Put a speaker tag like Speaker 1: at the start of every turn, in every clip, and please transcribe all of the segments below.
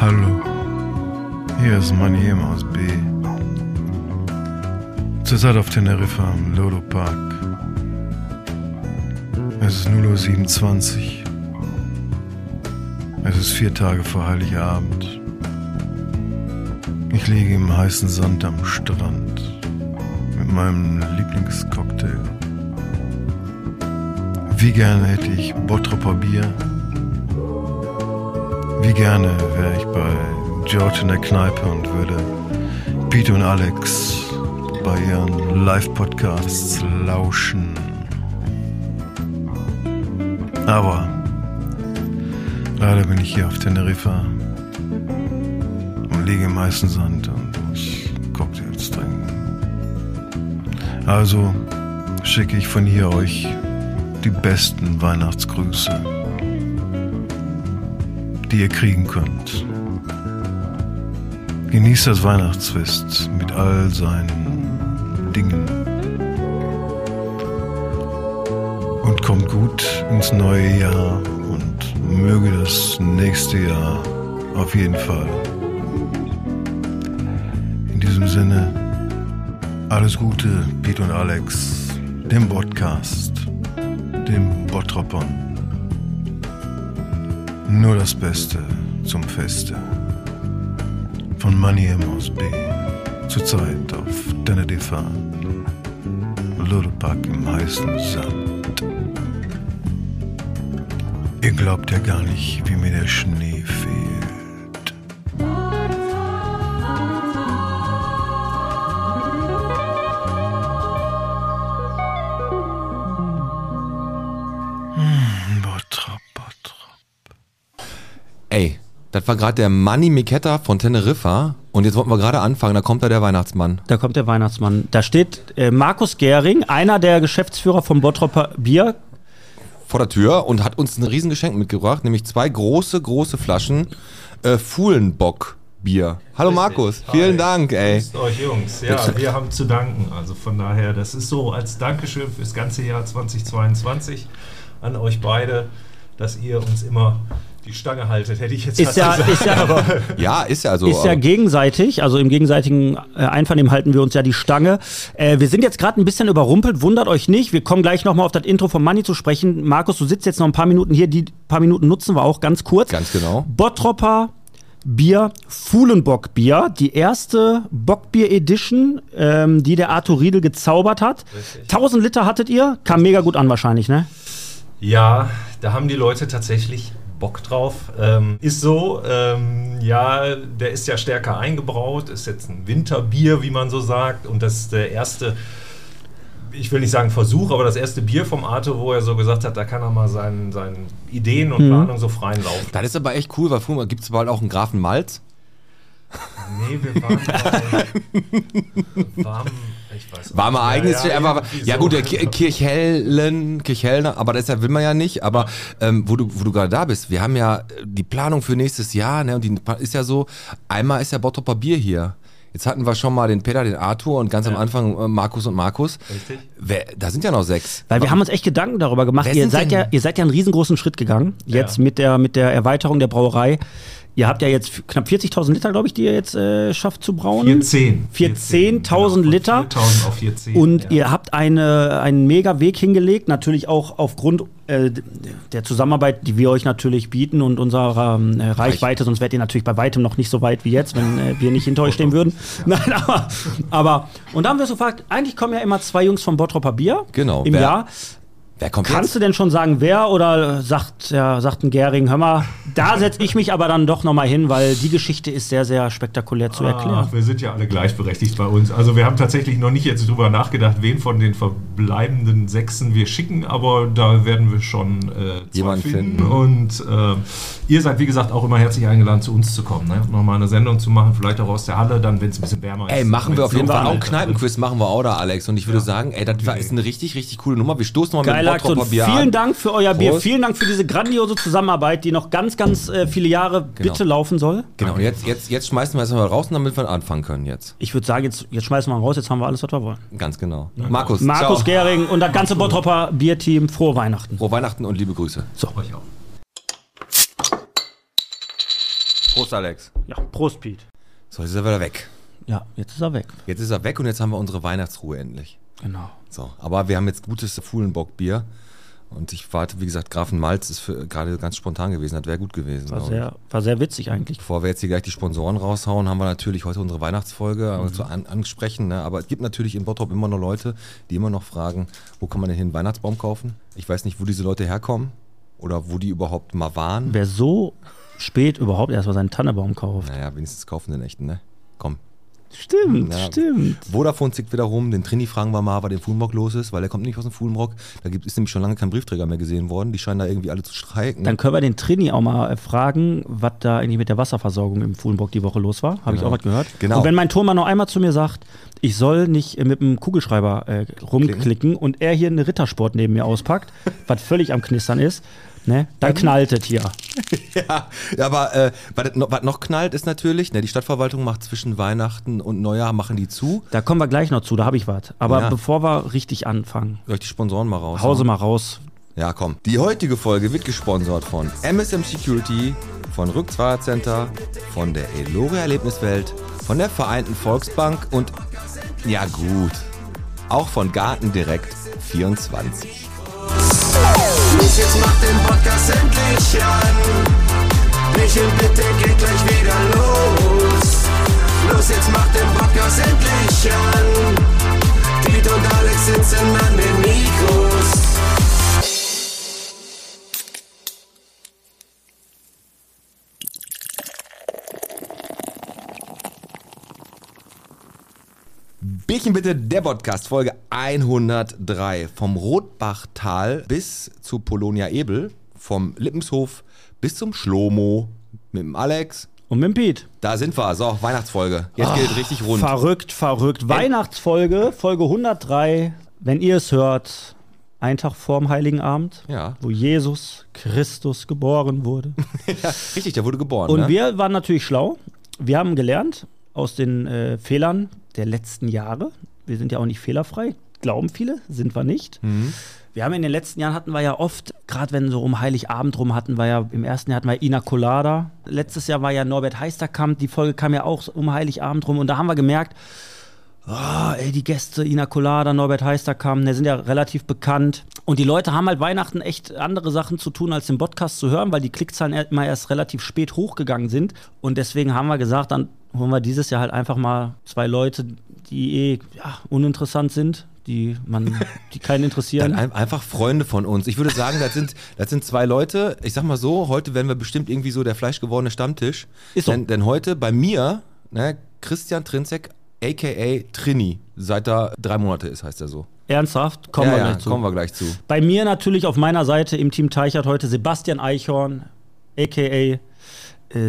Speaker 1: Hallo, hier ist Maniem aus B. Zurzeit auf Teneriffa am Lolo Park. Es ist 0.27 Uhr. Es ist vier Tage vor Heiligabend. Ich liege im heißen Sand am Strand mit meinem Lieblingscocktail. Wie gerne hätte ich Bottroper Bier. Wie gerne wäre ich bei George in der Kneipe und würde Pete und Alex bei ihren Live-Podcasts lauschen. Aber leider bin ich hier auf Teneriffa und liege im heißen Sand und muss Cocktails trinken. Also schicke ich von hier euch die besten Weihnachtsgrüße, die ihr kriegen könnt. Genießt das Weihnachtsfest mit all seinen Dingen. Und kommt gut ins neue Jahr und möge das nächste Jahr auf jeden Fall. In diesem Sinne, alles Gute, Pete und Alex, dem Podcast, dem Bottropon. Nur das Beste zum Feste. Von Money M aus B. Zurzeit auf Teneriffa. Ludepark im heißen Sand. Ihr glaubt ja gar nicht, wie mir der Schnee fehlt. Hm, Bottrop, Bottrop.
Speaker 2: Ey, das war gerade der Manny Miketta von Teneriffa. Und jetzt wollten wir gerade anfangen, da kommt da der Weihnachtsmann.
Speaker 3: Da kommt der Weihnachtsmann. Da steht äh, Markus Gehring, einer der Geschäftsführer vom Bottroper Bier.
Speaker 2: Vor der Tür und hat uns ein Riesengeschenk mitgebracht, nämlich zwei große, große Flaschen äh, Fuhlenbock-Bier. Hallo Markus, vielen Dank, ey.
Speaker 4: Grüßt euch Jungs. Ja, wir haben zu danken. Also von daher, das ist so als Dankeschön fürs ganze Jahr 2022 an euch beide, dass ihr uns immer die Stange haltet. Hätte ich jetzt
Speaker 3: Ist
Speaker 4: fast
Speaker 3: ja,
Speaker 4: gesagt.
Speaker 3: ist ja,
Speaker 2: Ja, ist ja so.
Speaker 3: ist ja
Speaker 2: aber-
Speaker 3: gegenseitig, also im gegenseitigen äh, Einvernehmen halten wir uns ja die Stange. Äh, wir sind jetzt gerade ein bisschen überrumpelt, wundert euch nicht. Wir kommen gleich nochmal auf das Intro von Manni zu sprechen. Markus, du sitzt jetzt noch ein paar Minuten hier, die paar Minuten nutzen wir auch ganz kurz.
Speaker 2: Ganz genau.
Speaker 3: Bottropper Bier, Fuhlenbock Bier, die erste Bockbier Edition, ähm, die der Arthur Riedel gezaubert hat. 1000 Liter hattet ihr, kam mega gut an wahrscheinlich, ne?
Speaker 4: Ja, da haben die Leute tatsächlich Bock drauf. Ähm, ist so, ähm, ja, der ist ja stärker eingebraut, ist jetzt ein Winterbier, wie man so sagt. Und das ist der erste, ich will nicht sagen Versuch, aber das erste Bier vom Arte, wo er so gesagt hat, da kann er mal seinen, seinen Ideen und Planungen so freien Lauf.
Speaker 2: Das ist aber echt cool, weil früher gibt es bald auch einen Grafen Malz.
Speaker 4: Nee, wir waren bei warm, ich weiß auch
Speaker 2: War mal
Speaker 4: nicht.
Speaker 2: eigenes. Ja, aber,
Speaker 4: irgendwie
Speaker 2: ja
Speaker 4: so.
Speaker 2: gut, der Ki- Kirchhellen, Kirchhellner, aber das ja will man ja nicht. Aber ähm, wo du, wo du gerade da bist, wir haben ja äh, die Planung für nächstes Jahr, ne? Und die Pla- ist ja so, einmal ist ja Bottroper Bier hier. Jetzt hatten wir schon mal den Peter, den Arthur und ganz am Anfang äh, Markus und Markus.
Speaker 4: Richtig.
Speaker 2: Wer, da sind ja noch sechs.
Speaker 3: Weil wir haben uns echt Gedanken darüber gemacht.
Speaker 2: Wer
Speaker 3: Ihr
Speaker 2: sind
Speaker 3: seid,
Speaker 2: denn-
Speaker 3: ja, ihr seid ja einen riesengroßen Schritt gegangen. Jetzt mit, der, mit der Erweiterung der Brauerei. Ihr habt ja jetzt f- knapp 40.000 Liter, glaube ich, die ihr jetzt äh, schafft zu brauen.
Speaker 4: 14.
Speaker 3: 14.000
Speaker 4: genau, von
Speaker 3: Liter.
Speaker 4: 4.000 auf 14.
Speaker 3: Und
Speaker 4: ja.
Speaker 3: ihr habt eine, einen mega Weg hingelegt, natürlich auch aufgrund äh, der Zusammenarbeit, die wir euch natürlich bieten und unserer ähm, Reichweite, sonst wärt ihr natürlich bei weitem noch nicht so weit wie jetzt, wenn äh, wir nicht hinter euch stehen würden. Nein, aber, aber, und da haben wir uns gefragt, eigentlich kommen ja immer zwei Jungs vom Bottroper Bier
Speaker 2: Genau,
Speaker 3: im
Speaker 2: wer-
Speaker 3: Jahr.
Speaker 2: Wer kommt
Speaker 3: Kannst
Speaker 2: jetzt?
Speaker 3: du denn schon sagen, wer oder äh, sagt, ja, sagt ein Gering, hör mal, da setze ich mich aber dann doch nochmal hin, weil die Geschichte ist sehr, sehr spektakulär
Speaker 2: Ah,
Speaker 3: zu erklären.
Speaker 4: Ach, wir sind ja alle gleichberechtigt bei uns. Also wir haben tatsächlich noch nicht jetzt drüber nachgedacht, wen von den verbleibenden Sechsen wir schicken, aber da werden wir schon äh,
Speaker 2: Jemanden finden.
Speaker 4: Und äh, ihr seid, wie gesagt, auch immer herzlich eingeladen, zu uns zu kommen. Ne? Nochmal eine Sendung zu machen, vielleicht auch aus der Halle, dann, wenn es ein bisschen wärmer ist.
Speaker 2: Ey, machen wir auf jeden Fall auch
Speaker 4: einen
Speaker 2: einen Kneipenquiz, machen wir auch da, Alex. Und ich würde sagen, ey, das war- ist eine richtig, richtig coole Nummer. Wir stoßen nochmal mit
Speaker 3: Lachson,
Speaker 2: Bottroper Bier
Speaker 3: vielen
Speaker 2: an.
Speaker 3: Dank für euer Bier.
Speaker 2: Prost.
Speaker 3: Vielen Dank für diese grandiose Zusammenarbeit, die noch ganz, ganz äh, viele Jahre
Speaker 2: Genau.
Speaker 3: bitte laufen soll.
Speaker 2: Genau, und jetzt, jetzt, jetzt schmeißen wir es mal raus, damit wir anfangen können jetzt.
Speaker 3: Ich würde sagen, jetzt, jetzt schmeißen wir ihn raus, jetzt haben wir alles, was wir wollen.
Speaker 2: Ganz genau. Markus,
Speaker 3: Markus
Speaker 2: ciao.
Speaker 3: Gering und das ganze Bottropper Bierteam, frohe Weihnachten.
Speaker 2: Frohe Weihnachten und liebe Grüße.
Speaker 4: Euch auch.
Speaker 2: Prost, Alex.
Speaker 3: Ja, Prost, Piet.
Speaker 2: So, jetzt ist er wieder weg.
Speaker 3: Ja, jetzt ist er weg.
Speaker 2: Jetzt ist er weg und jetzt haben wir unsere Weihnachtsruhe endlich.
Speaker 3: Genau.
Speaker 2: So, aber wir haben jetzt gutes Fuhlenbock-Bier. Und ich warte, wie gesagt, Grafen Malz ist für- gerade ganz spontan gewesen, das wäre gut gewesen.
Speaker 3: War
Speaker 2: glaub ich.
Speaker 3: sehr, war sehr witzig eigentlich.
Speaker 2: Bevor wir jetzt hier gleich die Sponsoren raushauen, haben wir natürlich heute unsere Weihnachtsfolge aber zu an, ansprechen. Ne? Aber es gibt natürlich in Bottrop immer noch Leute, die immer noch fragen, wo kann man denn hier einen Weihnachtsbaum kaufen? Ich weiß nicht, wo diese Leute herkommen oder wo die überhaupt mal waren.
Speaker 3: Wer so spät überhaupt erstmal seinen Tannebaum kauft.
Speaker 2: Naja, wenigstens kaufen den echten, ne? Komm.
Speaker 3: Stimmt,
Speaker 2: Ja.
Speaker 3: stimmt.
Speaker 2: Vodafone zickt wieder rum, den Trini fragen wir mal, was den Fuhlenbrock los ist, weil der kommt nicht aus dem Fuhlenbrock. Da gibt, ist nämlich schon lange kein Briefträger mehr gesehen worden. Die scheinen da irgendwie alle zu streiken.
Speaker 3: Dann können wir den Trini auch mal äh, fragen, was da eigentlich mit der Wasserversorgung im Fuhlenburg die Woche los war. Habe ich
Speaker 2: Genau.
Speaker 3: auch was gehört.
Speaker 2: Genau.
Speaker 3: Und wenn mein Turmann noch einmal zu mir sagt, ich soll nicht äh, mit dem Kugelschreiber äh, rumklicken und er hier einen Rittersport neben mir auspackt, was völlig am Knistern ist, ne,
Speaker 2: Ähm.
Speaker 3: dann knallt es hier.
Speaker 2: Ja, aber äh, was, das noch- was noch knallt ist natürlich, ne, die Stadtverwaltung macht zwischen Weihnachten und Neujahr, machen die zu.
Speaker 3: Da kommen wir gleich noch zu, da habe ich was. Aber
Speaker 2: Ja.
Speaker 3: bevor wir richtig anfangen,
Speaker 2: Soll ich die Sponsoren mal raus?
Speaker 3: Hause mal raus.
Speaker 2: Ja, komm. Die heutige Folge wird gesponsert von MSM Security, von Rückzweier Center, von der Eloria Erlebniswelt, von der Vereinten Volksbank und, ja gut, auch von Garten Direkt 24.
Speaker 5: Los, jetzt mach den Podcast endlich an. Michel, bitte geht gleich wieder los. Los, jetzt mach den Podcast endlich an. Piet und Alex sitzen an den Mikros.
Speaker 2: Bierchen bitte, der Podcast, Folge 103. Vom Rotbachtal bis zu Polonia Ebel, vom Lippenshof bis zum Schlomo mit dem Alex.
Speaker 3: Und mit dem Piet. Ah,
Speaker 2: Da sind wir. So, Weihnachtsfolge. Jetzt geht richtig rund.
Speaker 3: Verrückt, verrückt. Weihnachtsfolge, Folge 103. Wenn ihr es hört, ein Tag vorm Heiligen Abend,
Speaker 2: Ja.
Speaker 3: wo Jesus Christus geboren wurde.
Speaker 2: Richtig, der wurde geboren.
Speaker 3: Und
Speaker 2: ne?
Speaker 3: wir waren natürlich schlau. Wir haben gelernt aus den äh, Fehlern der letzten Jahre. Wir sind ja auch nicht fehlerfrei. Glauben viele, sind wir nicht.
Speaker 2: Mhm.
Speaker 3: Wir haben in den letzten Jahren hatten wir ja oft, gerade wenn so um Heiligabend rum hatten wir ja, im ersten Jahr hatten wir Ina Colada. Letztes Jahr war ja Norbert Heisterkamp. Die Folge kam ja auch um Heiligabend rum. Und da haben wir gemerkt, Ah, ey, die Gäste, Ina Colada, Norbert Heister kamen, die sind ja relativ bekannt. Und die Leute haben halt Weihnachten echt andere Sachen zu tun, als den Podcast zu hören, weil die Klickzahlen er- immer erst relativ spät hochgegangen sind. Und deswegen haben wir gesagt, dann holen wir dieses Jahr halt einfach mal zwei Leute, die eh ja, uninteressant sind, die man, die keinen
Speaker 2: Dann
Speaker 3: interessieren.
Speaker 2: ein, einfach Freunde von uns. Ich würde sagen, das sind, das sind zwei Leute. Ich sag mal so, heute werden wir bestimmt irgendwie so der fleischgewordene Stammtisch.
Speaker 3: Ist so.
Speaker 2: Denn, denn heute bei mir, ne, Christian Trinzek, a.k.a. Trini, seit er drei Monate ist, heißt er so.
Speaker 3: Ernsthaft, kommen
Speaker 2: ja,
Speaker 3: wir
Speaker 2: ja,
Speaker 3: gleich zu.
Speaker 2: kommen wir gleich zu.
Speaker 3: Bei mir natürlich auf meiner Seite im Team Teichert heute Sebastian Eichhorn, a.k.a. Äh,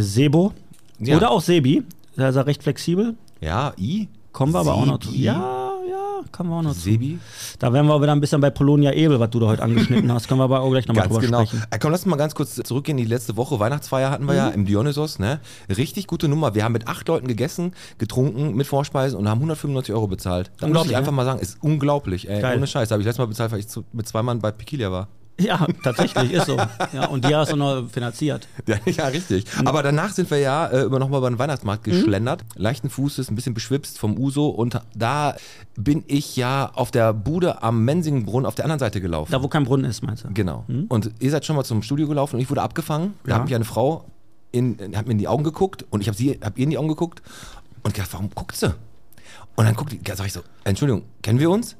Speaker 3: Sebo.
Speaker 2: Ja.
Speaker 3: Oder auch Sebi. Da ist er recht flexibel.
Speaker 2: Ja, I?
Speaker 3: Kommen wir aber auch noch zu.
Speaker 2: Sebi?
Speaker 3: Ja, ja, kommen wir auch noch zu.
Speaker 2: Sebi?
Speaker 3: Da wären wir aber dann ein bisschen bei Polonia Ebel, was du da heute angeschnitten hast. Können wir aber auch gleich nochmal
Speaker 2: Ganz
Speaker 3: drüber
Speaker 2: genau.
Speaker 3: sprechen. Mhm.
Speaker 2: Äh, komm, lass uns mal ganz kurz zurückgehen. Die letzte Woche Weihnachtsfeier hatten wir ja im Dionysos. Ne? Richtig gute Nummer. Wir haben mit acht Leuten gegessen, getrunken, mit Vorspeisen und haben 195 Euro bezahlt. Da muss ich
Speaker 3: Unglaublich,
Speaker 2: einfach
Speaker 3: ne?
Speaker 2: mal sagen, ist unglaublich. Ey.
Speaker 3: Geil.
Speaker 2: Ohne Scheiß. Habe ich letztes Mal bezahlt, weil ich zu, mit zwei Mann bei Pekilia war.
Speaker 3: Ja, tatsächlich, ist so. Ja, und die hast du noch finanziert.
Speaker 2: Ja, ja, richtig. Aber danach sind wir ja äh, immer nochmal über den Weihnachtsmarkt
Speaker 3: Mhm.
Speaker 2: geschlendert. Leichten Fußes, ein bisschen beschwipst vom Uso. Und da bin ich ja auf der Bude am Mensingenbrunnen auf der anderen Seite gelaufen.
Speaker 3: Da, wo kein Brunnen ist, meinst du? Mhm.
Speaker 2: Genau. Und ihr seid schon mal zum Studio gelaufen und ich wurde abgefangen. Da
Speaker 3: Ja.
Speaker 2: hat mich eine Frau in, in- hat mir in die Augen geguckt und ich habe sie hab ihr in die Augen geguckt und gedacht, warum guckt sie? Und dann guckt die, da sag ich so, Entschuldigung, kennen wir uns?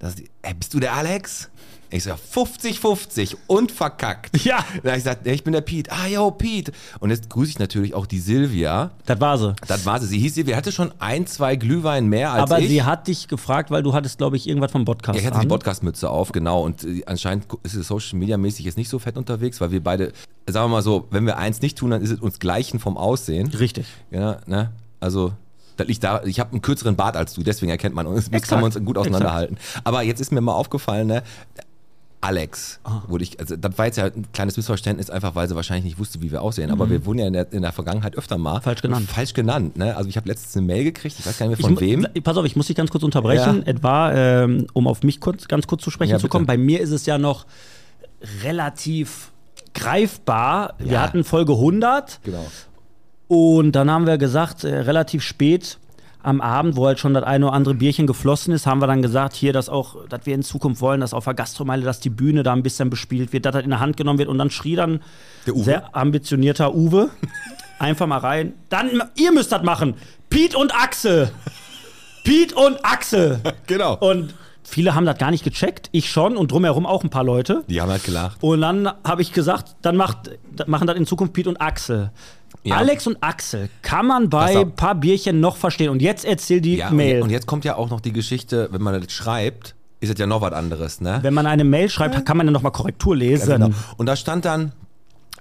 Speaker 2: Da sagt die, hey, bist du der Alex? Ich so, ja, 50-50 und verkackt.
Speaker 3: Ja.
Speaker 2: Da hab ich gesagt, ich bin der Pete. Ah, yo, Pete. Und jetzt grüße ich natürlich auch die Silvia.
Speaker 3: Das war sie.
Speaker 2: Das war sie. Sie hieß Silvia, hatte schon ein, zwei Glühwein mehr als
Speaker 3: Aber
Speaker 2: ich.
Speaker 3: sie hat dich gefragt, weil du hattest, glaube ich, irgendwas vom Podcast.
Speaker 2: Ja, ich hatte die
Speaker 3: an.
Speaker 2: Podcast-Mütze auf, genau. Und äh, anscheinend ist es Social Media-mäßig jetzt nicht so fett unterwegs, weil wir beide, sagen wir mal so, wenn wir eins nicht tun, dann ist es uns gleichen vom Aussehen.
Speaker 3: Richtig.
Speaker 2: Ja, ne? Also. Das liegt da, ich habe einen kürzeren Bart als du, deswegen erkennt man uns. Jetzt
Speaker 3: Exakt,
Speaker 2: kann man uns gut auseinanderhalten. Aber jetzt ist mir mal aufgefallen, ne? Alex.
Speaker 3: Ah.
Speaker 2: Wurde ich, also das war jetzt ja ein kleines Missverständnis, einfach weil sie wahrscheinlich nicht wusste, wie wir aussehen. Aber wir wurden ja in der, in der Vergangenheit öfter mal
Speaker 3: Mhm. Falsch genannt.
Speaker 2: Falsch genannt. Ne? Also ich habe letztens eine Mail gekriegt, ich weiß gar nicht mehr von
Speaker 3: Ich mu-
Speaker 2: wem.
Speaker 3: Pass auf, ich muss dich ganz kurz unterbrechen.
Speaker 2: Ja.
Speaker 3: Etwa, ähm, um auf mich kurz, ganz kurz zu sprechen
Speaker 2: Ja,
Speaker 3: zu kommen.
Speaker 2: bitte.
Speaker 3: Bei mir ist es ja noch relativ greifbar. Wir
Speaker 2: Ja.
Speaker 3: hatten Folge 100
Speaker 2: Genau.
Speaker 3: und dann haben wir gesagt, äh, relativ spät am Abend, wo halt schon das eine oder andere Bierchen geflossen ist, haben wir dann gesagt, hier, dass auch, dass wir in Zukunft wollen, dass auf der Gastromeile, dass die Bühne da ein bisschen bespielt wird, dass das in der Hand genommen wird und dann schrie dann
Speaker 2: Der Uwe.
Speaker 3: sehr ambitionierter Uwe einfach mal rein. Dann, ihr müsst das machen. Piet und Axel. Piet und Axel.
Speaker 2: Genau.
Speaker 3: Und viele haben das gar nicht gecheckt. Ich schon und drumherum auch ein paar Leute.
Speaker 2: Die haben halt gelacht.
Speaker 3: Und dann habe ich gesagt, dann macht, dann machen das in Zukunft Piet und Axel.
Speaker 2: Ja.
Speaker 3: Alex und Axel kann man
Speaker 2: Pass
Speaker 3: bei
Speaker 2: auf.
Speaker 3: ein paar Bierchen noch verstehen. Und jetzt erzähl die
Speaker 2: Ja, und,
Speaker 3: Mail.
Speaker 2: je- und jetzt kommt ja auch noch die Geschichte, wenn man das schreibt, ist es ja noch was anderes, ne?
Speaker 3: Wenn man eine Mail schreibt, kann man ja nochmal Korrektur lesen.
Speaker 2: Genau. Und da stand dann,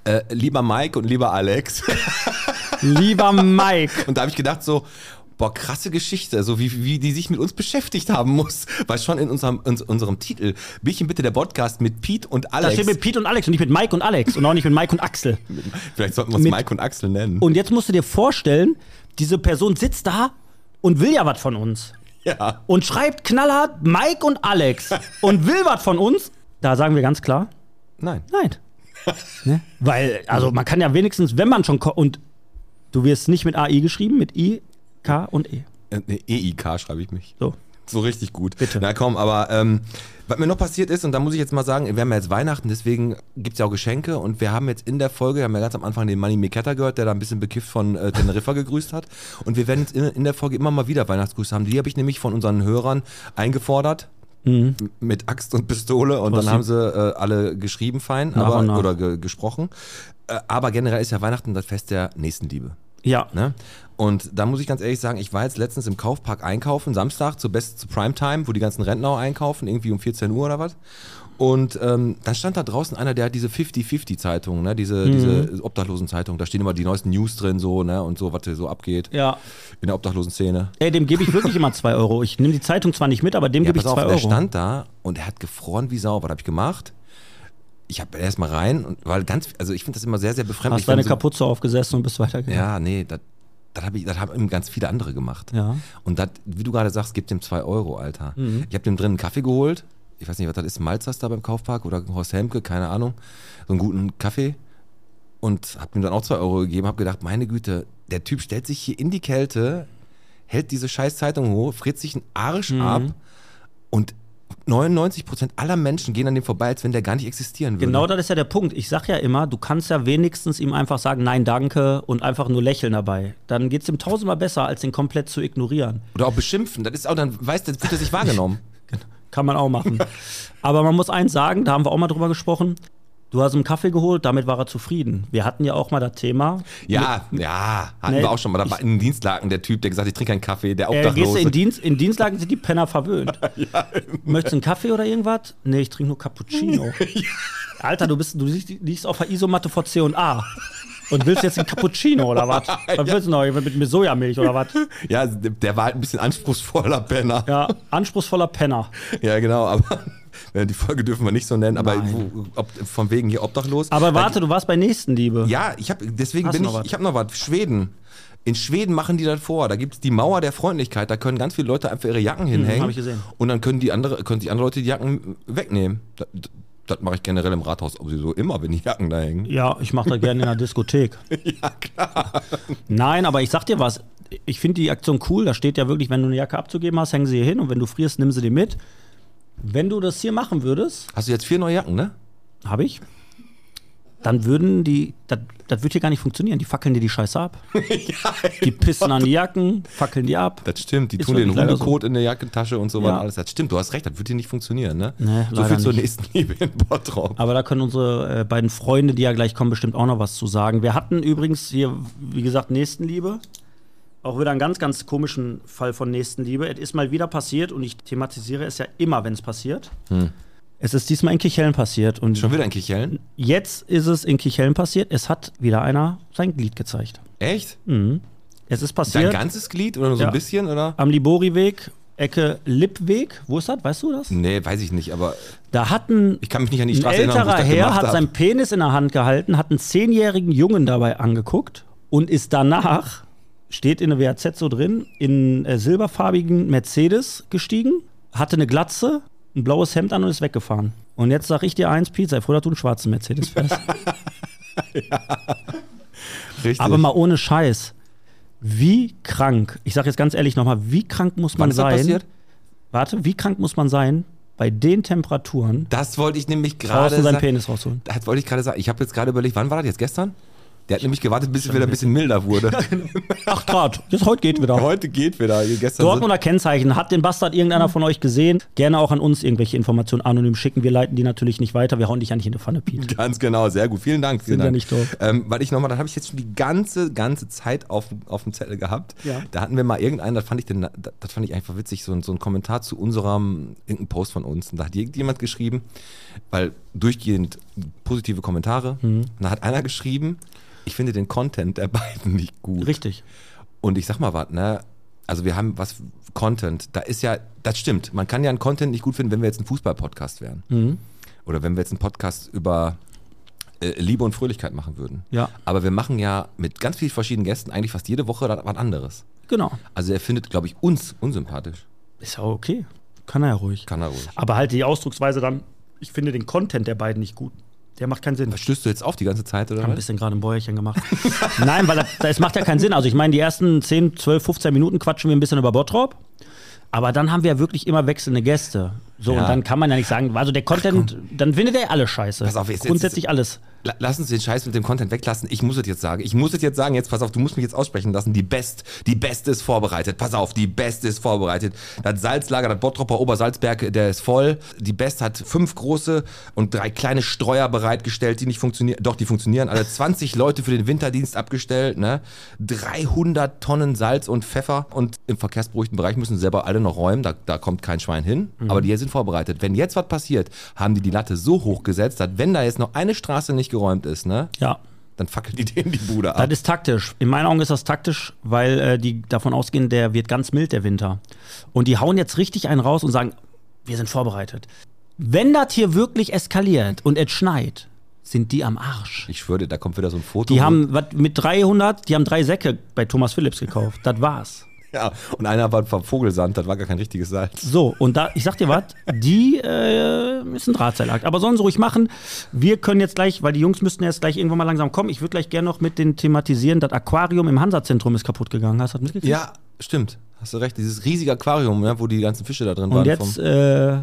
Speaker 2: äh, lieber Mike und lieber Alex.
Speaker 3: Lieber Mike.
Speaker 2: Und da habe ich gedacht so, boah, krasse Geschichte, so wie, wie die sich mit uns beschäftigt haben muss. Weil schon in unserem, in unserem Titel, Bierchen bitte der Podcast mit Pete und
Speaker 3: Da
Speaker 2: Alex.
Speaker 3: steht mit Piet und Alex und nicht mit Mike und Alex und auch nicht mit Mike und Axel.
Speaker 2: Vielleicht sollten wir uns
Speaker 3: mit-
Speaker 2: Mike und Axel nennen.
Speaker 3: Und jetzt musst du dir vorstellen, diese Person sitzt da und will ja was von uns.
Speaker 2: ja.
Speaker 3: Und schreibt knallhart Mike und Alex und will was von uns. Da sagen wir ganz klar,
Speaker 2: Nein.
Speaker 3: nein. ne? Weil, also man kann ja wenigstens, wenn man schon. ko- Und du wirst nicht mit AI geschrieben, mit I, K und E.
Speaker 2: Äh, nee, EIK schreibe ich mich.
Speaker 3: So.
Speaker 2: So richtig gut.
Speaker 3: Bitte.
Speaker 2: Na komm, aber ähm, was mir noch passiert ist, und da muss ich jetzt mal sagen, wir haben ja jetzt Weihnachten, deswegen gibt's ja auch Geschenke und wir haben jetzt in der Folge, wir haben ja ganz am Anfang den Manny Miketta gehört, der da ein bisschen bekifft von äh, Teneriffa gegrüßt hat. Und wir werden jetzt in, in der Folge immer mal wieder Weihnachtsgrüße haben. Die habe ich nämlich von unseren Hörern eingefordert.
Speaker 3: Mhm.
Speaker 2: M- Mit Axt und Pistole und dann haben sie äh, alle geschrieben fein
Speaker 3: Nach
Speaker 2: aber,
Speaker 3: und nach.
Speaker 2: oder ge gesprochen. Äh, aber generell ist ja Weihnachten das Fest der Nächstenliebe.
Speaker 3: Ja.
Speaker 2: Ne? Und da muss ich ganz ehrlich sagen, ich war jetzt letztens im Kaufpark einkaufen, Samstag zur Best zu Primetime, wo die ganzen Rentner auch einkaufen, irgendwie um 14 Uhr oder was. Und ähm, dann stand da draußen einer, der hat diese 50-50-Zeitung, ne?
Speaker 3: Mhm.
Speaker 2: diese, diese Obdachlosen-Zeitung. Da stehen immer die neuesten News drin, so, ne, und so, was hier so abgeht
Speaker 3: Ja.
Speaker 2: in der Obdachlosen-Szene.
Speaker 3: Ey, dem gebe ich wirklich immer 2 Euro. Ich nehme die Zeitung zwar nicht mit, aber dem
Speaker 2: Ja,
Speaker 3: gebe ich
Speaker 2: pass
Speaker 3: 2
Speaker 2: auf, der
Speaker 3: Euro.
Speaker 2: stand da und er hat gefroren wie Sau. Was habe ich gemacht? Ich habe erstmal rein, und, weil ganz, also ich finde das immer sehr, sehr befremdlich.
Speaker 3: Hast deine
Speaker 2: wenn so-
Speaker 3: Kapuze aufgesessen und bist weitergegangen.
Speaker 2: Ja, nee, das habe ich, das haben eben ganz viele andere gemacht.
Speaker 3: Ja. Mhm.
Speaker 2: Und das, wie du gerade sagst, gibt dem 2 Euro, Alter. Ich habe dem drin einen Kaffee geholt. Ich weiß nicht, was das ist, Malzers da beim Kaufpark oder Horst Helmke, keine Ahnung. So einen guten Kaffee. Und hab ihm dann auch 2 Euro gegeben, hab gedacht, meine Güte, der Typ stellt sich hier in die Kälte, hält diese scheiß Zeitung hoch, friert sich einen Arsch
Speaker 3: Mhm.
Speaker 2: ab und 99% aller Menschen gehen an dem vorbei, als wenn der gar nicht existieren würde.
Speaker 3: Genau das ist ja der Punkt. Ich sag ja immer, du kannst ja wenigstens ihm einfach sagen, nein, danke und einfach nur lächeln dabei. Dann geht's ihm tausendmal besser, als ihn komplett zu ignorieren.
Speaker 2: Oder auch beschimpfen, das ist auch, dann weiß der, fühlt er sich wahrgenommen.
Speaker 3: Genau. Kann man auch machen. Aber man muss eins sagen, da haben wir auch mal drüber gesprochen. Du hast ihm einen Kaffee geholt, damit war er zufrieden. Wir hatten ja auch mal das Thema.
Speaker 2: Ja, ja, hatten
Speaker 3: Nee,
Speaker 2: wir auch schon mal. Da war in den Dienstlaken der Typ, der gesagt hat, ich trinke keinen Kaffee, der
Speaker 3: Äh, gehst du
Speaker 2: Obdachlose.
Speaker 3: in, Dienst, in Dienstlagen sind die Penner verwöhnt. Möchtest du einen Kaffee oder irgendwas? Nee, ich trinke nur Cappuccino. Alter, du, bist, du liegst, liegst auf der Isomatte vor C und A. Und willst jetzt einen Cappuccino oder was? Was willst du noch? Mit, mit Sojamilch oder was?
Speaker 2: ja, der war halt ein bisschen anspruchsvoller Penner. Ja,
Speaker 3: Ja, anspruchsvoller Penner.
Speaker 2: genau, aber die Folge dürfen wir nicht so nennen, aber
Speaker 3: Nein.
Speaker 2: wo, ob, von wegen hier obdachlos.
Speaker 3: Aber
Speaker 2: Weil-
Speaker 3: warte, du warst bei Nächstenliebe.
Speaker 2: Ja, ich habe deswegen
Speaker 3: Hast
Speaker 2: bin
Speaker 3: du noch
Speaker 2: ich,
Speaker 3: was?
Speaker 2: ich habe noch was. Schweden. In Schweden machen die das vor. Da gibt's die Mauer der Freundlichkeit. Da können ganz viele Leute einfach ihre Jacken hinhängen.
Speaker 3: Hm, hab ich gesehen.
Speaker 2: Und dann können die andere, können die anderen Leute die Jacken wegnehmen. Das, das mache ich generell im Rathaus, ob sie so immer, wenn die Jacken da hängen.
Speaker 3: Ja, ich mache das gerne in der Diskothek. ja, klar. Nein, aber ich sag dir was. Ich finde die Aktion cool. Da steht ja wirklich, wenn du eine Jacke abzugeben hast, häng sie hier hin und wenn du frierst, nimm sie dir mit. Wenn du das hier machen würdest,
Speaker 2: Hast du jetzt vier neue Jacken, ne?
Speaker 3: habe ich, dann würden die, das, das wird hier gar nicht funktionieren. Die fackeln dir die Scheiße ab. die pissen an die Jacken, fackeln die ab.
Speaker 2: Das stimmt, die
Speaker 3: Ist
Speaker 2: tun den
Speaker 3: wirklich leider
Speaker 2: Hundekot in der Jackentasche und so
Speaker 3: Ja.
Speaker 2: weiter. Alles. Das stimmt, du hast recht, das wird hier nicht funktionieren. Ne?
Speaker 3: Nee,
Speaker 2: so viel
Speaker 3: leider
Speaker 2: zur
Speaker 3: nicht.
Speaker 2: nächsten Liebe in Bottrop.
Speaker 3: Aber da können unsere äh, beiden Freunde, die ja gleich kommen, bestimmt auch noch was zu sagen. Wir hatten übrigens hier, wie gesagt, Nächstenliebe. Auch wieder einen ganz, ganz komischen Fall von Nächstenliebe. Es ist mal wieder passiert und ich thematisiere es ja immer, wenn es passiert. Es ist diesmal in Kichellen passiert und
Speaker 2: Hm. Schon wieder ein Kicheln?
Speaker 3: jetzt ist es in Kichellen passiert. Es hat wieder einer sein Glied gezeigt. Mhm.
Speaker 2: Echt?
Speaker 3: Es ist
Speaker 2: Dein
Speaker 3: passiert
Speaker 2: ganzes Glied oder nur so
Speaker 3: Ja.
Speaker 2: ein bisschen? Oder?
Speaker 3: am Libori-Weg Ecke Lippweg. Wo ist das? Weißt du das?
Speaker 2: Nee, weiß ich nicht, aber
Speaker 3: Da hat ein,
Speaker 2: ich kann mich nicht an die
Speaker 3: ein
Speaker 2: Straße erinnern, wo ich
Speaker 3: älterer
Speaker 2: das
Speaker 3: Herr
Speaker 2: gemacht
Speaker 3: hat
Speaker 2: habe.
Speaker 3: seinen Penis in der Hand gehalten, hat einen zehnjährigen Jungen dabei angeguckt und ist danach, steht in der WAZ so drin, in äh, silberfarbigen Mercedes gestiegen, hatte eine Glatze, ein blaues Hemd an und ist weggefahren. Und jetzt sag ich dir eins, Pete, sei froh, dass du einen schwarzen Mercedes fährst.
Speaker 2: Richtig.
Speaker 3: Aber mal ohne Scheiß. Wie krank, ich sag jetzt ganz ehrlich nochmal, wie krank muss man
Speaker 2: Wann ist das
Speaker 3: sein?
Speaker 2: passiert?
Speaker 3: Warte, wie krank muss man sein, bei den Temperaturen
Speaker 2: Das wollte ich nämlich gerade
Speaker 3: draußen seinen
Speaker 2: sagen.
Speaker 3: Penis rausholen?
Speaker 2: Das wollte ich gerade sagen. Ich habe jetzt gerade überlegt, wann war das jetzt? Gestern? Der hat nämlich gewartet, bis es wieder ein bisschen milder wurde.
Speaker 3: Ach Grad, das heute geht wieder.
Speaker 2: Heute geht wieder. Gestern
Speaker 3: Dortmunder Kennzeichen. Hat den Bastard
Speaker 2: Mhm.
Speaker 3: irgendeiner von euch gesehen? Gerne auch an uns irgendwelche Informationen anonym schicken. Wir leiten die natürlich nicht weiter. Wir hauen dich ja nicht in die Pfanne, Piet.
Speaker 2: Ganz genau, sehr gut. Vielen Dank. Vielen
Speaker 3: Sind ja
Speaker 2: Dank.
Speaker 3: nicht doof.
Speaker 2: Ähm, weil ich nochmal, das habe ich jetzt schon die ganze, ganze Zeit auf, auf dem Zettel gehabt.
Speaker 3: Ja.
Speaker 2: Da hatten wir mal irgendeinen, das fand ich, denn, das fand ich einfach witzig, so, ein- so ein Kommentar zu unserem, irgendeinem Post von uns. Und da hat irgendjemand geschrieben, weil durchgehend positive Kommentare.
Speaker 3: Mhm.
Speaker 2: Und da hat einer geschrieben, ich finde den Content der beiden nicht gut.
Speaker 3: Richtig.
Speaker 2: Und ich sag mal was, ne? Also wir haben was Content, da ist ja, das stimmt. Man kann ja einen Content nicht gut finden, wenn wir jetzt ein Fußball-Podcast wären.
Speaker 3: Mhm.
Speaker 2: Oder wenn wir jetzt einen Podcast über äh, Liebe und Fröhlichkeit machen würden.
Speaker 3: Ja.
Speaker 2: Aber wir machen ja mit ganz vielen verschiedenen Gästen eigentlich fast jede Woche da- was anderes.
Speaker 3: Genau.
Speaker 2: Also er findet, glaube ich, uns unsympathisch.
Speaker 3: Ist ja okay. Kann er ja ruhig.
Speaker 2: Kann er ruhig.
Speaker 3: Aber halt die Ausdrucksweise dann, ich finde den Content der beiden nicht gut. Der macht keinen Sinn.
Speaker 2: Stößt du jetzt auf die ganze Zeit, oder?
Speaker 3: Hab ein
Speaker 2: was?
Speaker 3: bisschen gerade ein Bäuerchen gemacht. Nein, weil das, das macht ja keinen Sinn. Also ich meine, die ersten 10, 12, 15 Minuten quatschen wir ein bisschen über Bottrop. Aber dann haben wir ja wirklich immer wechselnde Gäste. So,
Speaker 2: Ja.
Speaker 3: und dann kann man ja nicht sagen, also der Content, dann findet er alle scheiße.
Speaker 2: Pass auf, jetzt- jetzt-
Speaker 3: Grundsätzlich alles.
Speaker 2: La- Lass uns den Scheiß mit dem Content weglassen. Ich muss es jetzt sagen. Ich muss es jetzt sagen. Jetzt pass auf, du musst mich jetzt aussprechen lassen. Die Best, die Beste ist vorbereitet. Pass auf, die Beste ist vorbereitet. Das Salzlager, das Bottropper Obersalzberg, der ist voll. Die Best hat fünf große und drei kleine Streuer bereitgestellt, die nicht funktionieren. Doch, die funktionieren. Alle 20 Leute für den Winterdienst abgestellt. Ne? 300 Tonnen Salz und Pfeffer. Und im verkehrsberuhigten Bereich müssen selber alle noch räumen. Da, da kommt kein Schwein hin.
Speaker 3: Mhm.
Speaker 2: Aber die sind vorbereitet. Wenn jetzt was passiert, haben die die Latte so hoch gesetzt, dass wenn da jetzt noch eine Straße nicht geräumt ist, ne,
Speaker 3: Ja.
Speaker 2: dann fackelt die denen die Bude
Speaker 3: Das
Speaker 2: ab.
Speaker 3: ist taktisch. In meinen Augen ist das taktisch, weil äh, die davon ausgehen, der wird ganz mild, der Winter. Und die hauen jetzt richtig einen raus und sagen, wir sind vorbereitet. Wenn das hier wirklich eskaliert und es schneit, sind die am Arsch.
Speaker 2: Ich schwöre, dir, da kommt wieder so ein Foto.
Speaker 3: Die haben was mit 300, die haben drei Säcke bei Thomas Phillips gekauft. Das war's.
Speaker 2: ja, und einer war vom Vogelsand, das war gar kein richtiges Salz.
Speaker 3: So, und da, ich sag dir was, die äh, ist ein Drahtseilakt. Aber sollen sie ruhig machen. Wir können jetzt gleich, weil die Jungs müssten jetzt gleich irgendwann mal langsam kommen. Ich würde gleich gerne noch mit den thematisieren, das Aquarium im Hansa-Zentrum ist kaputt gegangen. Hast du das mitgekriegt?
Speaker 2: Ja, stimmt. Hast du recht. Dieses riesige Aquarium, ne, wo die ganzen Fische da drin waren.
Speaker 3: Und jetzt äh,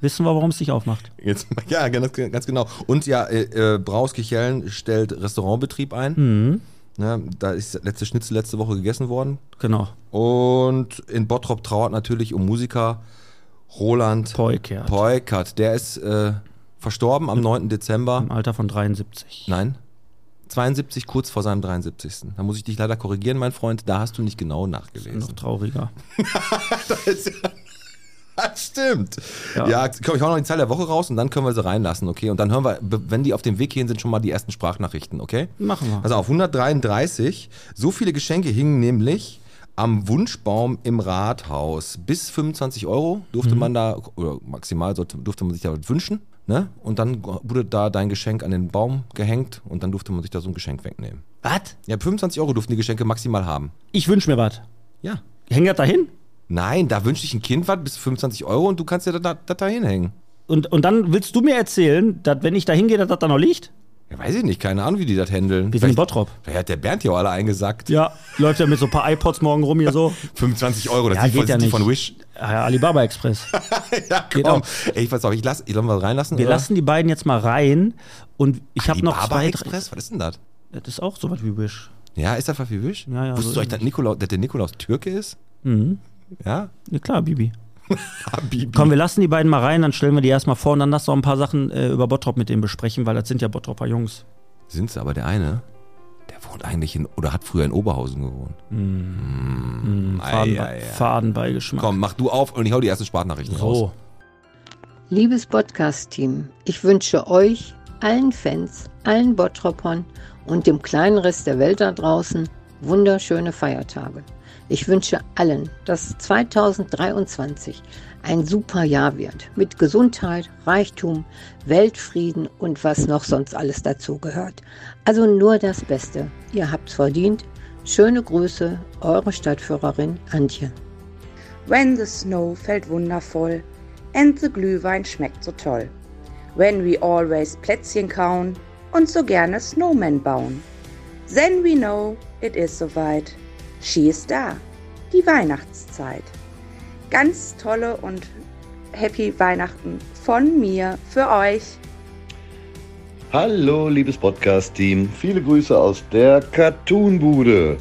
Speaker 3: wissen wir, warum es sich aufmacht.
Speaker 2: Jetzt, ja, ganz, ganz genau. Und ja, äh, äh, Braus Kichellen stellt Restaurantbetrieb ein.
Speaker 3: Mhm.
Speaker 2: Ne, da ist das letzte Schnitzel letzte Woche gegessen worden.
Speaker 3: Genau.
Speaker 2: Und in Bottrop trauert natürlich um Musiker Roland
Speaker 3: Peukert.
Speaker 2: Peukert. Der ist äh, verstorben am 9. Dezember.
Speaker 3: Im Alter von 73.
Speaker 2: Nein, 72, kurz vor seinem 73. Da muss ich dich leider korrigieren, mein Freund. Da hast du nicht genau
Speaker 3: Noch
Speaker 2: nachgelesen.
Speaker 3: trauriger.
Speaker 2: Das stimmt. Ja,
Speaker 3: Ja.
Speaker 2: komm, ich hau noch die Zahl der Woche raus und dann können wir sie reinlassen, okay? Und dann hören wir, be- wenn die auf dem Weg hierhin sind, schon mal die ersten Sprachnachrichten, okay?
Speaker 3: Machen wir.
Speaker 2: Also auf 133. So viele Geschenke hingen nämlich am Wunschbaum im Rathaus. Bis 25 Euro durfte
Speaker 3: Mhm.
Speaker 2: man da, oder maximal sollte, durfte man sich da was wünschen. Ne? Und dann wurde da dein Geschenk an den Baum gehängt und dann durfte man sich da so ein Geschenk wegnehmen.
Speaker 3: Was?
Speaker 2: Ja, 25 Euro durften die Geschenke maximal haben.
Speaker 3: Ich wünsche mir was.
Speaker 2: Ja.
Speaker 3: Häng das da hin?
Speaker 2: Nein, da wünsche ich ein Kind was bis 25 Euro und du kannst ja da, da, da, da hinhängen.
Speaker 3: Und, und dann willst du mir erzählen, dass wenn ich da hingehe, dass das da noch liegt?
Speaker 2: Ja, weiß ich nicht, keine Ahnung, wie die das handeln.
Speaker 3: Wir sind in Bottrop.
Speaker 2: Vielleicht hat der Bernd hier auch alle eingesackt.
Speaker 3: Ja, läuft ja mit so ein paar iPods morgen rum hier so.
Speaker 2: 25 Euro, das
Speaker 3: Ja,
Speaker 2: sind die,
Speaker 3: geht ja
Speaker 2: sind die
Speaker 3: nicht.
Speaker 2: von Wish.
Speaker 3: Ah, ja, Alibaba Express.
Speaker 2: Ja,
Speaker 3: Geht
Speaker 2: komm.
Speaker 3: auch.
Speaker 2: Ey, ich weiß auch, ich lass, ich lass mal reinlassen.
Speaker 3: Wir lassen die beiden jetzt mal rein und ich habe
Speaker 2: die
Speaker 3: noch
Speaker 2: Barber
Speaker 3: zwei. Drei,
Speaker 2: Express, was ist denn das?
Speaker 3: das ist auch sowas wie Wish.
Speaker 2: Ja, ist das was wie Wish?
Speaker 3: Ja, ja,
Speaker 2: Wusstest
Speaker 3: so
Speaker 2: du euch, dass, Nikolaus, dass der Nikolaus Türke ist? Mhm. Ja?
Speaker 3: Ja, klar, Bibi.
Speaker 2: Habibi.
Speaker 3: Komm, wir lassen die beiden mal rein, dann stellen wir die erstmal vor und dann lass doch ein paar Sachen äh, über Bottrop mit denen besprechen, weil das sind ja Bottroper Jungs.
Speaker 2: Sind's aber der eine, der wohnt eigentlich in, oder hat früher in Oberhausen gewohnt. Mm. Ei,
Speaker 3: Hm. Faden,
Speaker 2: ei, ei.
Speaker 3: Fadenbeigeschmack.
Speaker 2: Komm, mach du auf und ich hau die ersten Sprachnachrichten raus.
Speaker 3: So.
Speaker 6: Liebes Podcast-Team, ich wünsche euch, allen Fans, allen Bottropern und dem kleinen Rest der Welt da draußen wunderschöne Feiertage. Ich wünsche allen, dass 2023 ein super Jahr wird. Mit Gesundheit, Reichtum, Weltfrieden und was noch sonst alles dazu gehört. Also nur das Beste. Ihr habt's verdient. Schöne Grüße, eure Stadtführerin Antje.
Speaker 7: When the snow fällt wundervoll and the Glühwein schmeckt so toll. When we always Plätzchen kauen und so gerne Snowmen bauen. Then we know it is soweit. She is da. Die Weihnachtszeit. Ganz tolle und happy Weihnachten von mir für euch.
Speaker 8: Hallo, liebes Podcast-Team. Viele Grüße aus der Cartoon-Bude.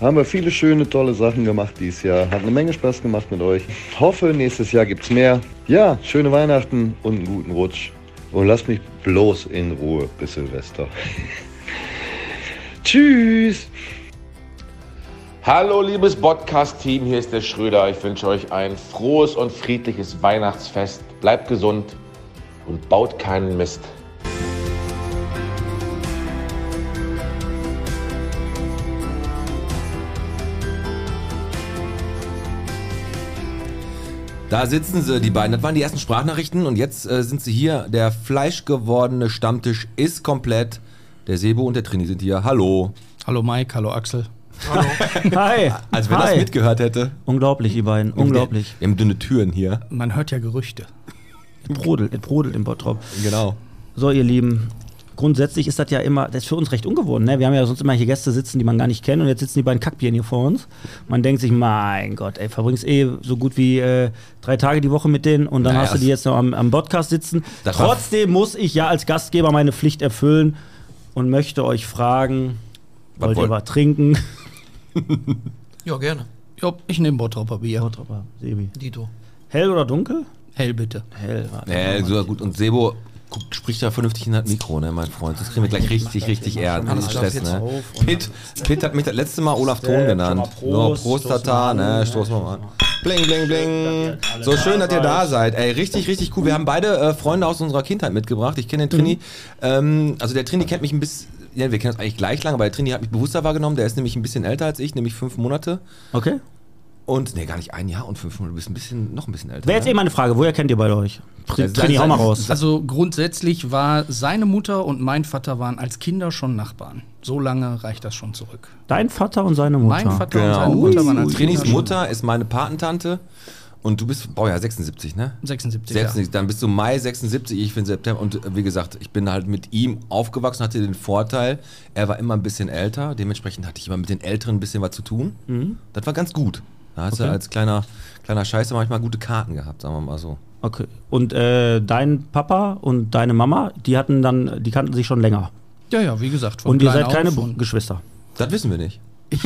Speaker 8: Haben wir viele schöne, tolle Sachen gemacht dieses Jahr. Hat eine Menge Spaß gemacht mit euch. Hoffe, nächstes Jahr gibt's mehr. Ja, schöne Weihnachten und einen guten Rutsch. Und lasst mich bloß in Ruhe bis Silvester. Tschüss!
Speaker 9: Hallo liebes Podcast-Team, hier ist der Schröder. Ich wünsche euch ein frohes und friedliches Weihnachtsfest. Bleibt gesund und baut keinen Mist.
Speaker 2: Da sitzen sie, die beiden. Das waren die ersten Sprachnachrichten und jetzt äh, sind sie hier. Der fleischgewordene Stammtisch ist komplett. Der Sebo und der Trini sind hier. Hallo.
Speaker 10: Hallo Mike, hallo Axel.
Speaker 3: Hi.
Speaker 2: Als wenn das
Speaker 3: Hi.
Speaker 2: mitgehört hätte.
Speaker 3: Unglaublich, die beiden. Unglaublich.
Speaker 2: Wir haben dünne Türen hier.
Speaker 10: Man hört ja Gerüchte.
Speaker 3: Es brodelt, es brodelt im Bottrop.
Speaker 2: Genau.
Speaker 3: So, ihr Lieben, grundsätzlich ist das ja immer, das ist für uns recht ungewohnt. Ne? Wir haben ja sonst immer hier Gäste sitzen, die man gar nicht kennt und jetzt sitzen die beiden Kackbieren hier vor uns. Man denkt sich, mein Gott, ey, verbringst eh so gut wie äh, drei Tage die Woche mit denen und dann
Speaker 2: Naja,
Speaker 3: hast du die jetzt noch am, am Podcast sitzen.
Speaker 2: Das war-
Speaker 3: Trotzdem muss ich ja als Gastgeber meine Pflicht erfüllen und möchte euch fragen,
Speaker 2: Was
Speaker 3: wollt ihr
Speaker 2: wollt-
Speaker 3: was trinken?
Speaker 10: Ja, gerne. Jo, ich nehme Bottropper Bier.
Speaker 3: Bottropper, Sebi.
Speaker 10: Dito.
Speaker 3: Hell oder dunkel?
Speaker 10: Hell bitte.
Speaker 3: Hell. warte
Speaker 2: Ja,
Speaker 3: mal.
Speaker 2: so Äh, gut. Und Sebo guckt, spricht ja vernünftig in das Mikro, ne, mein Freund. Das kriegen wir gleich richtig, richtig ernst.
Speaker 10: alles
Speaker 2: Richtig
Speaker 10: klar,
Speaker 2: Stress,
Speaker 10: jetzt
Speaker 2: ne?
Speaker 10: auf und
Speaker 2: Pitt, Pitt hat mich das letzte Mal Olaf
Speaker 3: Äh,
Speaker 2: Thon
Speaker 3: schon
Speaker 2: genannt.
Speaker 3: mal Prost,
Speaker 2: Nur Prostata,
Speaker 3: stoßen wir an,
Speaker 2: ne?
Speaker 3: ne?
Speaker 2: Stoßen wir mal an.
Speaker 3: Stoßen
Speaker 2: Bling, bling, bling. So schön, dass ihr da seid. Ey, richtig, richtig cool. Wir haben beide äh, Freunde aus unserer Kindheit mitgebracht. Ich kenne den
Speaker 3: Mhm.
Speaker 2: Trini. Ähm, also der Trini kennt mich ein bisschen. Ja, wir kennen uns eigentlich gleich lang, aber der Trini hat mich bewusster wahrgenommen. Der ist nämlich ein bisschen älter als ich, nämlich fünf Monate.
Speaker 3: Okay.
Speaker 2: Und, nee, gar nicht ein Jahr und fünf Monate. Du bist ein bisschen, noch ein bisschen älter.
Speaker 3: Wäre jetzt
Speaker 2: ne?
Speaker 3: eh meine Frage, woher kennt ihr beide euch?
Speaker 2: Also,
Speaker 3: Trini, hau mal raus.
Speaker 10: Also grundsätzlich war seine Mutter und mein Vater waren als Kinder schon Nachbarn. So lange reicht das schon zurück.
Speaker 3: Dein Vater und seine Mutter.
Speaker 10: Mein Vater und
Speaker 2: Genau.
Speaker 10: seine Mutter waren als
Speaker 2: Trinis
Speaker 10: Kinder schon-
Speaker 2: Mutter ist meine Patentante und du bist Baujahr 76, ne?
Speaker 10: 76.
Speaker 2: 76, dann bist du Mai 76, ich bin September und äh, wie gesagt, ich bin halt mit ihm aufgewachsen, hatte den Vorteil, er war immer ein bisschen älter, dementsprechend hatte ich immer mit den Älteren ein bisschen was zu tun.
Speaker 10: Mhm.
Speaker 2: Das war ganz gut. Da hast du als kleiner, kleiner Scheiße manchmal gute Karten gehabt, sagen wir mal so.
Speaker 3: Okay. Und äh, dein Papa und deine Mama, die hatten dann, die kannten sich schon länger.
Speaker 10: Ja, ja, wie gesagt. von
Speaker 3: und ihr
Speaker 10: klein
Speaker 3: seid keine
Speaker 10: auf
Speaker 3: Br-
Speaker 10: und-
Speaker 3: Geschwister.
Speaker 2: Das wissen wir nicht.
Speaker 10: ich,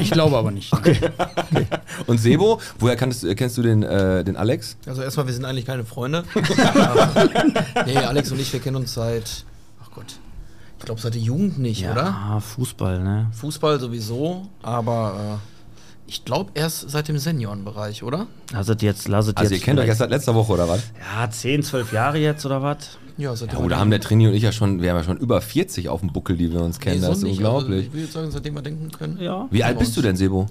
Speaker 10: ich glaube aber nicht.
Speaker 2: Und Sebo, woher kannst, äh, kennst du den, äh, den Alex?
Speaker 11: Also erstmal, wir sind eigentlich keine Freunde. Ja. nee, Alex und ich, wir kennen uns seit, ach Gott, ich glaube seit der Jugend nicht, oder?
Speaker 3: Ah, Fußball, ne?
Speaker 11: Fußball sowieso, aber äh, ich glaube erst seit dem Seniorenbereich, oder?
Speaker 3: Lasset jetzt, lasset
Speaker 2: Also
Speaker 3: jetzt.
Speaker 2: ihr kennt euch
Speaker 3: vielleicht-
Speaker 2: erst seit letzter Woche oder was?
Speaker 3: Ja, 10, 12 Jahre jetzt oder was?
Speaker 11: Ja, seit
Speaker 2: Ja, oder haben der Trini und ich ja schon, wir haben ja schon über 40 auf dem Buckel, die wir uns kennen. das ist unglaublich.
Speaker 10: Also,
Speaker 11: ich würde sagen, seitdem wir denken können.
Speaker 12: Also,
Speaker 3: Ja.
Speaker 2: Wie alt bist du denn, Sebo?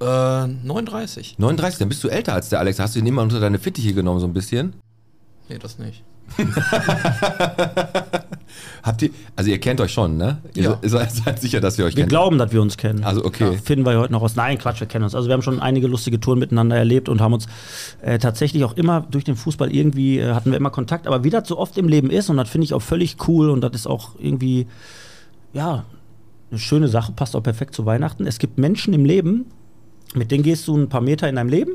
Speaker 11: Äh, 39.
Speaker 2: 39, dann bist du älter als der Alex. Hast du ihn immer unter deine Fittiche genommen, so ein bisschen?
Speaker 11: Nee, das nicht.
Speaker 2: Habt ihr, also ihr kennt euch schon, ne? Ihr
Speaker 11: Ja.
Speaker 2: se- seid, seid sicher, dass ihr euch
Speaker 3: Wir
Speaker 2: kennt.
Speaker 3: glauben, dass wir uns kennen.
Speaker 2: Also, okay.
Speaker 3: Ja, finden wir heute noch raus. Nein, Quatsch, wir kennen uns. Also wir haben schon einige lustige Touren miteinander erlebt und haben uns äh, tatsächlich auch immer durch den Fußball irgendwie, äh, hatten wir immer Kontakt. Aber wie das so oft im Leben ist, und das finde ich auch völlig cool und das ist auch irgendwie, ja, eine schöne Sache, passt auch perfekt zu Weihnachten. Es gibt Menschen im Leben, mit denen gehst du ein paar Meter in deinem Leben,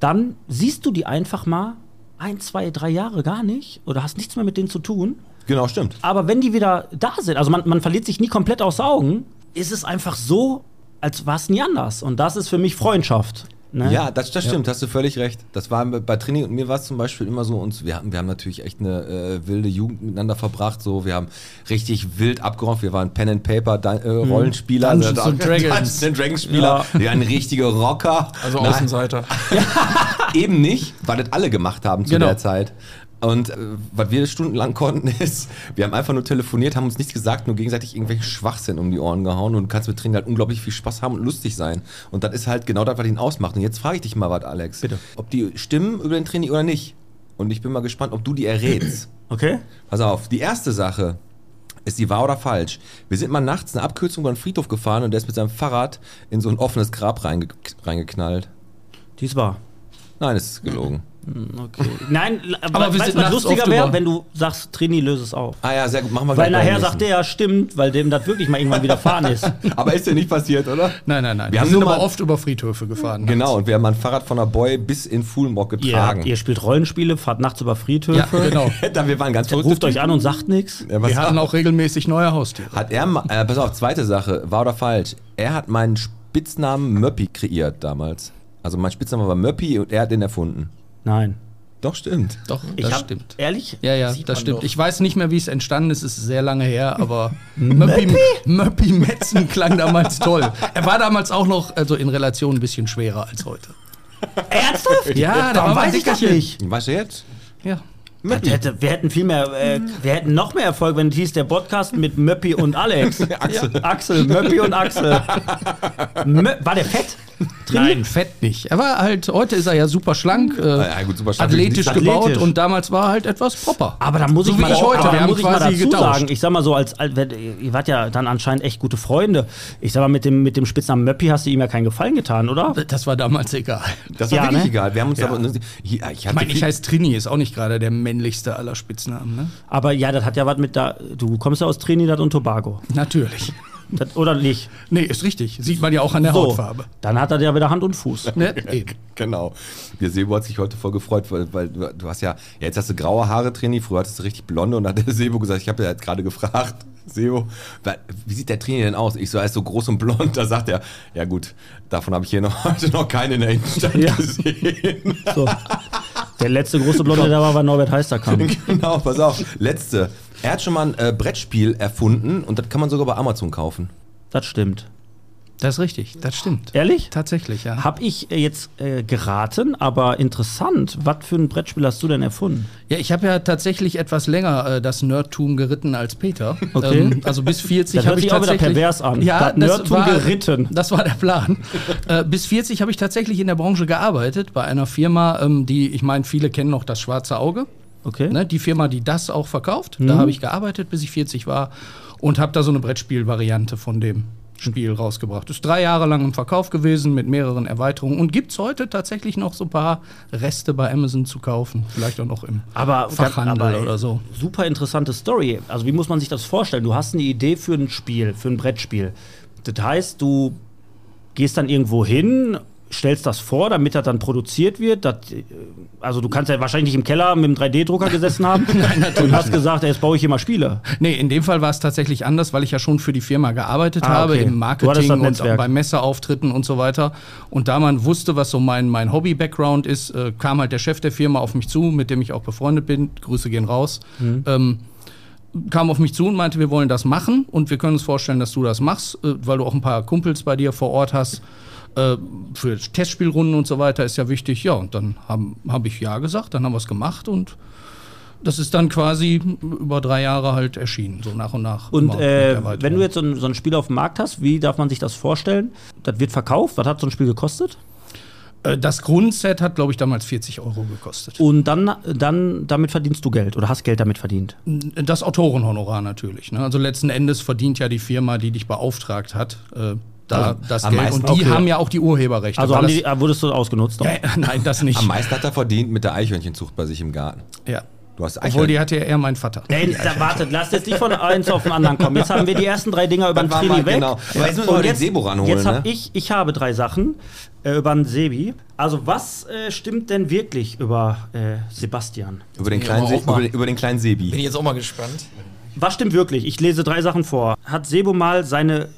Speaker 3: dann siehst du die einfach mal ein, zwei, drei Jahre gar nicht oder hast nichts mehr mit denen zu tun.
Speaker 2: Genau, stimmt.
Speaker 3: Aber wenn die wieder da sind, also man, man verliert sich nie komplett aus Augen, ist es einfach so, als war es nie anders. Und das ist für mich Freundschaft. Ne?
Speaker 2: Ja, das, das stimmt, hast du völlig recht. Das war bei- bei Trini und mir war es zum Beispiel immer so, uns, wir, hatten, wir haben natürlich echt eine äh, wilde Jugend miteinander verbracht. So, wir haben richtig wild abgeräumt. Wir waren Pen and Paper, Dan- äh, Rollenspieler,
Speaker 10: Dungeons
Speaker 2: ne,
Speaker 10: and
Speaker 2: Dan-
Speaker 10: Dragons.
Speaker 2: Dungeons and Dragons Spieler. Wir waren richtige Rocker.
Speaker 11: Also
Speaker 2: Nein,
Speaker 11: Außenseiter.
Speaker 2: eben nicht, weil das alle gemacht haben zu
Speaker 10: Genau.
Speaker 2: der Zeit. Und äh, was wir stundenlang konnten, ist, wir haben einfach nur telefoniert, haben uns nichts gesagt, nur gegenseitig irgendwelchen Schwachsinn um die Ohren gehauen. Und du kannst mit Training halt unglaublich viel Spaß haben und lustig sein. Und das ist halt genau das, was ihn ausmacht. Und jetzt frage ich dich mal was, Alex. Bitte. Ob die stimmen über den Training oder nicht. Und ich bin mal gespannt, ob du die errätst.
Speaker 3: Okay.
Speaker 2: Pass auf, die erste Sache ist die wahr oder falsch. Wir sind mal nachts eine Abkürzung über den Friedhof gefahren und der ist mit seinem Fahrrad in so ein offenes Grab reinge reingeknallt.
Speaker 3: Die ist wahr.
Speaker 2: Nein, es ist gelogen.
Speaker 3: Hm, Okay. Nein, aber,
Speaker 2: Aber wir
Speaker 3: aber weißt
Speaker 2: sind
Speaker 3: du, was
Speaker 2: nachts
Speaker 3: lustiger
Speaker 2: oft
Speaker 3: wäre,
Speaker 2: über-
Speaker 3: wenn du sagst, Trini, löse es auf.
Speaker 2: Ah ja, sehr gut, machen wir gleich
Speaker 3: Weil
Speaker 2: beim
Speaker 3: nachher
Speaker 2: nächsten.
Speaker 3: sagt der ja, stimmt, weil dem das wirklich mal irgendwann widerfahren ist.
Speaker 2: Aber ist ja nicht passiert, oder?
Speaker 10: Nein, nein, nein.
Speaker 2: Wir haben
Speaker 10: sind
Speaker 2: nur
Speaker 10: aber
Speaker 2: mal-
Speaker 10: oft über Friedhöfe gefahren.
Speaker 2: Genau, und wir haben ein Fahrrad von der Boy bis in Fuhlenbrock
Speaker 3: Ihr,
Speaker 2: getragen.
Speaker 3: ihr spielt Rollenspiele, fahrt nachts über Friedhöfe.
Speaker 10: genau.
Speaker 2: Da wir waren ganz verrückt.
Speaker 3: Ruft euch an und sagt nichts.
Speaker 2: Ja, was
Speaker 10: Wir hatten auch regelmäßig neue Haustiere.
Speaker 2: Hat er, ma- äh, pass auf, zweite Sache, war oder falsch? Er hat meinen Spitznamen Möppi kreiert damals. Also mein Spitzname war Möppi und er hat den erfunden.
Speaker 3: Nein.
Speaker 2: Doch, stimmt.
Speaker 10: Doch,
Speaker 3: Ich
Speaker 10: das
Speaker 3: hab-
Speaker 10: stimmt.
Speaker 3: Ehrlich?
Speaker 10: Ja, ja,
Speaker 3: Sieht
Speaker 10: das
Speaker 3: man
Speaker 10: stimmt.
Speaker 3: doch.
Speaker 10: Ich weiß nicht mehr, wie es entstanden ist, ist sehr lange her, aber Möppi, Möppi Metzen klang damals toll. Er war damals auch noch, also in Relation ein bisschen schwerer als heute.
Speaker 3: Ernsthaft?
Speaker 10: Ja, da
Speaker 3: Warum
Speaker 10: war man
Speaker 3: weiß ich das
Speaker 10: Dickerchen.
Speaker 3: nicht.
Speaker 2: Weißt du jetzt?
Speaker 10: Ja.
Speaker 3: Das hätte, wir hätten viel mehr, äh, wir hätten noch mehr Erfolg, wenn es hieß, der Podcast mit Möppi und Alex.
Speaker 2: Axel.
Speaker 3: Axel, Möppi und Axel. Mö war der fett?
Speaker 10: Nein, fett nicht. Er war halt, heute ist er ja super schlank, äh,
Speaker 2: Ah, Ja, gut, super stark.
Speaker 10: athletisch
Speaker 2: Nicht-
Speaker 10: gebaut
Speaker 3: athletisch.
Speaker 10: und damals war er halt etwas proper.
Speaker 3: Aber da muss
Speaker 10: So
Speaker 3: ich
Speaker 10: wie
Speaker 3: mal,
Speaker 10: ich heute. Wir
Speaker 3: aber da
Speaker 10: haben
Speaker 3: muss ich mal
Speaker 10: quasi
Speaker 3: dazu
Speaker 10: getauscht.
Speaker 3: sagen, ich sag mal so, als, als ihr wart ja dann anscheinend echt gute Freunde. Ich sag mal, mit dem, mit dem Spitznamen Möppi hast du ihm ja keinen Gefallen getan, oder?
Speaker 10: Das war damals egal.
Speaker 2: Das war
Speaker 3: Ja,
Speaker 2: wirklich
Speaker 3: ne?
Speaker 2: egal. Wir haben uns aber. Ich, ich
Speaker 10: Ich
Speaker 2: hatte
Speaker 10: meine, ich
Speaker 2: viel-
Speaker 10: heiße Trini, ist auch nicht gerade der männlichste aller Spitznamen, ne?
Speaker 3: Aber ja, das hat ja was mit da. Du kommst ja aus Trinidad und Tobago.
Speaker 10: Natürlich.
Speaker 3: Das, oder nicht?
Speaker 10: Nee, ist richtig. Sieht man ja auch an der Hautfarbe.
Speaker 3: Dann hat er ja wieder Hand und Fuß.
Speaker 10: Ne? Eben.
Speaker 2: Genau. Der Sebo hat sich heute voll gefreut, weil, weil du du hast ja, ja, jetzt hast du graue Haare, Trini, früher hattest du richtig blonde und dann hat der Sebo gesagt, ich habe ja jetzt gerade gefragt, Sebo, wa- wie sieht der Trini denn aus? Ich so, er ist so groß und blond, da sagt er, ja gut, davon habe ich hier noch, heute noch keinen in der Innenstadt
Speaker 3: Ja.
Speaker 2: gesehen.
Speaker 3: So. Der letzte große Blonde, der da war, war Norbert Heisterkamp.
Speaker 2: genau, pass auf. Letzte. Er hat schon mal ein äh, Brettspiel erfunden und das kann man sogar bei Amazon kaufen.
Speaker 3: Das stimmt.
Speaker 10: Das ist richtig, das stimmt.
Speaker 3: Ehrlich?
Speaker 10: Tatsächlich, ja.
Speaker 3: Hab ich äh, jetzt äh, geraten, aber interessant. Was für ein Brettspiel hast du denn erfunden?
Speaker 10: Ja, ich habe ja tatsächlich etwas länger äh, das Nerdtum geritten als Peter.
Speaker 3: Okay.
Speaker 10: also bis
Speaker 3: Das
Speaker 10: 40
Speaker 3: hört
Speaker 10: habe ich
Speaker 3: sich auch wieder
Speaker 10: tatsächlich
Speaker 3: pervers an.
Speaker 10: Ja,
Speaker 3: Das Nerdtum geritten.
Speaker 10: Das war der Plan. äh, bis 40 habe ich tatsächlich in der Branche gearbeitet bei einer Firma, ähm, die ich meine, viele kennen noch das Schwarze Auge.
Speaker 3: Okay. Mhm.
Speaker 10: Ne, die Firma, die das auch verkauft. Da habe ich gearbeitet, bis ich 40 war und habe da so eine Brettspielvariante von dem Spiel rausgebracht. Ist drei Jahre lang im Verkauf gewesen mit mehreren Erweiterungen und gibt es heute tatsächlich noch so ein paar Reste bei Amazon zu kaufen. Vielleicht auch noch im
Speaker 3: Aber,
Speaker 10: Fachhandel
Speaker 3: aber, äh,
Speaker 10: oder so.
Speaker 3: Super interessante Story. Also, wie muss man sich das vorstellen? Du hast eine Idee für ein Spiel, für ein Brettspiel. Das heißt, du gehst dann irgendwo hin, stellst das vor, damit das dann produziert wird. Das, äh, also, du kannst ja wahrscheinlich nicht im Keller mit dem 3D-Drucker gesessen haben und hast gesagt, ey, jetzt baue ich hier mal Spiele.
Speaker 10: Nee, in dem Fall war es tatsächlich anders, weil ich ja schon für die Firma gearbeitet
Speaker 3: Ah,
Speaker 10: habe,
Speaker 3: okay.
Speaker 10: im
Speaker 3: Du hattest
Speaker 10: Marketing
Speaker 3: das
Speaker 10: und
Speaker 3: Netzwerk.
Speaker 10: bei Messeauftritten und so weiter. Und da man wusste, was so mein, mein Hobby-Background ist, äh, kam halt der Chef der Firma auf mich zu, mit dem ich auch befreundet bin. Grüße gehen raus.
Speaker 3: Mhm.
Speaker 10: Ähm, kam auf mich zu und meinte, wir wollen das machen und wir können uns vorstellen, dass du das machst, äh, weil du auch ein paar Kumpels bei dir vor Ort hast. Äh, für Testspielrunden und so weiter ist ja wichtig. Ja, und dann habe hab ich Ja gesagt, dann haben wir es gemacht und das ist dann quasi über drei Jahre halt erschienen, so nach und nach.
Speaker 3: Und
Speaker 10: Immer mit
Speaker 3: äh,
Speaker 10: Erweiterung.
Speaker 3: wenn du jetzt so ein, so ein Spiel auf dem Markt hast, wie darf man sich das vorstellen? Das wird verkauft. Was hat so ein Spiel gekostet?
Speaker 10: Äh, das Grundset hat, glaube ich, damals 40 Euro gekostet.
Speaker 3: Und dann, dann damit verdienst du Geld oder hast Geld damit verdient.
Speaker 10: Das Autorenhonorar natürlich. Ne? Also letzten Endes verdient ja die Firma, die dich beauftragt hat, äh, da
Speaker 2: Also
Speaker 10: das
Speaker 2: am
Speaker 10: Geld.
Speaker 2: meisten-
Speaker 10: und die
Speaker 2: okay.
Speaker 10: haben ja auch die Urheberrechte.
Speaker 3: Also
Speaker 10: weil
Speaker 3: haben
Speaker 10: das,
Speaker 3: die,
Speaker 2: Ah,
Speaker 3: äh, wurdest du ausgenutzt?
Speaker 10: Äh, Nein, das nicht.
Speaker 2: Am meisten hat er verdient mit der Eichhörnchenzucht bei sich im Garten.
Speaker 10: Ja.
Speaker 2: Du hast
Speaker 10: Obwohl, die hatte ja eher mein Vater.
Speaker 3: Nein, da, wartet, lasst jetzt nicht von eins auf den anderen kommen. Jetzt haben wir die ersten drei Dinger über
Speaker 2: Dann
Speaker 3: den
Speaker 2: waren
Speaker 3: Trini
Speaker 2: wir-
Speaker 3: weg.
Speaker 2: genau. Aber jetzt müssen wir
Speaker 3: Und
Speaker 2: mal den Sebo ranholen,
Speaker 3: Jetzt habe
Speaker 2: ne?
Speaker 3: ich, ich habe drei Sachen äh, über den Sebi. Also was äh, stimmt denn wirklich über äh, Sebastian?
Speaker 2: über, den
Speaker 11: Ja,
Speaker 2: kleinen
Speaker 11: aber
Speaker 2: Se
Speaker 11: auch mal.
Speaker 2: über, den- über den kleinen
Speaker 11: Bin
Speaker 2: Sebi.
Speaker 11: ich jetzt auch mal gespannt.
Speaker 3: Was stimmt wirklich? Ich lese drei Sachen vor. Hat Sebo mal seine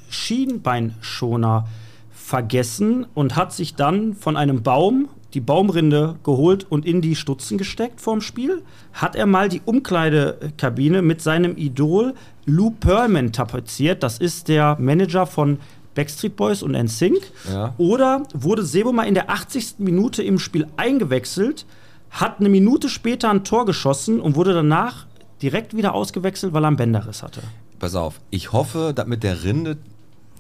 Speaker 3: Schienbeinschoner vergessen und hat sich dann von einem Baum die Baumrinde geholt und in die Stutzen gesteckt vorm Spiel? Hat er mal die Umkleidekabine mit seinem Idol Lou Pearlman tapeziert? Das ist der Manager von Backstreet Boys und NSYNC.
Speaker 2: Ja.
Speaker 3: Oder wurde Sebo mal in der 80. Minute im Spiel eingewechselt, hat eine Minute später ein Tor geschossen und wurde danach direkt wieder ausgewechselt, weil er einen Bänderriss hatte.
Speaker 2: Pass auf, ich hoffe, das mit der Rinde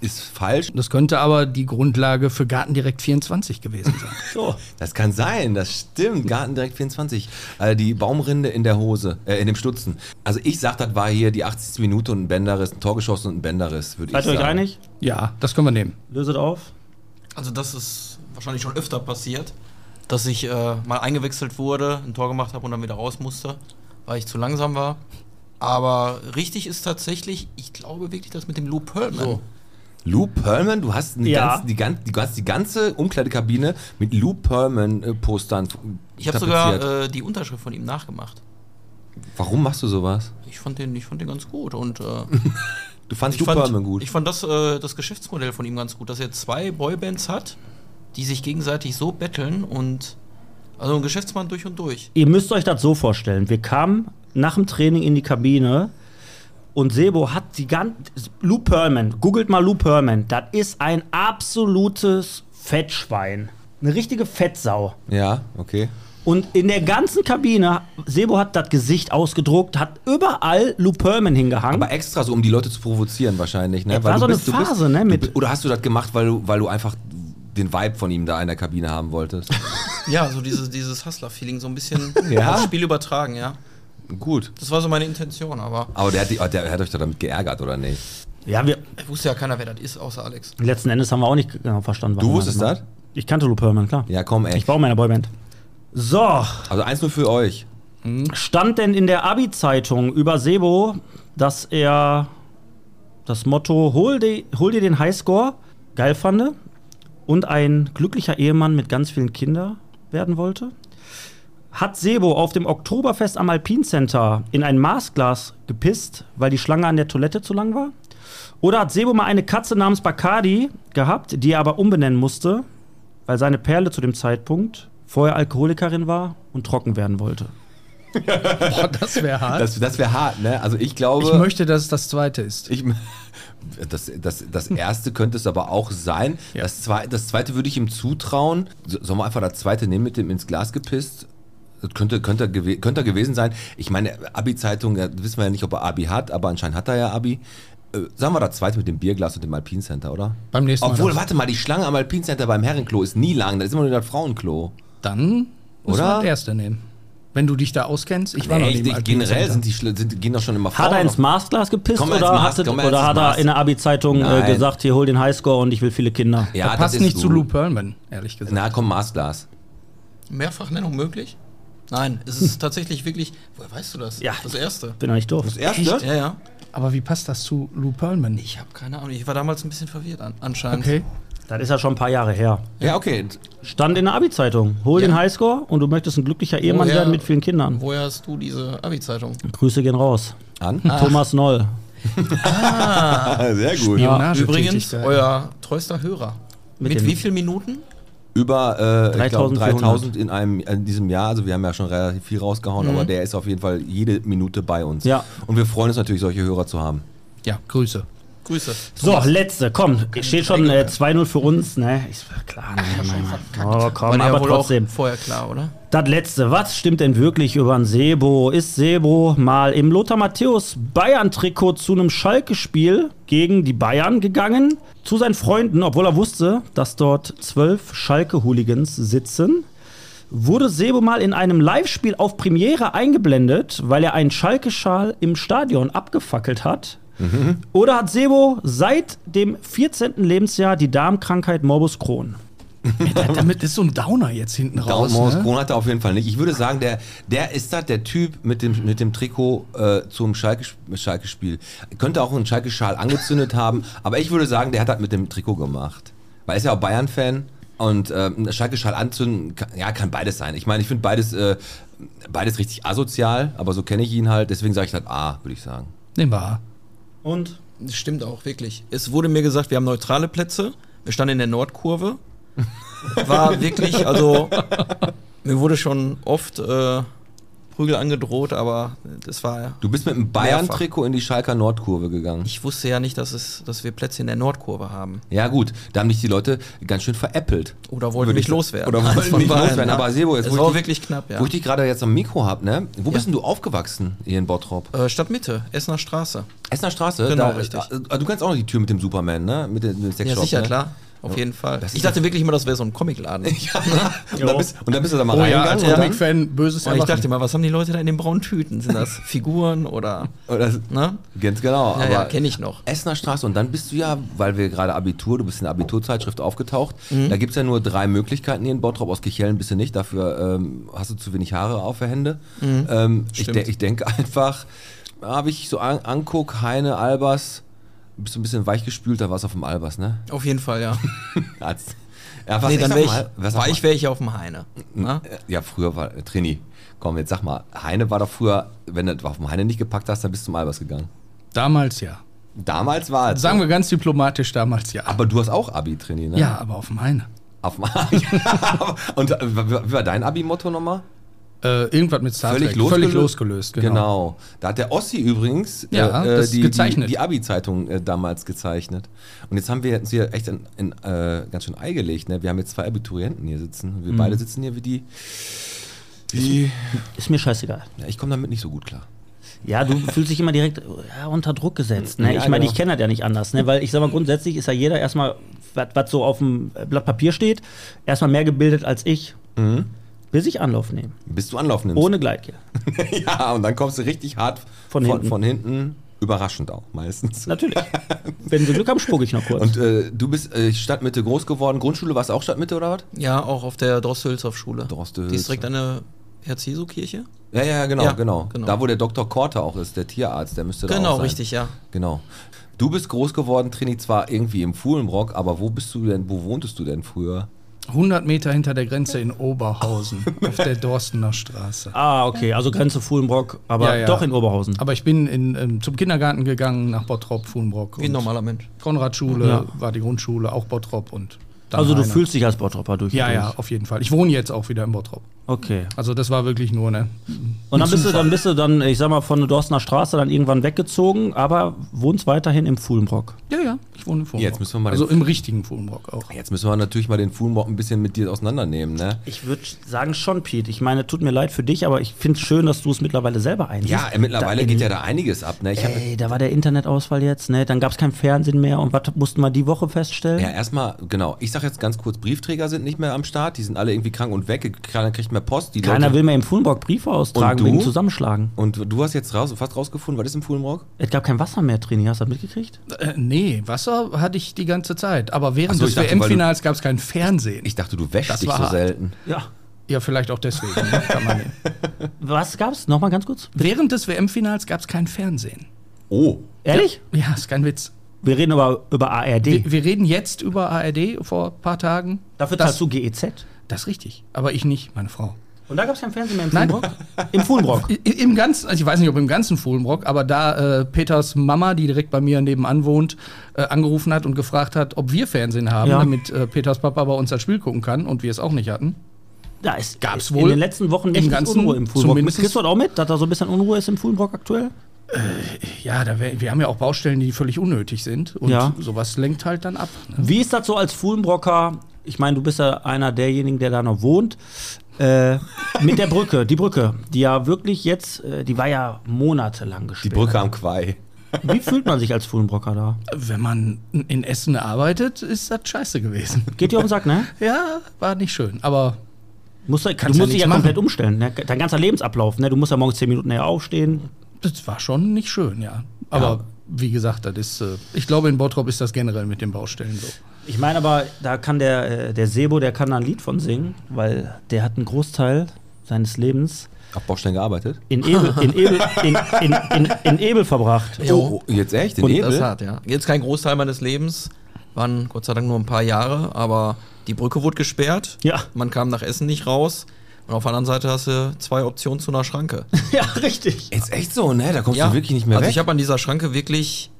Speaker 2: ist falsch.
Speaker 10: Das könnte aber die Grundlage für Gartendirekt 24 gewesen sein.
Speaker 2: Das kann sein, das stimmt. Garten direkt 24. Äh, die Baumrinde in der Hose, äh, in dem Stutzen. Also ich sag, das war hier die 80. Minute und ein Bänderriss, ein Tor geschossen und ein Bänderriss, würde ich
Speaker 3: Seid ihr
Speaker 2: sagen.
Speaker 3: euch einig?
Speaker 10: ja, das können wir nehmen.
Speaker 3: Löset auf.
Speaker 11: Also das ist wahrscheinlich schon öfter passiert, dass ich äh, mal eingewechselt wurde, ein Tor gemacht habe und dann wieder raus musste, weil ich zu langsam war. Aber richtig ist tatsächlich, ich glaube wirklich, das mit dem Lou Pearlman.
Speaker 2: So. Lou Pearlman, du hast, die
Speaker 3: Ja.
Speaker 2: ganze, die, gan- du hast die ganze Umkleidekabine mit Lou äh, Pearlman-Postern
Speaker 11: Ich habe sogar äh, die Unterschrift von ihm nachgemacht.
Speaker 2: Warum machst du sowas?
Speaker 11: Ich fand den, ich fand den ganz gut und äh,
Speaker 2: Du fandst
Speaker 11: ich,
Speaker 2: Lou Pearlman
Speaker 11: fand,
Speaker 2: gut.
Speaker 11: ich fand das, äh, das Geschäftsmodell von ihm ganz gut, dass er zwei Boybands hat, die sich gegenseitig so betteln und also ein Geschäftsmann durch und durch.
Speaker 3: Ihr müsst euch das so vorstellen. Wir kamen nach dem Training in die Kabine und Sebo hat die ganze. Lou Pearlman, googelt mal Lou Pearlman. Das ist ein absolutes Fettschwein. Eine richtige Fettsau.
Speaker 2: ja, okay.
Speaker 3: Und in der ganzen Kabine, Sebo hat das Gesicht ausgedruckt, hat überall Lou Pearlman hingehangen.
Speaker 2: Aber extra so, um die Leute zu provozieren wahrscheinlich. Ne?
Speaker 3: Es war
Speaker 2: du
Speaker 3: so eine
Speaker 2: du
Speaker 3: Phase, ne,
Speaker 2: du
Speaker 3: mit-
Speaker 2: bi- oder hast du das gemacht, weil du, weil du einfach den Vibe von ihm da in der Kabine haben wolltest?
Speaker 11: Ja, so diese, dieses Hustler-Feeling, so ein bisschen
Speaker 2: Ja?
Speaker 11: aufs Spiel übertragen, ja.
Speaker 2: gut.
Speaker 11: Das war so meine Intention, aber
Speaker 2: Aber der hat, die, der hat euch doch damit geärgert, oder nicht?
Speaker 3: ja, wir,
Speaker 11: wusste ja keiner, wer das ist, außer Alex.
Speaker 3: letzten Endes haben wir auch nicht genau verstanden.
Speaker 2: Du
Speaker 3: warum er
Speaker 2: wusstest
Speaker 3: macht.
Speaker 2: das?
Speaker 3: Ich kannte Lou Pearlman, klar.
Speaker 2: Ja, komm, ey.
Speaker 3: Ich baue meine Boyband. So,
Speaker 2: Also eins nur für euch.
Speaker 3: stand denn in der Abi-Zeitung über Sebo, dass er das Motto hol, di- hol dir den Highscore geil fand und ein glücklicher Ehemann mit ganz vielen Kindern werden wollte? Hat Sebo auf dem Oktoberfest am Alpin Center in ein Maßglas gepisst, weil die Schlange an der Toilette zu lang war? Oder hat Sebo mal eine Katze namens Bacardi gehabt, die er aber umbenennen musste, weil seine Perle zu dem Zeitpunkt vorher Alkoholikerin war und trocken werden wollte?
Speaker 10: Boah, das wäre hart.
Speaker 2: Das, das wäre hart, ne? Also ich glaube.
Speaker 10: ich möchte, dass es das zweite ist.
Speaker 2: Ich, das, das, das erste könnte es aber auch sein.
Speaker 10: Ja.
Speaker 2: Das, zwei, das zweite würde ich ihm zutrauen. So, sollen wir einfach das zweite nehmen mit dem ins Glas gepisst? Das könnte, könnte, er gewe- könnte er gewesen sein. Ich meine, Abi-Zeitung, da wissen wir ja nicht, ob er Abi hat, aber anscheinend hat er ja Abi. Äh, Sagen wir das zweite mit dem Bierglas und dem Alpine Center, oder?
Speaker 10: Beim nächsten Mal
Speaker 2: Obwohl,
Speaker 10: das.
Speaker 2: warte mal, die Schlange am Alpine Center beim Herrenklo ist nie lang, da ist immer nur das Frauenklo.
Speaker 10: Dann müssen
Speaker 2: Oder?
Speaker 10: wir halt das erste nehmen. Wenn du dich da auskennst. Ich war
Speaker 2: Nee,
Speaker 10: noch nie
Speaker 2: ich-
Speaker 10: im
Speaker 2: ich- generell
Speaker 10: Alpine-Center.
Speaker 2: sind die, Schla- sind, gehen doch schon immer
Speaker 3: Hat er ins
Speaker 2: auf-
Speaker 3: Maßglas gepisst
Speaker 2: Komm mal ins
Speaker 3: oder,
Speaker 2: Maß,
Speaker 3: hat,
Speaker 2: komm mal
Speaker 3: oder
Speaker 2: ins
Speaker 3: hat
Speaker 2: Maß.
Speaker 3: er in der Abi-Zeitung äh,
Speaker 2: Nein.
Speaker 3: gesagt, hier hol den Highscore und ich will viele Kinder?
Speaker 2: Ja,
Speaker 10: das passt
Speaker 2: ist
Speaker 10: nicht zu
Speaker 2: gut.
Speaker 10: Lou Pearlman, ehrlich gesagt.
Speaker 2: Na komm, Maßglas.
Speaker 11: Mehrfachnennung möglich? Nein, es ist tatsächlich wirklich. Woher weißt du das?
Speaker 3: Ja.
Speaker 11: Das erste.
Speaker 3: Bin doch nicht doof.
Speaker 2: Erste?
Speaker 11: Ja, ja.
Speaker 10: Aber wie passt das zu Lou Pearlman?
Speaker 11: Ich habe keine Ahnung. Ich war damals ein bisschen verwirrt an, anscheinend.
Speaker 10: Okay.
Speaker 3: Das ist ja schon ein paar Jahre her.
Speaker 2: Ja, okay.
Speaker 3: Stand in der Abi-Zeitung. Hol den Highscore und du möchtest ein glücklicher Ehemann
Speaker 10: Oh,
Speaker 11: Woher-
Speaker 3: werden mit vielen Kindern.
Speaker 11: Woher hast du diese Abi-Zeitung?
Speaker 3: Grüße gehen raus.
Speaker 2: An?
Speaker 3: Thomas Noll.
Speaker 2: sehr gut.
Speaker 11: Ah. Übrigens,
Speaker 10: Tätigkeit.
Speaker 11: euer treuster Hörer. Mit,
Speaker 3: dem-
Speaker 11: wie vielen Minuten?
Speaker 2: über äh, ich glaub,
Speaker 3: 3400.
Speaker 2: 3000 in einem in diesem Jahr. Also wir haben ja schon relativ viel rausgehauen, aber der ist auf jeden Fall jede Minute bei uns.
Speaker 3: Mhm. Ja.
Speaker 2: Und wir freuen uns natürlich, solche Hörer zu haben.
Speaker 10: Ja, Grüße.
Speaker 11: Grüße.
Speaker 3: So, letzte, komm. Steht schon äh, 2-0 für uns, ne? Ich, klar, ne, mein Mann. Oh, komm,
Speaker 11: dir
Speaker 3: aber
Speaker 11: wohl auch
Speaker 3: trotzdem.
Speaker 11: vorher klar, oder?
Speaker 3: Das letzte, was stimmt denn wirklich über einen Sebo? Ist Sebo mal im Lothar Matthäus Bayern-Trikot zu einem Schalke-Spiel gegen die Bayern gegangen? Zu seinen Freunden, obwohl er wusste, dass dort zwölf Schalke-Hooligans sitzen? Wurde Sebo mal in einem Live-Spiel auf Premiere eingeblendet, weil er einen Schalke-Schal im Stadion abgefackelt hat? Oder hat Sebo seit dem 14. Lebensjahr die Darmkrankheit Morbus Crohn?
Speaker 10: Damit ist so ein Downer jetzt hinten raus.
Speaker 2: Darum
Speaker 10: ne?
Speaker 2: Kron hat er auf jeden Fall nicht. Ich würde sagen, der, der ist das, der Typ mit dem, mit dem Trikot äh, zum Schalke-Spiel. Schalke Schalke-Spiel. Könnte auch einen Schalke-Schal angezündet haben, aber ich würde sagen, der hat das mit dem Trikot gemacht. Weil er ist ja auch Bayern-Fan und äh, einen Schalke-Schal anzünden, kann, ja, kann beides sein. Ich meine, ich finde beides, äh, beides richtig asozial, aber so kenne ich ihn halt. Deswegen sage ich das A, würde ich sagen.
Speaker 10: Nehmen wir A.
Speaker 3: Und
Speaker 11: Das stimmt auch, wirklich. Es wurde mir gesagt, wir haben neutrale Plätze. Wir standen in der Nordkurve. War wirklich, also, mir wurde schon oft äh, Prügel angedroht, aber das war.
Speaker 2: Du bist mit einem Bayern-Trikot in die Schalker Nordkurve gegangen.
Speaker 11: Ich wusste ja nicht, dass, es, dass wir Plätze in der Nordkurve haben.
Speaker 2: Ja gut, da haben dich die Leute ganz schön veräppelt.
Speaker 11: Oder wollten
Speaker 2: Würde
Speaker 11: mich
Speaker 2: ich sa-
Speaker 11: loswerden.
Speaker 2: Oder
Speaker 11: Eins
Speaker 2: wollten
Speaker 11: von
Speaker 2: mich
Speaker 11: beiden,
Speaker 2: loswerden.
Speaker 11: ja.
Speaker 2: Aber Sebo, jetzt
Speaker 11: Es
Speaker 2: wo ich
Speaker 11: war
Speaker 2: dich-
Speaker 11: wirklich knapp, ja.
Speaker 2: Wo ich dich gerade jetzt am Mikro hab, ne? Wo bist denn du aufgewachsen hier in Bottrop?
Speaker 11: Äh, Stadtmitte, Essener Straße.
Speaker 2: Essener Straße?
Speaker 11: Genau,
Speaker 2: da,
Speaker 11: richtig.
Speaker 2: Da, du kannst auch noch die Tür mit dem Superman, ne? Mit dem mit dem
Speaker 11: ja,
Speaker 2: Sexshop.
Speaker 11: sicher,
Speaker 2: ne?
Speaker 11: klar. Auf jeden Fall.
Speaker 2: Das
Speaker 11: Ich
Speaker 2: ist-
Speaker 11: dachte wirklich immer, das wäre so ein Comicladen. Ich
Speaker 2: Und da bist, und da bist du da mal
Speaker 10: Oh ja, als
Speaker 2: reingegangen. und dann-
Speaker 10: Comic-Fan, böses
Speaker 11: Und Oh, ich
Speaker 10: Erwachen.
Speaker 11: dachte immer, was haben die Leute da in den braunen Tüten? Sind das Figuren oder.
Speaker 2: Oder-
Speaker 11: Ne?
Speaker 2: Ganz genau.
Speaker 11: Ja, ja, kenn ich noch.
Speaker 2: Essener Straße. Und dann bist du ja, weil wir gerade Abitur, du bist in der Abiturzeitschrift aufgetaucht.
Speaker 11: Mhm.
Speaker 2: Da gibt es ja nur drei Möglichkeiten hier in Bottrop. Aus Kichellen bist du nicht. Dafür ähm, hast du zu wenig Haare auf der Hände. Ähm, ich,
Speaker 11: Mhm. Stimmt.
Speaker 2: de ich denke einfach, habe ich so an anguck, Heine, Albers. Bist du ein bisschen weichgespült, da warst du auf dem Albers, ne?
Speaker 11: Auf jeden Fall, ja.
Speaker 2: Als, ja,
Speaker 11: nee, dann
Speaker 2: sag
Speaker 11: wäre
Speaker 2: mal,
Speaker 11: ich.
Speaker 2: was sag
Speaker 11: War
Speaker 2: mal.
Speaker 11: ich, wäre ich auf dem Heine. Ne?
Speaker 2: Hm, Ja, früher war äh, Trini. Komm, jetzt sag mal, Heine war doch früher, wenn du auf dem Heine nicht gepackt hast, dann bist du zum Albers gegangen.
Speaker 10: Damals ja.
Speaker 2: Damals war es.
Speaker 10: Sagen wir ganz diplomatisch, damals ja.
Speaker 2: Aber du hast auch Abi, Trini, ne?
Speaker 10: ja, aber auf dem Heine.
Speaker 2: Auf dem Abi. Und äh, wie war dein Abi-Motto nochmal?
Speaker 10: Äh, irgendwas mit Star Trek. Völlig losgelösst,
Speaker 2: genau.
Speaker 10: genau.
Speaker 2: Da hat der Ossi übrigens
Speaker 10: Ja,
Speaker 2: äh,
Speaker 10: das
Speaker 2: die,
Speaker 10: gezeichnet.
Speaker 2: die, die Abi-Zeitung äh, damals gezeichnet. Und jetzt haben wir uns hier echt in, in, äh, ganz schön Ei gelegt. Ne? Wir haben jetzt zwei Abiturienten hier sitzen.
Speaker 10: Mhm.
Speaker 2: Wir beide sitzen hier wie die. die
Speaker 3: Ist mir scheißegal.
Speaker 2: ja, ich komme damit nicht so gut klar.
Speaker 3: Ja, du fühlst dich immer direkt ja, unter Druck gesetzt. Ne?
Speaker 2: Ja,
Speaker 3: ich meine,
Speaker 2: genau.
Speaker 3: ich kenne das ja nicht anders. Ne? Weil ich sag mal, grundsätzlich ist ja jeder erstmal, was so auf dem Blatt Papier steht, erstmal mehr gebildet als ich. Bis ich Anlauf nehme.
Speaker 2: Mhm. Bis du Anlauf nimmst.
Speaker 3: Ohne Gleitgel.
Speaker 2: ja, und dann kommst du richtig hart
Speaker 3: Von hinten.
Speaker 2: von hinten. Überraschend auch meistens.
Speaker 3: Natürlich. Wenn wir Glück haben, spucke ich noch kurz.
Speaker 2: Und äh, du bist äh, Stadtmitte groß geworden. Grundschule warst du auch Stadtmitte oder was?
Speaker 11: Ja, auch auf der Droste-Hülshoff-Schule.
Speaker 2: Droste-Hülshoff.
Speaker 11: Die ist direkt an der Herz-Jesu-Kirche.
Speaker 2: Ja, ja, genau,
Speaker 11: Ja,
Speaker 2: genau,
Speaker 11: genau.
Speaker 2: Da, wo der Dr. Korte auch ist, der Tierarzt, der müsste da auch
Speaker 11: Genau,
Speaker 2: sein.
Speaker 11: richtig, ja.
Speaker 2: Genau. Du bist groß geworden, Trini, zwar irgendwie im Fuhlenbrock, aber wo bist du denn, wo wohntest du denn früher?
Speaker 10: 100 Meter hinter der Grenze in Oberhausen, auf der Dorstener Straße.
Speaker 3: ah, okay, also Grenze Fuhlenbrock, aber
Speaker 10: Ja, ja.
Speaker 3: doch in Oberhausen.
Speaker 10: Aber ich bin in, ähm, zum Kindergarten gegangen nach Bottrop, Fuhlenbrock.
Speaker 11: Wie ein normaler Mensch.
Speaker 10: Konradschule
Speaker 3: Ja.
Speaker 10: war die Grundschule, auch Bottrop und dann
Speaker 3: also du
Speaker 10: Heine.
Speaker 3: fühlst dich als Bottropper durch. und
Speaker 10: Ja,
Speaker 3: durch.
Speaker 10: ja, auf jeden Fall. Ich wohne jetzt auch wieder in Bottrop.
Speaker 3: Okay.
Speaker 10: Also das war wirklich nur, ne?
Speaker 3: Und dann bist du dann bist du dann, ich sag mal, von der Dorstener Straße dann irgendwann weggezogen, aber wohnst weiterhin im Fuhlenbrock.
Speaker 10: Ja, ja, ich wohne in Fuhlenbrock.
Speaker 2: Jetzt müssen wir mal-
Speaker 10: also im richtigen Fuhlenbrock auch.
Speaker 2: Jetzt müssen wir natürlich mal den Fuhlenbrock ein bisschen mit dir auseinandernehmen, ne?
Speaker 3: Ich würde sagen schon, Pete. Ich meine, tut mir leid für dich, aber ich finde es schön, dass du es mittlerweile selber einsiehst.
Speaker 2: Ja, äh, mittlerweile
Speaker 3: Da-
Speaker 2: geht ja da einiges ab, ne? Ich hab,
Speaker 3: Ey, da war der Internetausfall jetzt, ne? Dann gab es kein Fernsehen mehr und was mussten wir die Woche feststellen?
Speaker 2: ja, erstmal, genau. Ich sag jetzt ganz kurz, Briefträger sind nicht mehr am Start, die sind alle irgendwie krank und weg, keiner kriegt mehr Post. Die
Speaker 3: Keiner
Speaker 2: Leute-
Speaker 3: will mehr im Fuhlenbrock Briefe
Speaker 2: Und
Speaker 3: austragen
Speaker 2: du?
Speaker 3: wegen Zusammenschlagen.
Speaker 2: Und du hast jetzt raus, fast rausgefunden, was ist im Fuhlenbrock?
Speaker 3: Es gab kein Wasser mehr, Trini. Hast du das mitgekriegt?
Speaker 10: Äh, nee, Wasser hatte ich die ganze Zeit. Aber
Speaker 2: Ach
Speaker 10: während
Speaker 2: so, ich
Speaker 10: des
Speaker 2: dachte, weil du-
Speaker 10: WM-Finals gab es kein Fernsehen.
Speaker 2: Ich dachte, du wäschst
Speaker 10: Das
Speaker 2: dich
Speaker 10: war
Speaker 2: so
Speaker 10: hart.
Speaker 2: selten.
Speaker 3: Ja.
Speaker 10: ja, vielleicht auch deswegen. ne? Kann man nehmen.
Speaker 3: Was gab's? Nochmal ganz kurz.
Speaker 10: während des WM-Finals gab es kein Fernsehen.
Speaker 2: Oh,
Speaker 3: Ehrlich?
Speaker 10: Ja, ist kein Witz.
Speaker 3: Wir reden aber über ARD.
Speaker 10: Wir, wir reden jetzt über ARD vor ein paar Tagen.
Speaker 3: Dafür
Speaker 10: das,
Speaker 3: zahlst du E GEZ.
Speaker 10: Das ist richtig. Aber ich nicht, meine Frau.
Speaker 3: Und da gab es kein Fernsehen mehr im
Speaker 10: Nein.
Speaker 3: Fuhlenbrock? Im Fuhlenbrock.
Speaker 10: I- Im ganzen, also ich weiß nicht, ob im ganzen Fohlenbrock, aber da äh, Peters Mama, die direkt bei mir nebenan wohnt, äh, angerufen hat und gefragt hat, ob wir Fernsehen haben,
Speaker 3: Ja.
Speaker 10: damit äh, Peters Papa bei uns das Spiel gucken kann und wir es auch nicht hatten.
Speaker 3: Da ist
Speaker 10: Gab's
Speaker 3: in
Speaker 10: wohl
Speaker 3: den letzten Wochen
Speaker 10: im
Speaker 3: richtig
Speaker 10: Ganzen
Speaker 3: Unruhe im Fuhlenbrock.
Speaker 10: zumindest-
Speaker 3: Kriegst du das auch mit, dass da so ein bisschen Unruhe ist im Fuhlenbrock aktuell?
Speaker 10: Äh, Ja, da wär, wir haben ja auch Baustellen, die völlig unnötig sind und
Speaker 3: Ja.
Speaker 10: sowas lenkt halt dann ab. Ne?
Speaker 3: Wie ist das so als Fuhlenbrocker? Ich meine, du bist ja einer derjenigen, der da noch wohnt. Äh, mit der Brücke, die Brücke, die ja wirklich jetzt, äh, die war ja monatelang
Speaker 2: die
Speaker 3: gesperrt.
Speaker 2: Brücke am Quai.
Speaker 3: Wie fühlt man sich als Fuhlenbrocker da?
Speaker 10: Wenn man in Essen arbeitet, ist das scheiße gewesen.
Speaker 3: Geht dir auf den Sack, ne?
Speaker 10: Ja, war nicht schön, aber
Speaker 3: Musst, du- du
Speaker 10: Kannst ja
Speaker 3: musst dich
Speaker 10: nichts
Speaker 3: ja
Speaker 10: machen.
Speaker 3: komplett umstellen. Ne? Dein ganzer Lebensablauf, ne? Du musst ja morgens zehn Minuten eher aufstehen.
Speaker 10: das war schon nicht schön, ja. Aber wie gesagt, das ist, äh, ich glaube, in Bottrop ist das generell mit den Baustellen so.
Speaker 3: Ich meine aber, da kann der, äh, der Sebo, der kann da ein Lied von singen, weil der hat einen Großteil seines Lebens
Speaker 2: Auf Baustellen gearbeitet?
Speaker 3: in Ebel, in Ebel, in, in, in, in Ebel verbracht.
Speaker 2: Oh, oh, jetzt echt? In
Speaker 11: Und
Speaker 2: Ebel?
Speaker 11: das hat, ja. Jetzt kein Großteil meines Lebens, waren Gott sei Dank nur ein paar Jahre, aber die Brücke wurde gesperrt.
Speaker 3: Ja.
Speaker 11: Man kam nach Essen nicht raus. Und auf der anderen Seite hast du zwei Optionen zu einer Schranke.
Speaker 3: Ja, richtig.
Speaker 2: Jetzt echt so, ne? Da kommst du wirklich nicht mehr
Speaker 11: also
Speaker 2: weg.
Speaker 11: ich habe an dieser Schranke wirklich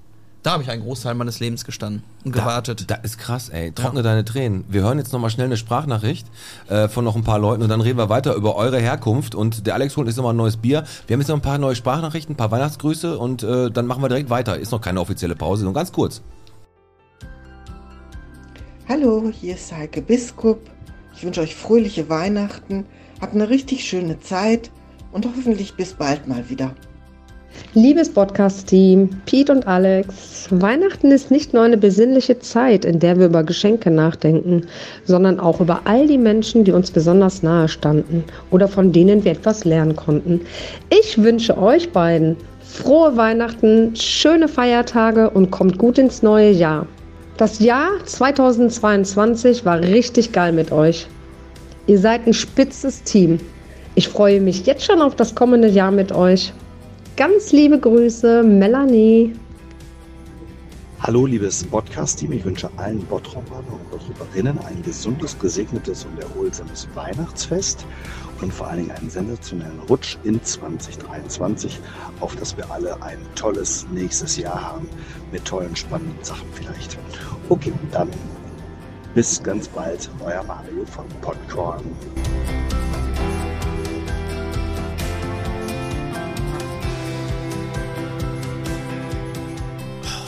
Speaker 11: Da habe ich einen Großteil meines Lebens gestanden und gewartet.
Speaker 2: Da ist krass, ey. Trockne deine Tränen. Wir hören jetzt nochmal schnell eine Sprachnachricht äh, von noch ein paar Leuten und dann reden wir weiter über eure Herkunft. Und der Alex holt uns nochmal ein neues Bier. Wir haben jetzt noch ein paar neue Sprachnachrichten, ein paar Weihnachtsgrüße und äh, dann machen wir direkt weiter. Ist noch keine offizielle Pause, sondern ganz kurz.
Speaker 13: Hallo, hier ist Heike Biskup. Ich wünsche euch fröhliche Weihnachten, habt eine richtig schöne Zeit und hoffentlich bis bald mal wieder.
Speaker 14: Liebes Podcast-Team, Pete und Alex, Weihnachten ist nicht nur eine besinnliche Zeit, in der wir über Geschenke nachdenken, sondern auch über all die Menschen, die uns besonders nahe standen oder von denen wir etwas lernen konnten. Ich wünsche euch beiden frohe Weihnachten, schöne Feiertage und kommt gut ins neue Jahr. Das Jahr 2022 war richtig geil mit euch. Ihr seid ein spitzes Team. Ich freue mich jetzt schon auf das kommende Jahr mit euch. Ganz liebe Grüße, Melanie.
Speaker 15: Hallo, liebes Podcast-Team. Ich wünsche allen Bottropern und Bottroperinnen ein gesundes, gesegnetes und erholsames Weihnachtsfest und vor allen Dingen einen sensationellen Rutsch in 2023, auf dass wir alle ein tolles nächstes Jahr haben mit tollen, spannenden Sachen vielleicht. Okay, dann bis ganz bald. Euer Mario von Podcorn.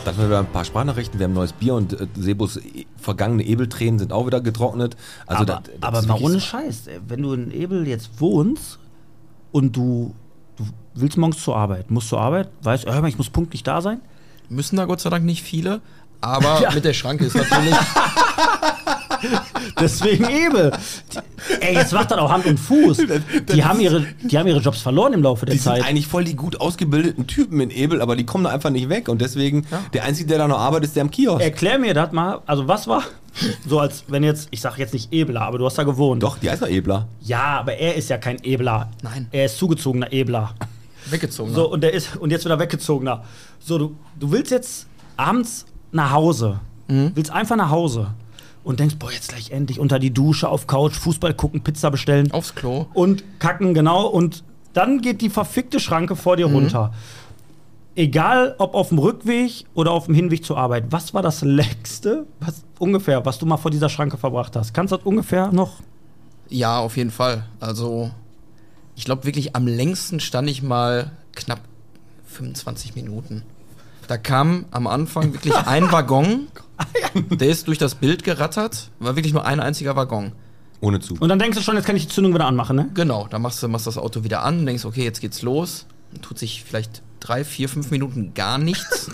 Speaker 2: Dann haben wir ein paar Sprachnachrichten, wir haben neues Bier und äh, Sebus äh, vergangene Ebeltränen sind auch wieder getrocknet. Also
Speaker 3: aber
Speaker 2: da-
Speaker 3: aber
Speaker 2: ist
Speaker 3: mal
Speaker 2: wirklich
Speaker 3: ohne
Speaker 2: so-
Speaker 3: Scheiß, ey, wenn du in Ebel jetzt wohnst und du, du willst morgens zur Arbeit, musst zur Arbeit, weißt, oh, hör mal, ich muss pünktlich da sein.
Speaker 11: Müssen da Gott sei Dank nicht viele, aber mit der Schranke ist natürlich.
Speaker 3: Deswegen Ebel. Die- Ey, jetzt macht das auch Hand und Fuß. Die haben ihre, die haben ihre Jobs verloren im Laufe der
Speaker 2: Die sind
Speaker 3: Zeit.
Speaker 2: eigentlich voll die gut ausgebildeten Typen in Ebel, aber die kommen da einfach nicht weg. Und deswegen, der Einzige, der da noch arbeitet, ist der am Kiosk.
Speaker 3: Erklär mir das mal. Also, was war? So, als wenn jetzt, ich sag jetzt nicht Ebler, aber du hast da gewohnt.
Speaker 2: Doch, die heißt doch Ebler.
Speaker 3: Ja, aber er ist ja kein Ebler. Nein. Er ist zugezogener Ebler.
Speaker 11: Weggezogen.
Speaker 3: So, und der ist und jetzt wieder weggezogener. So, du, du willst jetzt abends nach Hause.
Speaker 11: Mhm.
Speaker 3: Willst einfach nach Hause. Und denkst, boah, jetzt gleich endlich unter die Dusche, auf Couch, Fußball gucken, Pizza bestellen.
Speaker 11: Aufs Klo.
Speaker 3: Und kacken, genau. Und dann geht die verfickte Schranke vor
Speaker 11: Mhm.
Speaker 3: dir runter. Egal, ob auf dem Rückweg oder auf dem Hinweg zur Arbeit. Was war das Längste, was, ungefähr, was du mal vor dieser Schranke verbracht hast? Kannst du das ungefähr noch
Speaker 11: Ja, auf jeden Fall. Also, ich glaube wirklich am längsten stand ich mal knapp 25 Minuten. Da kam am Anfang wirklich ein Waggon, der ist durch das Bild gerattert, war wirklich nur ein einziger Waggon.
Speaker 2: Ohne Zug.
Speaker 3: Und dann denkst du schon, jetzt kann ich die Zündung wieder anmachen, ne?
Speaker 11: Genau, dann machst du machst das Auto wieder an, denkst, okay, jetzt geht's los. Dann tut sich vielleicht drei, vier, fünf Minuten gar nichts.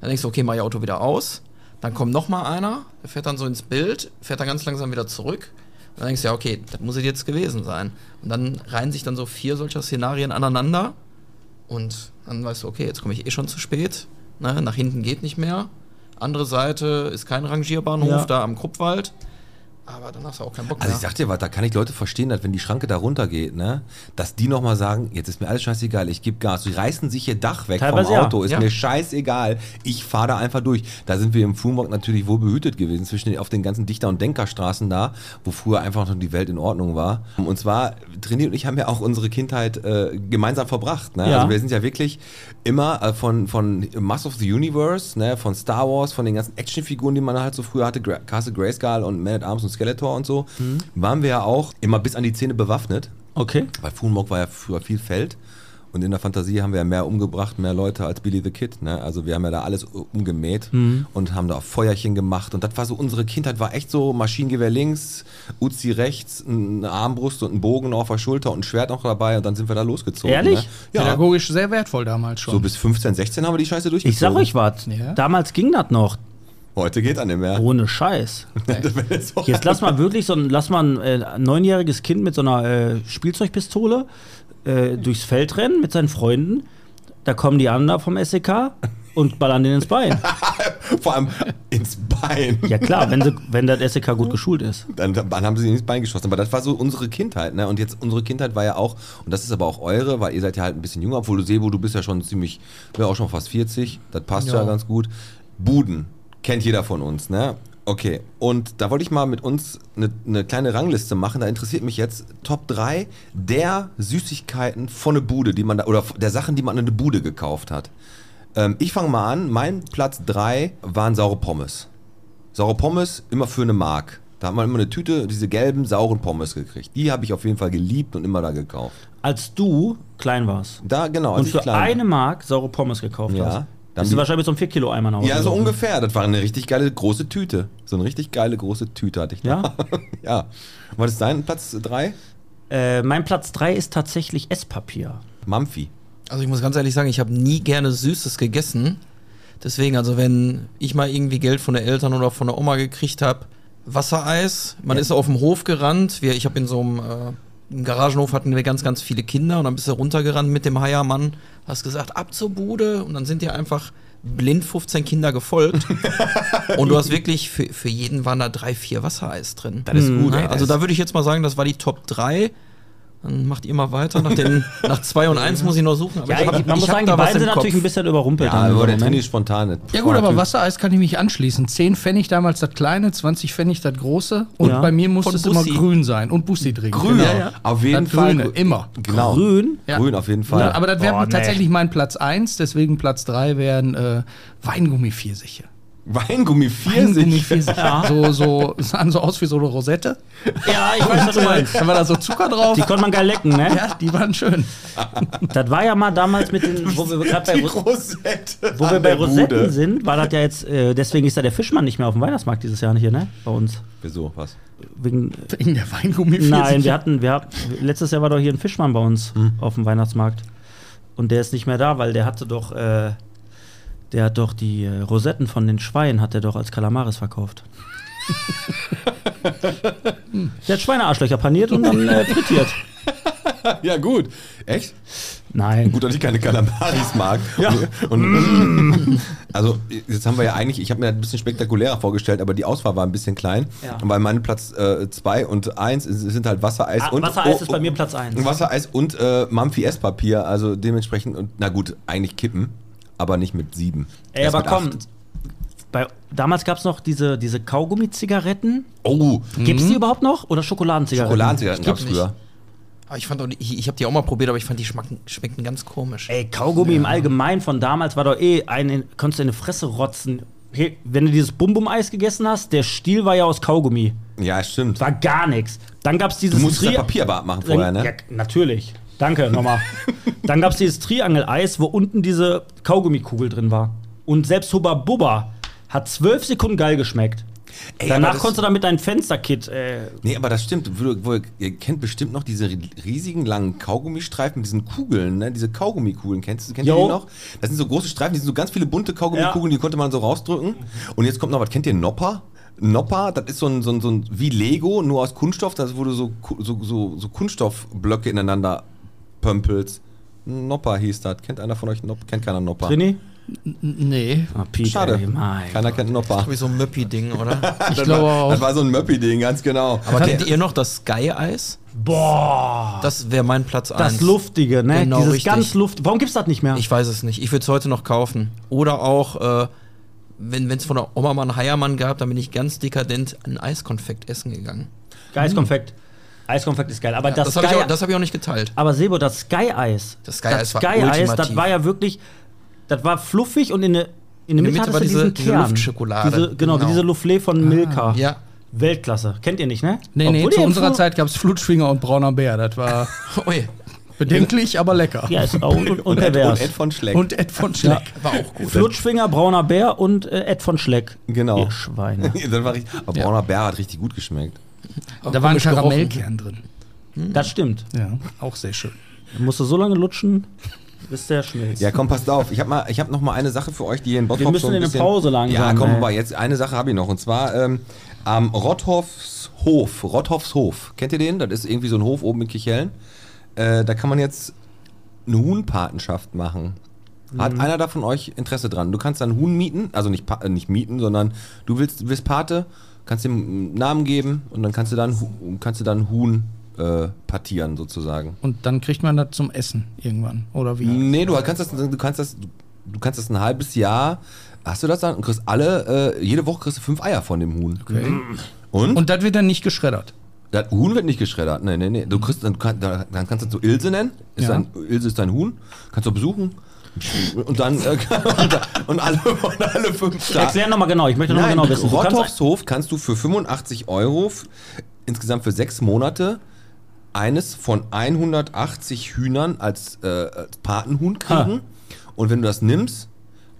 Speaker 11: dann denkst du, okay, mach ihr Auto wieder aus. Dann kommt noch mal einer, der fährt dann so ins Bild, fährt dann ganz langsam wieder zurück. Und dann denkst du, ja, okay, das muss es jetzt gewesen sein. Und dann reihen sich dann so vier solcher Szenarien aneinander. Und dann weißt du, okay, jetzt komme ich eh schon zu spät. Ne? Nach hinten geht nicht mehr. Andere Seite ist kein Rangierbahnhof,
Speaker 2: Ja.
Speaker 11: da am Kruppwald. Aber dann hast du auch keinen Bock mehr.
Speaker 2: Also ich sag dir was, da kann ich Leute verstehen, dass wenn die Schranke da runter geht, ne, dass die nochmal sagen, jetzt ist mir alles scheißegal, ich gebe Gas. Die reißen sich ihr Dach weg
Speaker 3: Teilweise
Speaker 2: vom
Speaker 3: ja.
Speaker 2: Auto, ist
Speaker 3: Ja.
Speaker 2: mir scheißegal, ich fahre da einfach durch. Da sind wir im Fuhmburg natürlich wohl behütet gewesen, zwischen den, auf den ganzen Dichter- und Denkerstraßen da, wo früher einfach noch die Welt in Ordnung war. Und zwar, Trainier und ich haben ja auch unsere Kindheit äh, gemeinsam verbracht. Ne?
Speaker 16: Ja.
Speaker 2: Also wir sind ja wirklich immer äh, von, von Mass of the Universe, ne, von Star Wars, von den ganzen Actionfiguren, die man halt so früher hatte, Gra Castle Grayskull und Man at Arms und Skeletor und so,
Speaker 16: Mhm.
Speaker 2: waren wir ja auch immer bis an die Zähne bewaffnet.
Speaker 3: Okay.
Speaker 2: Weil Funmog war ja früher viel Feld. Und in der Fantasie haben wir ja mehr umgebracht, mehr Leute als Billy the Kid. Ne? Also wir haben ja da alles umgemäht
Speaker 16: Mhm.
Speaker 2: und haben da auch Feuerchen gemacht. Und das war so, unsere Kindheit war echt so Maschinengewehr links, Uzi rechts, eine Armbrust und ein Bogen auf der Schulter und ein Schwert noch dabei. Und dann sind wir da losgezogen.
Speaker 10: Ehrlich?
Speaker 2: Ne? Ja,
Speaker 10: Pädagogisch sehr wertvoll damals schon.
Speaker 2: so bis 15, 16 haben wir die Scheiße durchgezogen.
Speaker 10: Ich sag euch was. Ja.
Speaker 3: Damals ging das noch.
Speaker 2: Heute geht an dem mehr.
Speaker 3: Ohne Scheiß. Jetzt lass mal wirklich so ein, lass mal ein äh, neunjähriges Kind mit so einer äh, Spielzeugpistole äh, durchs Feld rennen mit seinen Freunden. Da kommen die anderen vom SEK und ballern denen ins Bein.
Speaker 2: Vor allem ins Bein.
Speaker 3: Ja klar, wenn, sie, wenn das SEK gut geschult ist.
Speaker 2: Dann, dann haben sie ins Bein geschossen. Aber das war so unsere Kindheit. Ne? Und jetzt unsere Kindheit war ja auch, und das ist aber auch eure, weil ihr seid ja halt ein bisschen jünger, obwohl du Sebo, du bist ja schon ziemlich, ja auch schon fast 40, das passt ja,
Speaker 16: Ja.
Speaker 2: ganz gut. Buden, kennt jeder von uns, ne? Okay, und da wollte ich mal mit uns eine, eine kleine Rangliste machen. Da interessiert mich jetzt Top 3 der Süßigkeiten von der Bude, die man da, oder der Sachen, die man in der Bude gekauft hat. Ähm, ich fange mal an. Mein Platz 3 waren saure Pommes. Saure Pommes immer für eine Mark. Da hat man immer eine Tüte, diese gelben, sauren Pommes gekriegt. Die habe ich auf jeden Fall geliebt und immer da gekauft.
Speaker 3: Als du klein warst.
Speaker 2: Da, genau.
Speaker 3: Und
Speaker 2: als ich
Speaker 3: für
Speaker 2: klein war.
Speaker 3: eine Mark saure Pommes gekauft
Speaker 2: Ja,
Speaker 3: hast.
Speaker 2: dann
Speaker 3: Bist
Speaker 2: die-
Speaker 3: du wahrscheinlich mit so einem 4-Kilo-Eimer nach Hause
Speaker 2: Ja, so
Speaker 3: gelaufen.
Speaker 2: ungefähr. Das war eine richtig geile große Tüte. So eine richtig geile große Tüte hatte ich da. Ja? ja. War das dein Platz 3?
Speaker 3: Äh, mein Platz 3 ist tatsächlich Esspapier.
Speaker 2: Mampfi.
Speaker 11: Also ich muss ganz ehrlich sagen, ich habe nie gerne Süßes gegessen. Deswegen, also wenn ich mal irgendwie Geld von den Eltern oder von der Oma gekriegt habe, Wassereis, man
Speaker 3: Ja.
Speaker 11: ist auf dem Hof gerannt. Wir, ich habe in so einem äh, im Garagenhof hatten wir ganz, ganz viele Kinder und dann bist du runtergerannt mit dem Heiermann, hast gesagt, ab zur Bude und dann sind dir einfach blind 15 Kinder gefolgt. und du hast wirklich, für, für jeden waren da drei, vier Wassereis drin.
Speaker 2: Das ist gut,
Speaker 11: Ne?
Speaker 2: ey, das
Speaker 11: also
Speaker 2: ist-
Speaker 11: da würde ich jetzt mal sagen, das war die Top 3. Dann macht ihr mal weiter. Nach, den, nach 2 und 1 muss ich noch suchen.
Speaker 3: Ja,
Speaker 11: ich hab-
Speaker 3: man muss
Speaker 11: ich hab
Speaker 3: sagen,
Speaker 11: da
Speaker 3: die
Speaker 11: was
Speaker 3: beiden
Speaker 11: im
Speaker 3: sind
Speaker 11: Kopf.
Speaker 3: natürlich ein bisschen überrumpelt.
Speaker 2: Ja,
Speaker 3: dann ne? im
Speaker 2: aber der
Speaker 3: Moment.
Speaker 2: Trini spontane.
Speaker 10: Ja gut, aber Wassereis kann ich mich anschließen. 10 Pfennig damals das kleine, 20 Pfennig das große und
Speaker 3: Ja.
Speaker 10: bei mir muss
Speaker 11: Von
Speaker 10: es immer
Speaker 11: Bussi.
Speaker 10: grün sein und Bussi drin.
Speaker 2: Grün,
Speaker 10: Genau.
Speaker 2: auf jeden
Speaker 10: das
Speaker 2: Fall.
Speaker 10: Grüne, immer.
Speaker 2: Genau.
Speaker 3: Grün?
Speaker 10: Ja.
Speaker 2: Grün auf jeden Fall.
Speaker 10: Na, aber das wäre
Speaker 4: Boah, nee.
Speaker 10: tatsächlich mein Platz 1, deswegen Platz 3 wären äh, Weingummi-Pfirsiche.
Speaker 2: Weingummi 40.
Speaker 10: Weingummi-Pfirsiche. so, so, sahen so aus wie so eine Rosette.
Speaker 3: Ja, ich weiß, was du meinst.
Speaker 10: Dann war da so Zucker drauf.
Speaker 3: Die konnte man geil lecken, ne?
Speaker 10: ja, die waren schön.
Speaker 3: Das war ja mal damals mit den, wo wir gerade bei,
Speaker 2: Die
Speaker 3: Ros-
Speaker 2: Rosette.
Speaker 3: wo wir
Speaker 2: an
Speaker 3: bei
Speaker 2: der
Speaker 3: Rosetten
Speaker 2: Bude.
Speaker 3: sind, war das ja jetzt, äh, deswegen ist da der Fischmann nicht mehr auf dem Weihnachtsmarkt dieses Jahr hier, ne? Bei uns.
Speaker 2: Wieso? Was?
Speaker 3: Wegen,
Speaker 10: In der Weingummi-Pfirsiche.
Speaker 3: nein, wir hatten, wir hatten, letztes Jahr war doch hier ein Fischmann bei uns
Speaker 2: Hm.
Speaker 3: auf dem Weihnachtsmarkt. Und der ist nicht mehr da, weil der hatte doch, äh, der hat doch die äh, Rosetten von den Schweinen, hat er doch als Kalamaris verkauft. der hat Schweinearschlöcher paniert und dann äh, frittiert.
Speaker 2: Ja, gut. Echt?
Speaker 3: Nein.
Speaker 2: Gut, dass ich keine Kalamaris mag. Ja. Und, also, jetzt haben wir ja eigentlich, ich habe mir das ein bisschen spektakulärer vorgestellt, aber die Auswahl war ein bisschen klein.
Speaker 3: Ja.
Speaker 2: Weil mein Platz 2 und 1 sind halt Wassereis
Speaker 3: Ah,
Speaker 2: und.
Speaker 3: Wassereis
Speaker 2: oh,
Speaker 3: ist bei
Speaker 2: oh,
Speaker 3: mir Platz 1.
Speaker 2: Wassereis und äh, Mampfi Esspapier, also dementsprechend, und na gut, eigentlich kippen, aber nicht mit sieben.
Speaker 3: Ey,
Speaker 2: Erst
Speaker 3: aber
Speaker 2: mit
Speaker 3: komm.
Speaker 2: acht.
Speaker 3: Bei, damals gab es noch diese, diese Kaugummi-Zigaretten.
Speaker 2: Oh,
Speaker 3: Gibt es die überhaupt noch? Oder Schokoladenzigaretten?
Speaker 2: Schokoladenzigaretten gab es
Speaker 11: Ich glaub
Speaker 2: früher.
Speaker 11: Aber Ah, ich fand auch, nicht- ich, ich habe die auch mal probiert, aber ich fand die schmecken, schmecken ganz komisch.
Speaker 3: Ey, Kaugummi im Allgemeinen von damals war doch eh, eine, konntest du in die Fresse rotzen. Hey, wenn du dieses Bum-Bum-Eis gegessen hast, der Stiel war ja aus Kaugummi.
Speaker 2: Ja, stimmt.
Speaker 3: War gar nichts. Dann gab es dieses
Speaker 2: Du musst das
Speaker 3: Tri-
Speaker 2: Papier aber abmachen vorher,
Speaker 3: dann,
Speaker 2: ne?
Speaker 3: Ja, natürlich. Danke nochmal. Dann gab es dieses Triangel-Eis, wo unten diese Kaugummikugel drin war. Und selbst Hubba Bubba hat zwölf Sekunden geil geschmeckt.
Speaker 2: aber
Speaker 3: Danach
Speaker 2: das-
Speaker 3: konntest du damit dein Fensterkit. Äh,
Speaker 2: Nee, aber das stimmt. Wo- wo- Ihr kennt bestimmt noch diese riesigen langen Kaugummistreifen mit diesen Kugeln, ne? Diese Kaugummikugeln, kennst du kennt ihr
Speaker 3: Jo.
Speaker 2: die noch? Das sind so große Streifen, die sind so ganz viele bunte Kaugummikugeln, die konnte man so rausdrücken. Und jetzt kommt noch was, kennt ihr Nopper? Nopper, das ist so ein, so ein, so ein wie Lego, nur aus Kunststoff, das wurde so, Ku- so, so, so Kunststoffblöcke ineinander pömpelst. Nopper hieß das. Kennt einer von euch Nopper? Kennt keiner Nopper?
Speaker 3: Trini?
Speaker 10: Nee,
Speaker 3: Ah, Pete,
Speaker 2: Schade.
Speaker 3: ey, mein
Speaker 2: Keiner kennt Nopper.
Speaker 11: Hab ich so ein Möppi-Ding, oder?
Speaker 10: ich
Speaker 2: Das
Speaker 10: glaube
Speaker 2: war, das
Speaker 10: auch.
Speaker 2: war so ein Möppi-Ding, ganz genau.
Speaker 11: aber kennt ihr noch das Sky-Eis?
Speaker 3: Boah!
Speaker 11: Das wäre mein Platz 1.
Speaker 3: Das Luftige, ne?
Speaker 11: Genau,
Speaker 3: Dieses
Speaker 11: richtig.
Speaker 3: ganz Luft. Warum gibt's das nicht mehr?
Speaker 11: Ich weiß es nicht. Ich würde es heute noch kaufen. Oder auch, äh, wenn es von der Oma mal einen Heiermann gab, dann bin ich ganz dekadent ein Eiskonfekt essen gegangen.
Speaker 3: Eiskonfekt. Eiskonfekt ist geil. Aber
Speaker 11: Ja,
Speaker 3: das,
Speaker 11: das habe ich,
Speaker 3: Sky
Speaker 11: auch- das hab ich auch nicht geteilt.
Speaker 3: Aber Sebo, das Sky-Eis.
Speaker 11: Das Sky-Eis war
Speaker 3: Sky-Eis, das
Speaker 11: ultimativ.
Speaker 3: war ja wirklich. Das war fluffig und in der in der Mitte, hattest
Speaker 11: war
Speaker 3: du
Speaker 11: diese-
Speaker 3: diesen
Speaker 11: diese
Speaker 3: Kern.
Speaker 11: Luftschokolade.
Speaker 3: Diese, genau,
Speaker 11: Genau.
Speaker 3: diese Soufflé von Milka.
Speaker 11: Ja.
Speaker 3: Weltklasse. Kennt ihr nicht, ne?
Speaker 10: Nee, nee,
Speaker 3: Obwohl
Speaker 10: zu
Speaker 3: ihr im
Speaker 10: unserer
Speaker 3: Fro-
Speaker 10: Zeit gab es Flutschfinger und Brauner Bär. Das war
Speaker 11: Ui,
Speaker 10: bedenklich, aber lecker.
Speaker 3: Ja, ist auch und, und
Speaker 2: Und
Speaker 3: pervers.
Speaker 2: Ed von Schleck.
Speaker 10: Und Ed von Schleck.
Speaker 11: war auch gut.
Speaker 3: Flutschfinger, brauner Bär und äh, Ed von Schleck.
Speaker 2: Genau.
Speaker 3: Ihr Schweine.
Speaker 2: das war richtig, aber
Speaker 10: Ja.
Speaker 2: brauner Bär hat richtig gut geschmeckt. Hm.
Speaker 10: Da war ein
Speaker 11: komisch gerochen.
Speaker 10: Karamellkern drin.
Speaker 3: Das stimmt.
Speaker 10: Ja, auch sehr schön.
Speaker 3: Da musst du so lange lutschen, bis der schmilzt.
Speaker 2: Ja, komm, passt auf. Ich habe mal, ich habe noch mal eine Sache für euch, die hier in Bottrop
Speaker 3: Wir müssen
Speaker 2: so ein
Speaker 3: in eine
Speaker 2: bisschen-
Speaker 3: Pause langsam,
Speaker 2: Ja, komm,
Speaker 3: ey.
Speaker 2: aber jetzt eine Sache habe ich noch und zwar ähm, am Rothoffshof. Rothoffshof. Kennt ihr den? Das ist irgendwie so ein Hof oben in Kichellen. Äh, da kann man jetzt eine Huhnpatenschaft machen.
Speaker 3: Mhm.
Speaker 2: Hat einer da von euch Interesse dran? Du kannst dann Huhn mieten, also nicht, pa äh, nicht mieten, sondern du willst, wirst Pate, kannst dem einen Namen geben und dann kannst du dann, Hu- kannst du dann Huhn äh, partieren sozusagen.
Speaker 10: Und dann kriegt man das zum Essen irgendwann. Oder wie?
Speaker 2: Nee, du kannst das, du kannst das, du kannst das ein halbes Jahr. Hast du das dann? Und kriegst alle, äh, jede Woche kriegst du fünf Eier von dem Huhn.
Speaker 10: Okay.
Speaker 2: Und?
Speaker 10: Und das wird dann nicht geschreddert.
Speaker 2: Das Huhn wird nicht geschreddert. Nee, nee, nee. Du kriegst, dann, kann- dann kannst du das so Ilse nennen. Ist
Speaker 10: Ja.
Speaker 2: dein, Ilse ist dein Huhn. Kannst du besuchen. Und dann äh, und, und alle, und alle fünf Staaten.
Speaker 3: Erklär nochmal genau, ich möchte nochmal
Speaker 2: Nein,
Speaker 3: genau wissen. Du kannst-
Speaker 2: Rotthofshof kannst du für 85 Euro f- insgesamt für sechs Monate eines von 180 Hühnern als, äh, als Patenhuhn kriegen. Und wenn du das nimmst,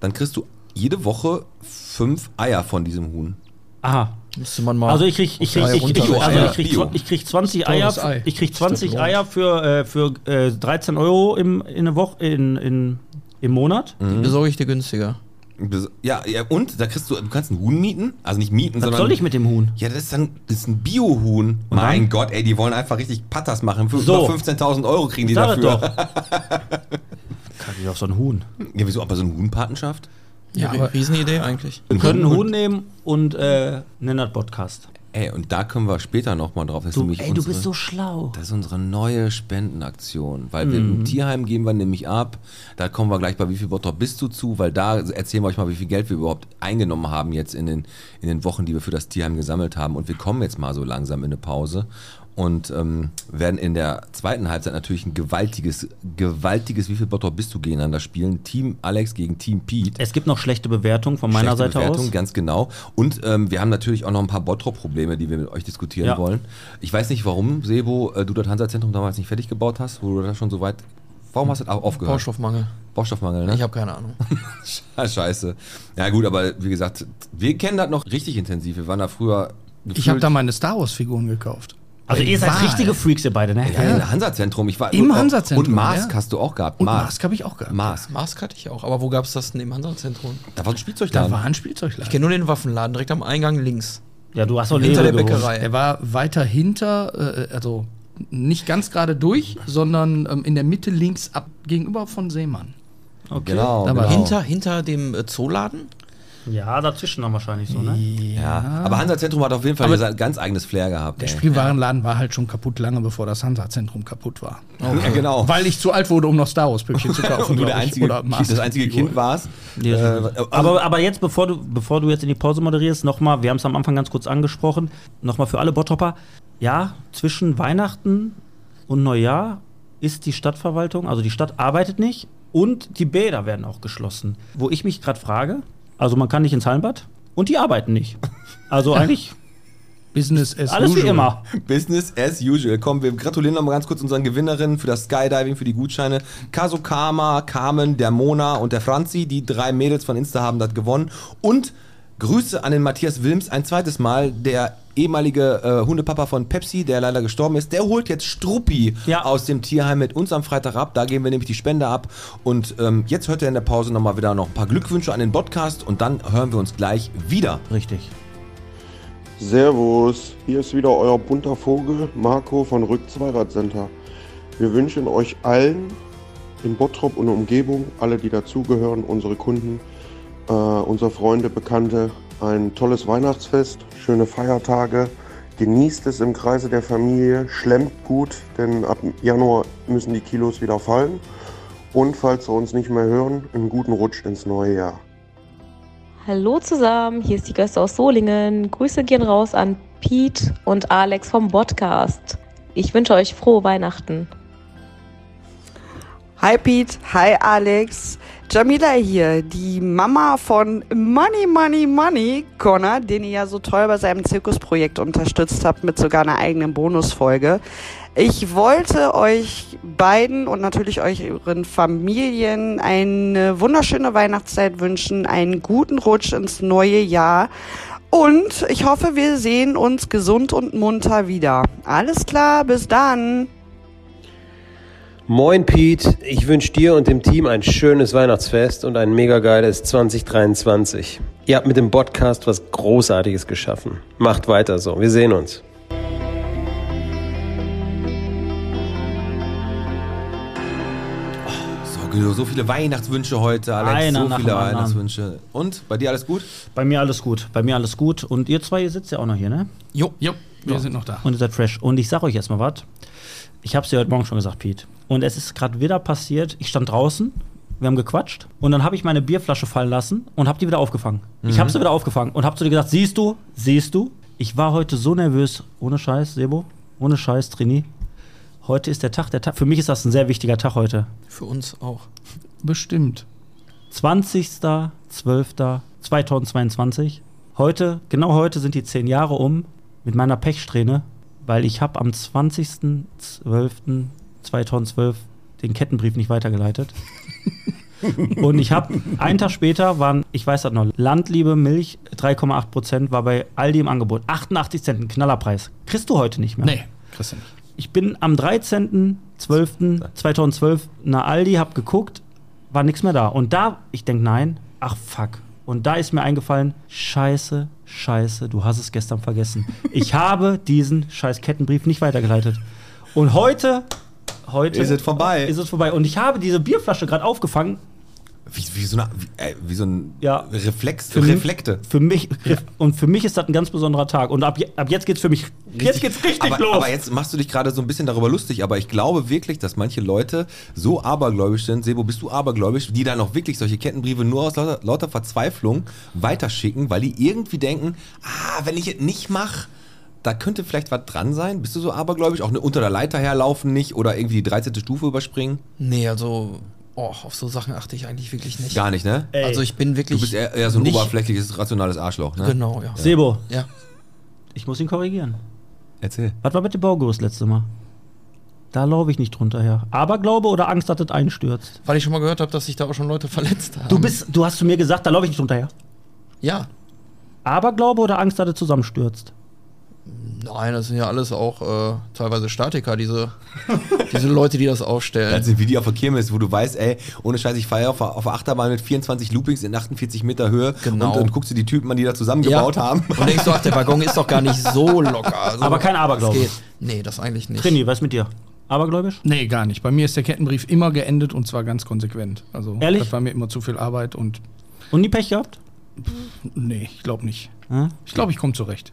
Speaker 2: dann kriegst du jede Woche fünf Eier von diesem Huhn.
Speaker 3: Aha.
Speaker 11: Müsste man
Speaker 3: Also ich krieg, ich krieg, ich, ich,
Speaker 2: Bio-Eier.
Speaker 3: also ich krieg,
Speaker 2: Bio.
Speaker 3: zwa- ich krieg 20 Eier,
Speaker 2: Teures Ei.
Speaker 3: ich krieg 20
Speaker 2: Statt
Speaker 3: Eier für, äh, für äh, 13 Euro im, in eine Woche, in, in, im Monat.
Speaker 2: Die Mhm. besorge
Speaker 11: ich dir günstiger.
Speaker 2: Bes- Ja, ja, und da kriegst du, du kannst einen Huhn mieten, also nicht mieten,
Speaker 3: Was
Speaker 2: sondern.
Speaker 3: soll ich mit dem Huhn?
Speaker 2: Ja, das ist dann das ist ein Bio-Huhn. Mein Gott, ey, die wollen einfach richtig Patas machen. Für
Speaker 3: So.
Speaker 2: über 15.000 Euro kriegen die
Speaker 3: Sag es
Speaker 2: dafür.
Speaker 3: doch.
Speaker 2: Kann
Speaker 3: ich auch so ein Huhn.
Speaker 2: Ja, wieso? Aber so eine Huhnpatenschaft?
Speaker 11: Ja, aber- Riesenidee eigentlich.
Speaker 3: Wir können einen Huhn nehmen und äh, nennen das Podcast.
Speaker 2: Ey, und da können wir später nochmal drauf. Das ist
Speaker 3: Du-
Speaker 2: nämlich
Speaker 3: ey, du bist so schlau.
Speaker 2: Das ist unsere neue Spendenaktion. Weil wir
Speaker 3: Mhm.
Speaker 2: im Tierheim geben wir nämlich ab. Da kommen wir gleich bei wie viel Bottrop bist du zu, weil da erzählen wir euch mal, wie viel Geld wir überhaupt eingenommen haben jetzt in den, in den Wochen, die wir für das Tierheim gesammelt haben. Und wir kommen jetzt mal so langsam in eine Pause. Und ähm, werden in der zweiten Halbzeit natürlich ein gewaltiges, gewaltiges Wie viel Bottrop bist du gegeneinander spielen. Team Alex gegen Team Pete.
Speaker 3: Es gibt noch schlechte Bewertungen von meiner
Speaker 2: Schlechte
Speaker 3: Seite
Speaker 2: Bewertung,
Speaker 3: aus.
Speaker 2: Ganz genau. Und ähm, wir haben natürlich auch noch ein paar Bottrop-Probleme, die wir mit euch diskutieren
Speaker 3: Ja.
Speaker 2: wollen. Ich weiß nicht, warum, Sebo, äh, du das Hansa-Zentrum damals nicht fertig gebaut hast, wo du da schon so weit. Warum hast du das au- aufgehört?
Speaker 11: Baustoffmangel.
Speaker 2: Baustoffmangel, ne?
Speaker 11: Ich habe keine Ahnung.
Speaker 2: Scheiße. Ja, gut, aber wie gesagt, wir kennen das noch richtig intensiv. Wir waren da früher.
Speaker 10: Ich habe da meine Star Wars-Figuren gekauft.
Speaker 3: Also ihr seid richtige Freaks, ihr beide, ne?
Speaker 2: Ja, im Hansa-Zentrum. Ich war
Speaker 10: Im
Speaker 2: und-
Speaker 10: Hansa-Zentrum,
Speaker 2: Und Mask
Speaker 10: ja.
Speaker 2: hast du auch gehabt.
Speaker 10: Und Mask habe ich auch gehabt.
Speaker 2: Mask.
Speaker 11: Mask hatte ich auch, aber wo gab es das denn im Handelszentrum?
Speaker 2: Da war ein Spielzeugladen.
Speaker 10: Da war ein Spielzeugladen.
Speaker 11: Ich kenne nur den Waffenladen direkt am Eingang links.
Speaker 3: Ja, du hast
Speaker 11: doch Hinter Lebe der gewohnt. Bäckerei.
Speaker 10: Er war weiter hinter, äh, also nicht ganz gerade durch, sondern ähm, in der Mitte links ab gegenüber von Seemann.
Speaker 3: Okay.
Speaker 2: Genau,
Speaker 10: Da war-
Speaker 2: genau.
Speaker 11: Hinter, hinter dem äh, Zooladen?
Speaker 3: Ja, dazwischen dann wahrscheinlich so, ne?
Speaker 2: Ja. Aber Hansa-Zentrum hat auf jeden Fall
Speaker 10: Aber-
Speaker 2: sein ganz eigenes Flair gehabt.
Speaker 10: Der
Speaker 2: ey.
Speaker 10: Spielwarenladen war halt schon kaputt, lange bevor das Hansa-Zentrum kaputt war.
Speaker 2: Ja, genau.
Speaker 10: Weil ich zu alt wurde, um noch Star Wars-Püppchen zu kaufen.
Speaker 2: Und du
Speaker 10: glaub
Speaker 2: der
Speaker 10: ich.
Speaker 2: einzige,
Speaker 10: Oder Mask-
Speaker 2: das einzige Kind warst.
Speaker 3: Nee,
Speaker 2: Äh,
Speaker 3: aber, aber jetzt, bevor du, bevor du jetzt in die Pause moderierst, nochmal, wir haben es am Anfang ganz kurz angesprochen, nochmal für alle Bottropper, ja, zwischen Weihnachten und Neujahr ist die Stadtverwaltung, also die Stadt arbeitet nicht und die Bäder werden auch geschlossen. Wo ich mich gerade frage, also man kann nicht ins Hallenbad und die arbeiten nicht. Also eigentlich
Speaker 10: Business as
Speaker 3: alles wie
Speaker 2: usual.
Speaker 3: immer.
Speaker 2: Business as usual. Komm, wir gratulieren nochmal ganz kurz unseren Gewinnerinnen für das Skydiving, für die Gutscheine. Kaso Karma, Carmen, der Mona und der Franzi, die drei Mädels von Insta haben das gewonnen. Und Grüße an den Matthias Wilms ein zweites Mal, der ehemalige äh, Hundepapa von Pepsi, der leider gestorben ist. Der holt jetzt Struppi aus dem Tierheim mit uns am Freitag ab. Da geben wir nämlich die Spende ab. Und ähm, jetzt hört er in der Pause nochmal wieder noch ein paar Glückwünsche an den Podcast und dann hören wir uns gleich wieder.
Speaker 3: Richtig.
Speaker 16: Servus, hier ist wieder euer bunter Vogel Marco von Rück Zweiradcenter. Wir wünschen euch allen in Bottrop und Umgebung, alle die dazugehören, unsere Kunden, äh, unsere Freunde, Bekannte, ein tolles Weihnachtsfest, schöne Feiertage. Genießt es im Kreise der Familie, schlemmt gut, denn ab Januar müssen die Kilos wieder fallen. Und falls wir uns nicht mehr hören, einen guten Rutsch ins neue Jahr.
Speaker 17: Hallo zusammen, hier ist die Göste aus Solingen. Grüße gehen raus an Pete und Alex vom Podcast. Ich wünsche euch frohe Weihnachten.
Speaker 18: Hi Pete, hi Alex. Jamila hier, die Mama von Money, Money, Money, Connor, den ihr ja so toll bei seinem Zirkusprojekt unterstützt habt mit sogar einer eigenen Bonusfolge. Ich wollte euch beiden und natürlich euch euren Familien eine wunderschöne Weihnachtszeit wünschen, einen guten Rutsch ins neue Jahr und ich hoffe, wir sehen uns gesund und munter wieder. Alles klar, bis dann.
Speaker 19: Moin Pete, ich wünsche dir und dem Team ein schönes Weihnachtsfest und ein mega geiles 2023. Ihr habt mit dem Podcast was Großartiges geschaffen. Macht weiter so, wir sehen uns.
Speaker 2: So, so viele Weihnachtswünsche heute, Alex.
Speaker 3: Einer
Speaker 2: so
Speaker 3: nach
Speaker 2: viele
Speaker 3: dem anderen.
Speaker 2: Weihnachtswünsche. Und bei dir alles gut?
Speaker 3: Bei mir alles gut, bei mir alles gut. Und ihr zwei, ihr sitzt ja auch noch hier, ne?
Speaker 11: Jo,
Speaker 10: jo wir sind noch da.
Speaker 3: Und ihr seid fresh. Und ich sag euch erstmal was. Ich hab's dir heute Morgen schon gesagt, Pete. Und es ist gerade wieder passiert. Ich stand draußen, wir haben gequatscht. Und dann habe ich meine Bierflasche fallen lassen und hab die wieder aufgefangen. Ich
Speaker 11: Mhm.
Speaker 3: hab sie wieder aufgefangen und hab zu dir gesagt: Siehst du, siehst du? Ich war heute so nervös. Ohne Scheiß, Sebo. Ohne Scheiß, Trini. Heute ist der Tag, der Tag. Für mich ist das ein sehr wichtiger Tag heute.
Speaker 11: Für uns auch.
Speaker 10: Bestimmt.
Speaker 3: 20.12.2022. Heute, genau heute sind die zehn Jahre um mit meiner Pechsträhne, weil ich habe am 20.12.2012 den Kettenbrief nicht weitergeleitet. Und ich habe, einen Tag später waren, ich weiß das noch, Landliebe Milch 3,8 Prozent war bei Aldi im Angebot. 88 Cent, ein Knallerpreis. Kriegst du heute nicht mehr.
Speaker 10: Nee, kriegst du nicht.
Speaker 3: Ich bin am 13.12.2012 nach Aldi, hab geguckt, war nichts mehr da. Und da, ich denk, nein, ach fuck. Und da ist mir eingefallen, scheiße, scheiße, du hast es gestern vergessen. Ich habe diesen scheiß Kettenbrief nicht weitergeleitet. Und heute, heute
Speaker 2: Ist es vorbei.
Speaker 3: Ist es vorbei. Und ich habe diese Bierflasche gerade aufgefangen
Speaker 2: Wie, wie, so, eine, wie, äh, wie so ein
Speaker 3: Ja.
Speaker 2: Reflex,
Speaker 3: Für mich-
Speaker 2: Reflekte.
Speaker 3: Für mich, und für mich ist das ein ganz besonderer Tag. Und ab, je, ab jetzt geht's für mich, jetzt geht's richtig
Speaker 2: aber,
Speaker 3: los.
Speaker 2: Aber jetzt machst du dich gerade so ein bisschen darüber lustig, aber ich glaube wirklich, dass manche Leute so abergläubisch sind, Sebo, bist du abergläubisch, die dann auch wirklich solche Kettenbriefe nur aus lauter, lauter Verzweiflung weiterschicken, weil die irgendwie denken, ah, wenn ich es nicht mache, da könnte vielleicht was dran sein. Bist du so abergläubisch? Auch ne, unter der Leiter herlaufen nicht oder irgendwie die 13. Stufe überspringen?
Speaker 11: Nee, also oh, auf so Sachen achte ich eigentlich wirklich nicht.
Speaker 2: Gar nicht, ne?
Speaker 11: Also ich bin wirklich.
Speaker 2: Du bist eher, eher so ein
Speaker 11: nicht-
Speaker 2: oberflächliches, rationales Arschloch, ne?
Speaker 11: Genau, ja.
Speaker 3: Sebo.
Speaker 11: Ja.
Speaker 3: Ich muss ihn korrigieren.
Speaker 2: Erzähl.
Speaker 3: Was war mit dem Baugerüst letzte Mal? Da laufe ich nicht drunter her. Aberglaube oder Angst, dass das einstürzt?
Speaker 11: Weil ich schon mal gehört habe, dass sich da auch schon Leute verletzt haben.
Speaker 3: Du bist, du hast zu mir gesagt, da laufe ich nicht drunter her.
Speaker 11: Ja.
Speaker 3: Aberglaube oder Angst, dass das zusammenstürzt?
Speaker 11: Nein, das sind ja alles auch äh, teilweise Statiker, diese, diese Leute, die das aufstellen.
Speaker 2: Das sind wie die auf der Kirmes, wo du weißt, ey, ohne Scheiß, ich feiere auf, der- auf der Achterbahn mit 24 Loopings in 48 Meter Höhe und, und guckst du die Typen an, die da zusammengebaut
Speaker 11: Ja.
Speaker 2: haben.
Speaker 11: Genau. Und denkst du, ach, der Waggon ist doch gar nicht so locker. Also,
Speaker 3: Aber kein Aberglaube.
Speaker 11: das geht. Nee, das eigentlich nicht.
Speaker 3: Trini, was ist mit dir? Abergläubisch?
Speaker 10: Nee, gar nicht. Bei mir ist der Kettenbrief immer geendet und zwar ganz konsequent. Also
Speaker 3: Ehrlich?
Speaker 10: das war mir immer zu viel Arbeit und.
Speaker 3: Und nie Pech gehabt?
Speaker 10: Nee, ich glaube nicht.
Speaker 3: Hm?
Speaker 10: Ich glaube, ich komme zurecht.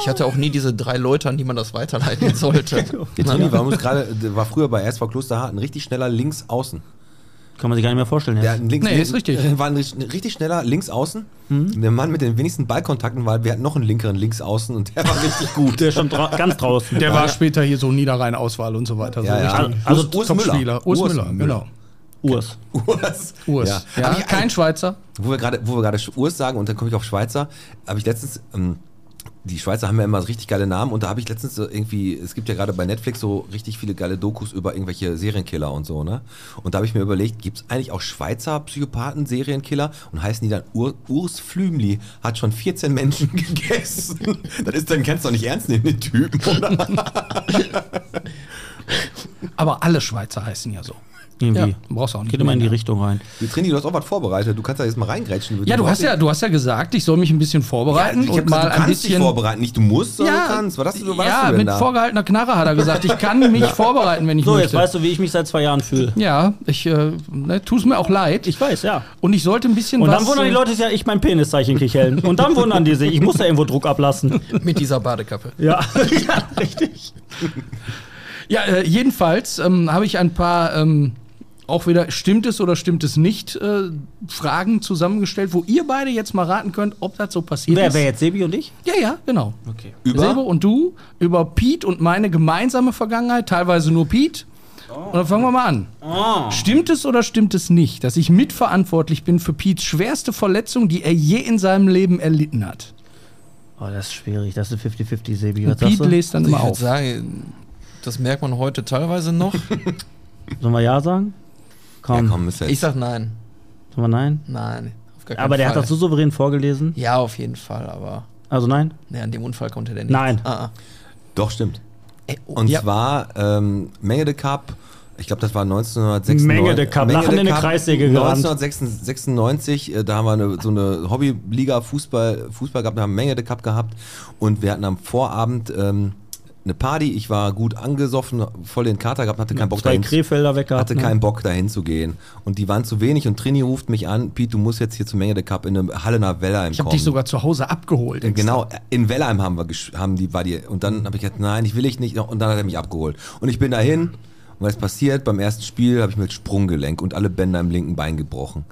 Speaker 11: Ich hatte auch nie diese drei Leute, an die man das weiterleiten sollte.
Speaker 3: genau.
Speaker 2: Der Toni war, uns gerade, der war früher bei SV Klosterhardt ein richtig schneller Linksaußen.
Speaker 3: Kann man sich gar nicht mehr vorstellen.
Speaker 2: Der links,
Speaker 10: Nee, ist richtig.
Speaker 2: War ein richtig richtig schneller Linksaußen.
Speaker 3: Hm?
Speaker 2: Der Mann mit den wenigsten Ballkontakten, weil wir hatten noch einen linkeren Linksaußen und der war richtig gut.
Speaker 3: Der stand ganz draußen.
Speaker 10: Der war später hier so Niederrhein-Auswahl und so weiter.
Speaker 2: Ja,
Speaker 10: so
Speaker 2: ja.
Speaker 10: richtig
Speaker 2: Also
Speaker 10: Urs-
Speaker 2: Urs
Speaker 10: Topspieler.
Speaker 2: Müller.
Speaker 10: Urs,
Speaker 2: Urs
Speaker 10: Müller,
Speaker 2: Müller.
Speaker 10: genau.
Speaker 3: Urs.
Speaker 2: Urs.
Speaker 10: Urs.
Speaker 2: Ja.
Speaker 10: Ja,
Speaker 2: Hab ich-
Speaker 10: kein Schweizer.
Speaker 2: Wo wir gerade, wo wir gerade Urs sagen und dann komme ich auf Schweizer, habe ich letztens, ähm, die Schweizer haben ja immer richtig geile Namen und da habe ich letztens so irgendwie, es gibt ja gerade bei Netflix so richtig viele geile Dokus über irgendwelche Serienkiller und so, ne? Und da habe ich mir überlegt, gibt es eigentlich auch Schweizer Psychopathen, Serienkiller und heißen die dann Ur, Urs Flümli, hat schon 14 Menschen gegessen. das ist dann, kannst du doch nicht ernst nehmen, den Typen, oder?
Speaker 10: Aber alle Schweizer heißen ja so.
Speaker 3: Irgendwie.
Speaker 10: Ja, brauchst du auch nicht.
Speaker 3: Geht immer in die
Speaker 10: mehr. ne?
Speaker 3: Richtung rein.
Speaker 2: Du, Trini, du hast auch was vorbereitet, du kannst da jetzt mal reingrätschen.
Speaker 10: Ja, du hast ja, du hast ja gesagt, ich soll mich ein bisschen vorbereiten
Speaker 2: ich hab
Speaker 10: und
Speaker 2: gesagt,
Speaker 10: mal
Speaker 2: Also du
Speaker 10: ein
Speaker 2: kannst dich
Speaker 10: bisschen
Speaker 2: vorbereiten, nicht du musst, sondern
Speaker 10: Ja,
Speaker 2: du kannst. Was hast du, was hast
Speaker 10: ja,
Speaker 2: du denn
Speaker 10: mit
Speaker 2: da?
Speaker 10: vorgehaltener Knarre hat er gesagt, ich kann mich vorbereiten, wenn ich
Speaker 3: So,
Speaker 10: möchte.
Speaker 3: jetzt weißt du, wie ich mich seit zwei Jahren fühle.
Speaker 10: ja, ich äh, ne, tue es mir auch leid.
Speaker 3: Ich weiß, ja.
Speaker 10: Und ich sollte ein bisschen
Speaker 3: Und
Speaker 10: was.
Speaker 3: dann wundern die
Speaker 10: äh,
Speaker 3: Leute sich ja, ich mein Peniszeichen kicheln. Und dann wundern die sich, ich muss da irgendwo Druck ablassen.
Speaker 11: Mit dieser Badekappe.
Speaker 3: Ja.
Speaker 10: Ja, äh, jedenfalls ähm, habe ich ein paar ähm, auch wieder stimmt es oder stimmt es nicht äh, Fragen zusammengestellt, wo ihr beide jetzt mal raten könnt, ob das so passiert
Speaker 3: Wer,
Speaker 10: ist.
Speaker 3: wer jetzt? Sebi und ich?
Speaker 10: Ja, ja, genau.
Speaker 3: Okay.
Speaker 10: Über? Sebo und du, über Pete und meine gemeinsame Vergangenheit, teilweise nur Pete. Und dann fangen wir mal an. Stimmt es oder stimmt es nicht, dass ich mitverantwortlich bin für Pete's schwerste Verletzung, die er je in seinem Leben erlitten hat?
Speaker 3: Oh, das ist schwierig. Das ist 50-50, Sebi. Was
Speaker 10: Und
Speaker 3: sagst
Speaker 10: Pete
Speaker 3: du?
Speaker 10: lest dann
Speaker 11: Also
Speaker 10: immer
Speaker 11: ich würde
Speaker 10: auf.
Speaker 11: sagen, das merkt man heute teilweise noch.
Speaker 3: Sollen wir Ja sagen? Komm.
Speaker 11: Ich sag nein.
Speaker 3: Sollen wir Nein?
Speaker 11: Nein. Auf gar keinen
Speaker 3: Aber der
Speaker 11: Fall.
Speaker 3: hat das so souverän vorgelesen.
Speaker 11: Ja, auf jeden Fall, aber.
Speaker 3: Also nein?
Speaker 11: Nee, an dem Unfall konnte der nicht.
Speaker 3: Nein.
Speaker 11: Ah, ah.
Speaker 2: Doch, stimmt.
Speaker 3: Äh,
Speaker 11: oh,
Speaker 2: Und
Speaker 11: ja.
Speaker 2: zwar ähm, Menge de Cup, ich glaube, das war 1996.
Speaker 3: Menge de Cup, lachend in eine Kreissäge gerannt.
Speaker 2: 1996, äh, da haben wir eine, so eine Hobbyliga Fußball, Fußball gehabt, wir haben Menge de Cup gehabt und wir hatten am Vorabend ähm, eine Party. Ich war gut angesoffen, voll den Kater gehabt, hatte keinen Bock
Speaker 3: Zwei
Speaker 2: dahin.
Speaker 3: Krefelder weg gehabt,
Speaker 2: hatte
Speaker 3: ne?
Speaker 2: keinen Bock dahin zu gehen. Und die waren zu wenig und Trini ruft mich an, Piet, du musst jetzt hier zu Menge de Cup in eine Hallener Weller
Speaker 10: Ich habe dich sogar zu Hause abgeholt. extra.
Speaker 2: Genau, in Wellheim haben wir gesch- haben die, war die, und dann habe ich gesagt, nein, ich will ich nicht, und dann hat er mich abgeholt. Und ich bin dahin, und was ist passiert? Beim ersten Spiel habe ich mir das Sprunggelenk und alle Bänder im linken Bein gebrochen.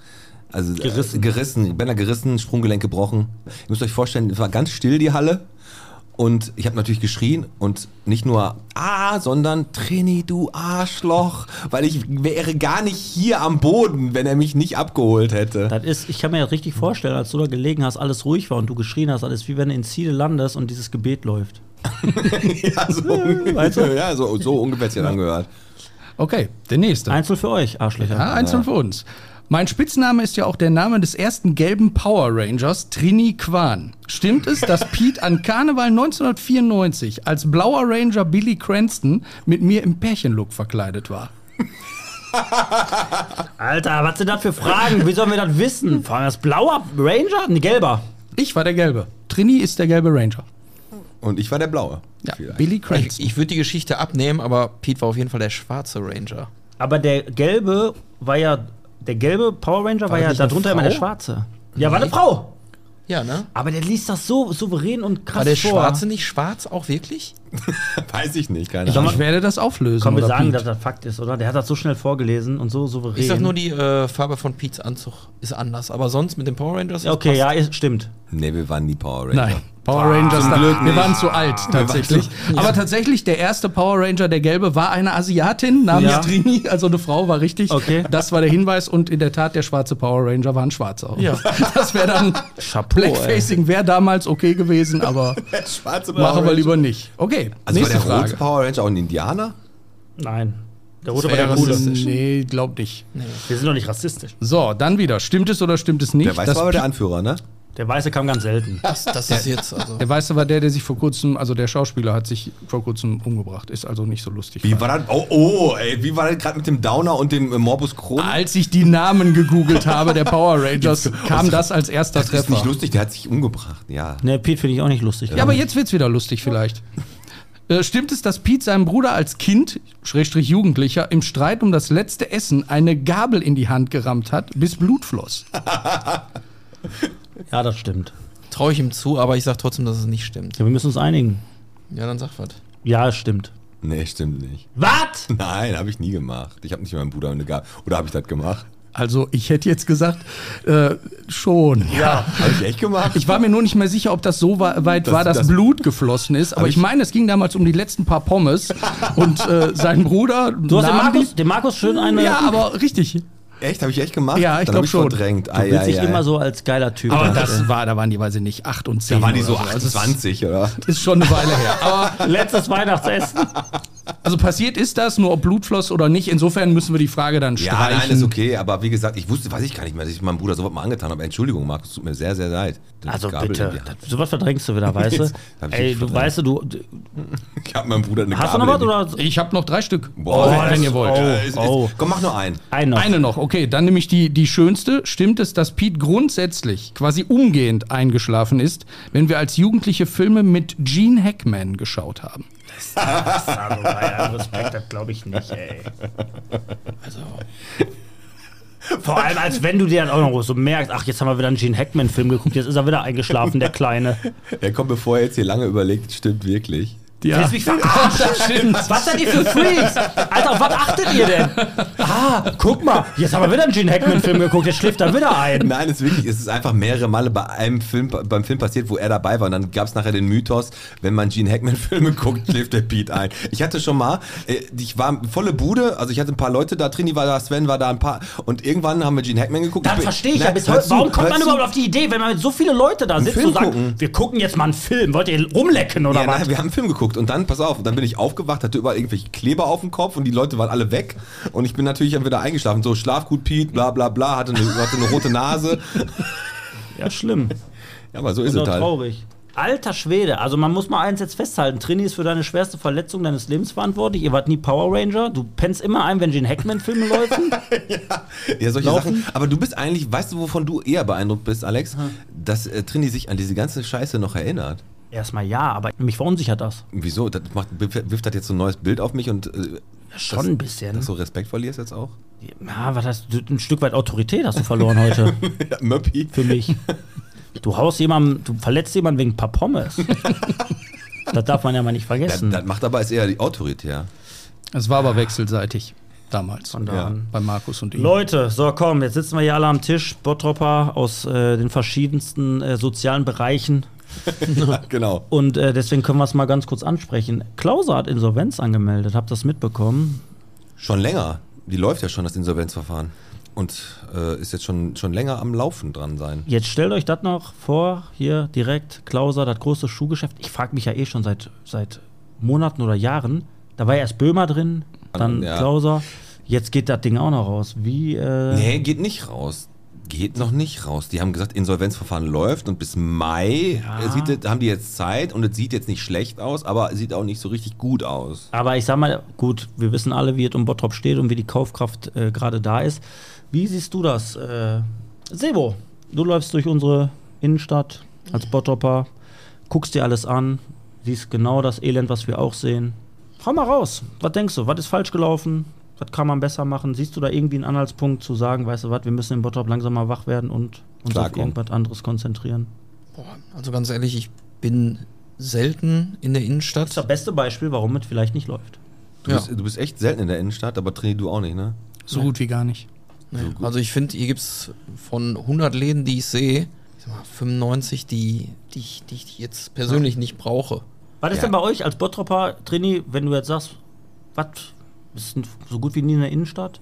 Speaker 2: Also gerissen. gerissen, Bänder gerissen, Sprunggelenk gebrochen. Ihr müsst euch vorstellen, es war ganz still, die Halle. Und ich habe natürlich geschrien und nicht nur ah, sondern Trini, du Arschloch, weil ich wäre gar nicht hier am Boden, wenn er mich nicht abgeholt hätte.
Speaker 3: Das ist, ich kann mir das richtig vorstellen, als du da gelegen hast, alles ruhig war und du geschrien hast, alles wie wenn du in Ziele landest und dieses Gebet läuft.
Speaker 2: ja, so, ungefähr, ja, so, so ungefähr hat's sich angehört.
Speaker 10: Okay, der nächste.
Speaker 3: Einzel für euch, Arschlöcher.
Speaker 10: Ja, einzeln für uns. Mein Spitzname ist ja auch der Name des ersten gelben Power Rangers, Trini Kwan. Stimmt es, dass Pete an Karneval 1994 als blauer Ranger Billy Cranston mit mir im Pärchenlook verkleidet war?
Speaker 3: Alter, was sind das für Fragen? Wie sollen wir das wissen? Vor allem das blauer Ranger? Nee, gelber.
Speaker 10: Ich war der gelbe. Trini ist der gelbe Ranger.
Speaker 2: Und ich war der blaue.
Speaker 10: Ja, Billy
Speaker 11: Ich, ich würde die Geschichte abnehmen, aber Pete war auf jeden Fall der schwarze Ranger.
Speaker 3: Aber der gelbe war ja, der gelbe Power Ranger war,
Speaker 11: War
Speaker 3: ja
Speaker 11: das nicht eine
Speaker 3: darunter immer der
Speaker 11: Frau?
Speaker 3: schwarze. Ja, war eine Frau.
Speaker 11: Ja, ne?
Speaker 3: Aber der liest das so souverän und krass
Speaker 11: War der
Speaker 3: vor.
Speaker 11: Schwarze nicht schwarz auch wirklich?
Speaker 2: Weiß ich nicht, keine
Speaker 3: Ich
Speaker 2: Ahnung.
Speaker 3: sag mal-
Speaker 10: werde das auflösen.
Speaker 3: Komm, wir
Speaker 10: oder
Speaker 3: sagen,
Speaker 10: Pete?
Speaker 3: dass das Fakt ist, oder? Der hat das so schnell vorgelesen und so souverän.
Speaker 11: Ich sag nur, die äh, Farbe von Pete's Anzug ist anders. Aber sonst mit den Power Rangers.
Speaker 3: Ja, okay, ja, ist, stimmt.
Speaker 2: Nee, wir waren nie Power Ranger.
Speaker 10: Nein. Power Rangers,
Speaker 2: Zum
Speaker 10: da,
Speaker 2: Glück
Speaker 10: wir
Speaker 2: nicht.
Speaker 10: waren zu alt
Speaker 2: Wir waren
Speaker 10: tatsächlich.
Speaker 2: zu-
Speaker 10: Aber tatsächlich, der erste Power Ranger, der gelbe, war eine Asiatin namens
Speaker 3: Ja.
Speaker 10: Trini, also eine Frau, war richtig.
Speaker 3: Okay.
Speaker 10: Das war der Hinweis und in der Tat, der schwarze Power Ranger war ein schwarzer.
Speaker 3: Ja.
Speaker 10: Das wäre dann,
Speaker 12: Oh,
Speaker 3: Chapeau,
Speaker 10: Blackfacing wäre damals okay gewesen, aber
Speaker 2: schwarze Power
Speaker 10: machen wir
Speaker 2: Ranger.
Speaker 10: lieber nicht. Okay,
Speaker 2: Also
Speaker 10: nächste
Speaker 2: war der rote
Speaker 10: Frage.
Speaker 2: Power Ranger auch ein Indianer?
Speaker 3: Nein. Der
Speaker 10: Das
Speaker 3: rote war der
Speaker 10: wäre
Speaker 3: coole.
Speaker 10: rassistisch. Nee, glaub nicht.
Speaker 3: Wir sind doch nicht rassistisch.
Speaker 10: So, dann wieder. Stimmt es oder stimmt es nicht?
Speaker 2: Der weiße
Speaker 10: dass
Speaker 2: war aber der
Speaker 10: Pi-
Speaker 2: Anführer, ne?
Speaker 3: Der Weiße kam ganz selten.
Speaker 11: Das, das ist jetzt also.
Speaker 10: Der Weiße war der, der sich vor kurzem, also der Schauspieler hat sich vor kurzem umgebracht. Ist also nicht so lustig.
Speaker 2: Wie war das? Oh, oh ey, wie war das gerade mit dem Downer und dem äh, Morbus Crohn?
Speaker 10: Als ich die Namen gegoogelt habe der Power Rangers, kam das als erster
Speaker 2: Also, Das ist
Speaker 10: Treffer.
Speaker 2: nicht lustig, der hat sich umgebracht, ja.
Speaker 3: Ne, Pete finde ich auch nicht lustig.
Speaker 10: Ja, aber jetzt wird's wieder lustig vielleicht. Äh, Stimmt es, dass Pete seinem Bruder als Kind, Schrägstrich Jugendlicher, im Streit um das letzte Essen eine Gabel in die Hand gerammt hat, bis Blut floss?
Speaker 3: Ja, das stimmt.
Speaker 11: Traue ich ihm zu, aber ich sag trotzdem, dass es nicht stimmt.
Speaker 3: Ja, wir müssen uns einigen.
Speaker 11: Ja, dann sag was.
Speaker 3: Ja, es stimmt.
Speaker 2: Nee, stimmt nicht.
Speaker 3: Was?
Speaker 2: Nein, habe ich nie gemacht. Ich habe nicht meinem Bruder eine Gabel. Oder habe ich das gemacht?
Speaker 10: Also ich hätte jetzt gesagt, äh, schon.
Speaker 2: Ja, habe ich echt gemacht.
Speaker 10: Ich war mir nur nicht mehr sicher, ob das so wa- weit
Speaker 2: Das-
Speaker 10: war, dass
Speaker 2: das-
Speaker 10: Blut geflossen ist. Aber
Speaker 2: Hab
Speaker 10: ich,
Speaker 2: ich-
Speaker 10: meine, es ging damals um die letzten paar Pommes. und äh, sein Bruder.
Speaker 3: Du hast dem
Speaker 10: nahm
Speaker 3: Markus, dem Markus schön eine.
Speaker 10: Ja, aber richtig.
Speaker 2: Echt? Habe ich echt gemacht?
Speaker 10: Ja, ich
Speaker 2: Dann hab
Speaker 10: glaub schon.
Speaker 2: verdrängt.
Speaker 3: Du
Speaker 2: Ei,
Speaker 3: willst
Speaker 2: ei,
Speaker 3: dich
Speaker 2: ei.
Speaker 3: immer so als geiler Typ.
Speaker 10: Aber
Speaker 3: darstellen.
Speaker 10: das war, da waren die, weiß ich nicht, 8 und 10.
Speaker 2: Da waren die so
Speaker 10: Also es
Speaker 2: 28, oder?
Speaker 10: ist schon eine Weile her. Aber
Speaker 3: Letztes Weihnachtsessen.
Speaker 10: also passiert ist das, nur ob Blut floss oder nicht. Insofern müssen wir die Frage dann
Speaker 2: Ja,
Speaker 10: streichen.
Speaker 2: nein, ist okay, aber wie gesagt, ich wusste, weiß ich gar nicht mehr, dass ich meinem Bruder sowas mal angetan habe. Entschuldigung, Markus, tut mir sehr, sehr leid. Die
Speaker 3: Also
Speaker 2: Gabel in
Speaker 3: bitte,
Speaker 2: die Hand.
Speaker 3: das- sowas verdrängst du wieder, weißt du?
Speaker 2: Jetzt hab ich
Speaker 3: Ey,
Speaker 2: echt
Speaker 3: du
Speaker 2: verdrängt.
Speaker 3: weißt du, du.
Speaker 2: Ich habe meinem Bruder eine
Speaker 3: Hast du
Speaker 2: Gabel.
Speaker 3: noch was
Speaker 2: in die-
Speaker 3: oder?
Speaker 10: Ich habe noch drei Stück. Oh,
Speaker 2: Boah,
Speaker 10: wenn ihr wollt.
Speaker 2: äh, ist- ist-
Speaker 3: oh.
Speaker 2: Komm, mach nur einen.
Speaker 3: Einen noch.
Speaker 10: Eine noch, okay, dann nämlich die, die schönste. Stimmt es, dass Pete grundsätzlich quasi umgehend eingeschlafen ist, wenn wir als Jugendliche Filme mit Gene Hackman geschaut haben?
Speaker 3: Also, ja, Respekt, das glaube ich nicht, ey. Also. Vor allem, als wenn du dir dann auch noch so merkst, ach, jetzt haben wir wieder einen Gene Hackman-Film geguckt, jetzt ist er wieder eingeschlafen, der Kleine.
Speaker 2: Ja, komm, bevor er jetzt hier lange überlegt, stimmt wirklich.
Speaker 10: Ja.
Speaker 3: Willst du mich verarschen?
Speaker 10: Das stimmt.
Speaker 3: Was seid ihr für Freaks? Alter, auf was achtet ihr denn? Ah, guck mal, jetzt haben wir wieder einen Gene Hackman-Film geguckt, jetzt schläft er wieder ein.
Speaker 2: Nein, es ist wirklich, es ist einfach mehrere Male bei einem Film, beim Film passiert, wo er dabei war. Und dann gab es nachher den Mythos, wenn man Gene Hackman-Filme guckt, schläft der Pete ein. Ich hatte schon mal, äh, ich war volle Bude, also ich hatte ein paar Leute da, Trini war da, Sven war da, ein paar. Und irgendwann haben wir Gene Hackman geguckt.
Speaker 3: Das
Speaker 2: bin-
Speaker 3: verstehe ich ja
Speaker 2: Nein,
Speaker 3: bis
Speaker 2: hör
Speaker 3: heute.
Speaker 2: zu,
Speaker 3: Warum kommt
Speaker 2: hör
Speaker 3: man
Speaker 2: zu.
Speaker 3: überhaupt auf die Idee, wenn man mit so viele Leute da sitzt
Speaker 2: Film
Speaker 3: und sagt,
Speaker 2: gucken.
Speaker 3: wir gucken jetzt mal einen Film, wollt ihr rumlecken oder
Speaker 2: Ja,
Speaker 3: was?
Speaker 2: nein, wir haben einen Film geguckt und dann, pass auf, und dann bin ich aufgewacht, hatte überall irgendwelche Kleber auf dem Kopf und die Leute waren alle weg und ich bin natürlich dann wieder eingeschlafen. So, schlaf gut, Pete, bla bla bla, hatte eine, hatte eine rote Nase.
Speaker 3: Ja, schlimm.
Speaker 2: Ja, aber so ist
Speaker 3: Ist doch
Speaker 2: es halt.
Speaker 3: traurig. Alter Schwede, also man muss mal eins jetzt festhalten. Trini ist für deine schwerste Verletzung deines Lebens verantwortlich. Ihr wart nie Power Ranger. Du pennst immer ein, wenn Gene Hackman-Filme laufen.
Speaker 2: Ja, solche
Speaker 3: Laufen.
Speaker 2: Sachen. Aber du bist eigentlich, weißt du, wovon du eher beeindruckt bist, Alex? Dass äh, Trini sich an diese ganze Scheiße noch erinnert.
Speaker 3: Erstmal ja, aber mich verunsichert das.
Speaker 2: Wieso? Das macht, wirft das jetzt so ein neues Bild auf mich und. Äh,
Speaker 3: Schon
Speaker 2: dass-
Speaker 3: ein bisschen.
Speaker 2: Dass du Respekt verlierst jetzt auch?
Speaker 3: Ja, was hast du? Ein Stück weit Autorität hast du verloren heute.
Speaker 2: Ja, Möppi.
Speaker 3: für mich. Du haust jemanden, du verletzt jemanden wegen ein paar Pommes. das darf man ja mal nicht
Speaker 2: Das,
Speaker 3: vergessen.
Speaker 2: das macht aber ist eher die autoritär.
Speaker 10: Es war aber wechselseitig damals.
Speaker 3: Von da an.
Speaker 10: Bei Markus und ihm.
Speaker 3: Leute, so komm, jetzt sitzen wir hier alle am Tisch. Bottropper aus äh, den verschiedensten äh, sozialen Bereichen.
Speaker 2: genau.
Speaker 3: Und äh, deswegen können wir es mal ganz kurz ansprechen. Klause hat Insolvenz angemeldet, habt ihr das mitbekommen?
Speaker 2: Schon länger. Die läuft ja schon, das Insolvenzverfahren. Und äh, ist jetzt schon, schon länger am Laufen dran sein.
Speaker 3: Jetzt stellt euch das noch vor, hier direkt, Klauser, das große Schuhgeschäft. Ich frage mich ja eh schon seit, seit Monaten oder Jahren. Da war ja erst Böhmer drin, dann
Speaker 2: Ja.
Speaker 3: Klauser. Jetzt geht das Ding auch noch raus. Wie, äh,
Speaker 2: Nee, geht nicht raus. Geht noch nicht raus. Die haben gesagt, Insolvenzverfahren läuft und bis Mai
Speaker 3: Ja.
Speaker 2: äh, sieht, haben die jetzt Zeit und es sieht jetzt nicht schlecht aus, aber es sieht auch nicht so richtig gut aus.
Speaker 3: Aber ich sag mal, gut, wir wissen alle, wie es um Bottrop steht und wie die Kaufkraft äh, gerade da ist. Wie siehst du das? Äh, Sebo, du läufst durch unsere Innenstadt als Bottropper, guckst dir alles an, siehst genau das Elend, was wir auch sehen. Hau mal raus. Was denkst du? Was ist falsch gelaufen? Was kann man besser machen? Siehst du da irgendwie einen Anhaltspunkt zu sagen, weißt du was, wir müssen in Bottrop langsam mal wach werden und uns auf
Speaker 11: Klarkommen.
Speaker 3: irgendwas anderes konzentrieren?
Speaker 11: Also ganz ehrlich, ich bin selten in der Innenstadt. Das ist
Speaker 3: das beste Beispiel, warum es vielleicht nicht läuft.
Speaker 2: Du,
Speaker 11: Ja.
Speaker 2: bist, du bist echt selten in der Innenstadt, aber Trini, du auch nicht, ne?
Speaker 10: So gut wie gar nicht.
Speaker 11: Nee. also ich finde, hier gibt es von 100 Läden, die ich sehe, ich sag mal, 95, die, die, ich, die ich jetzt persönlich nicht brauche.
Speaker 3: Was ist denn bei euch als Bottropper, Trini, wenn du jetzt sagst, was, wir sind so gut wie nie in der Innenstadt,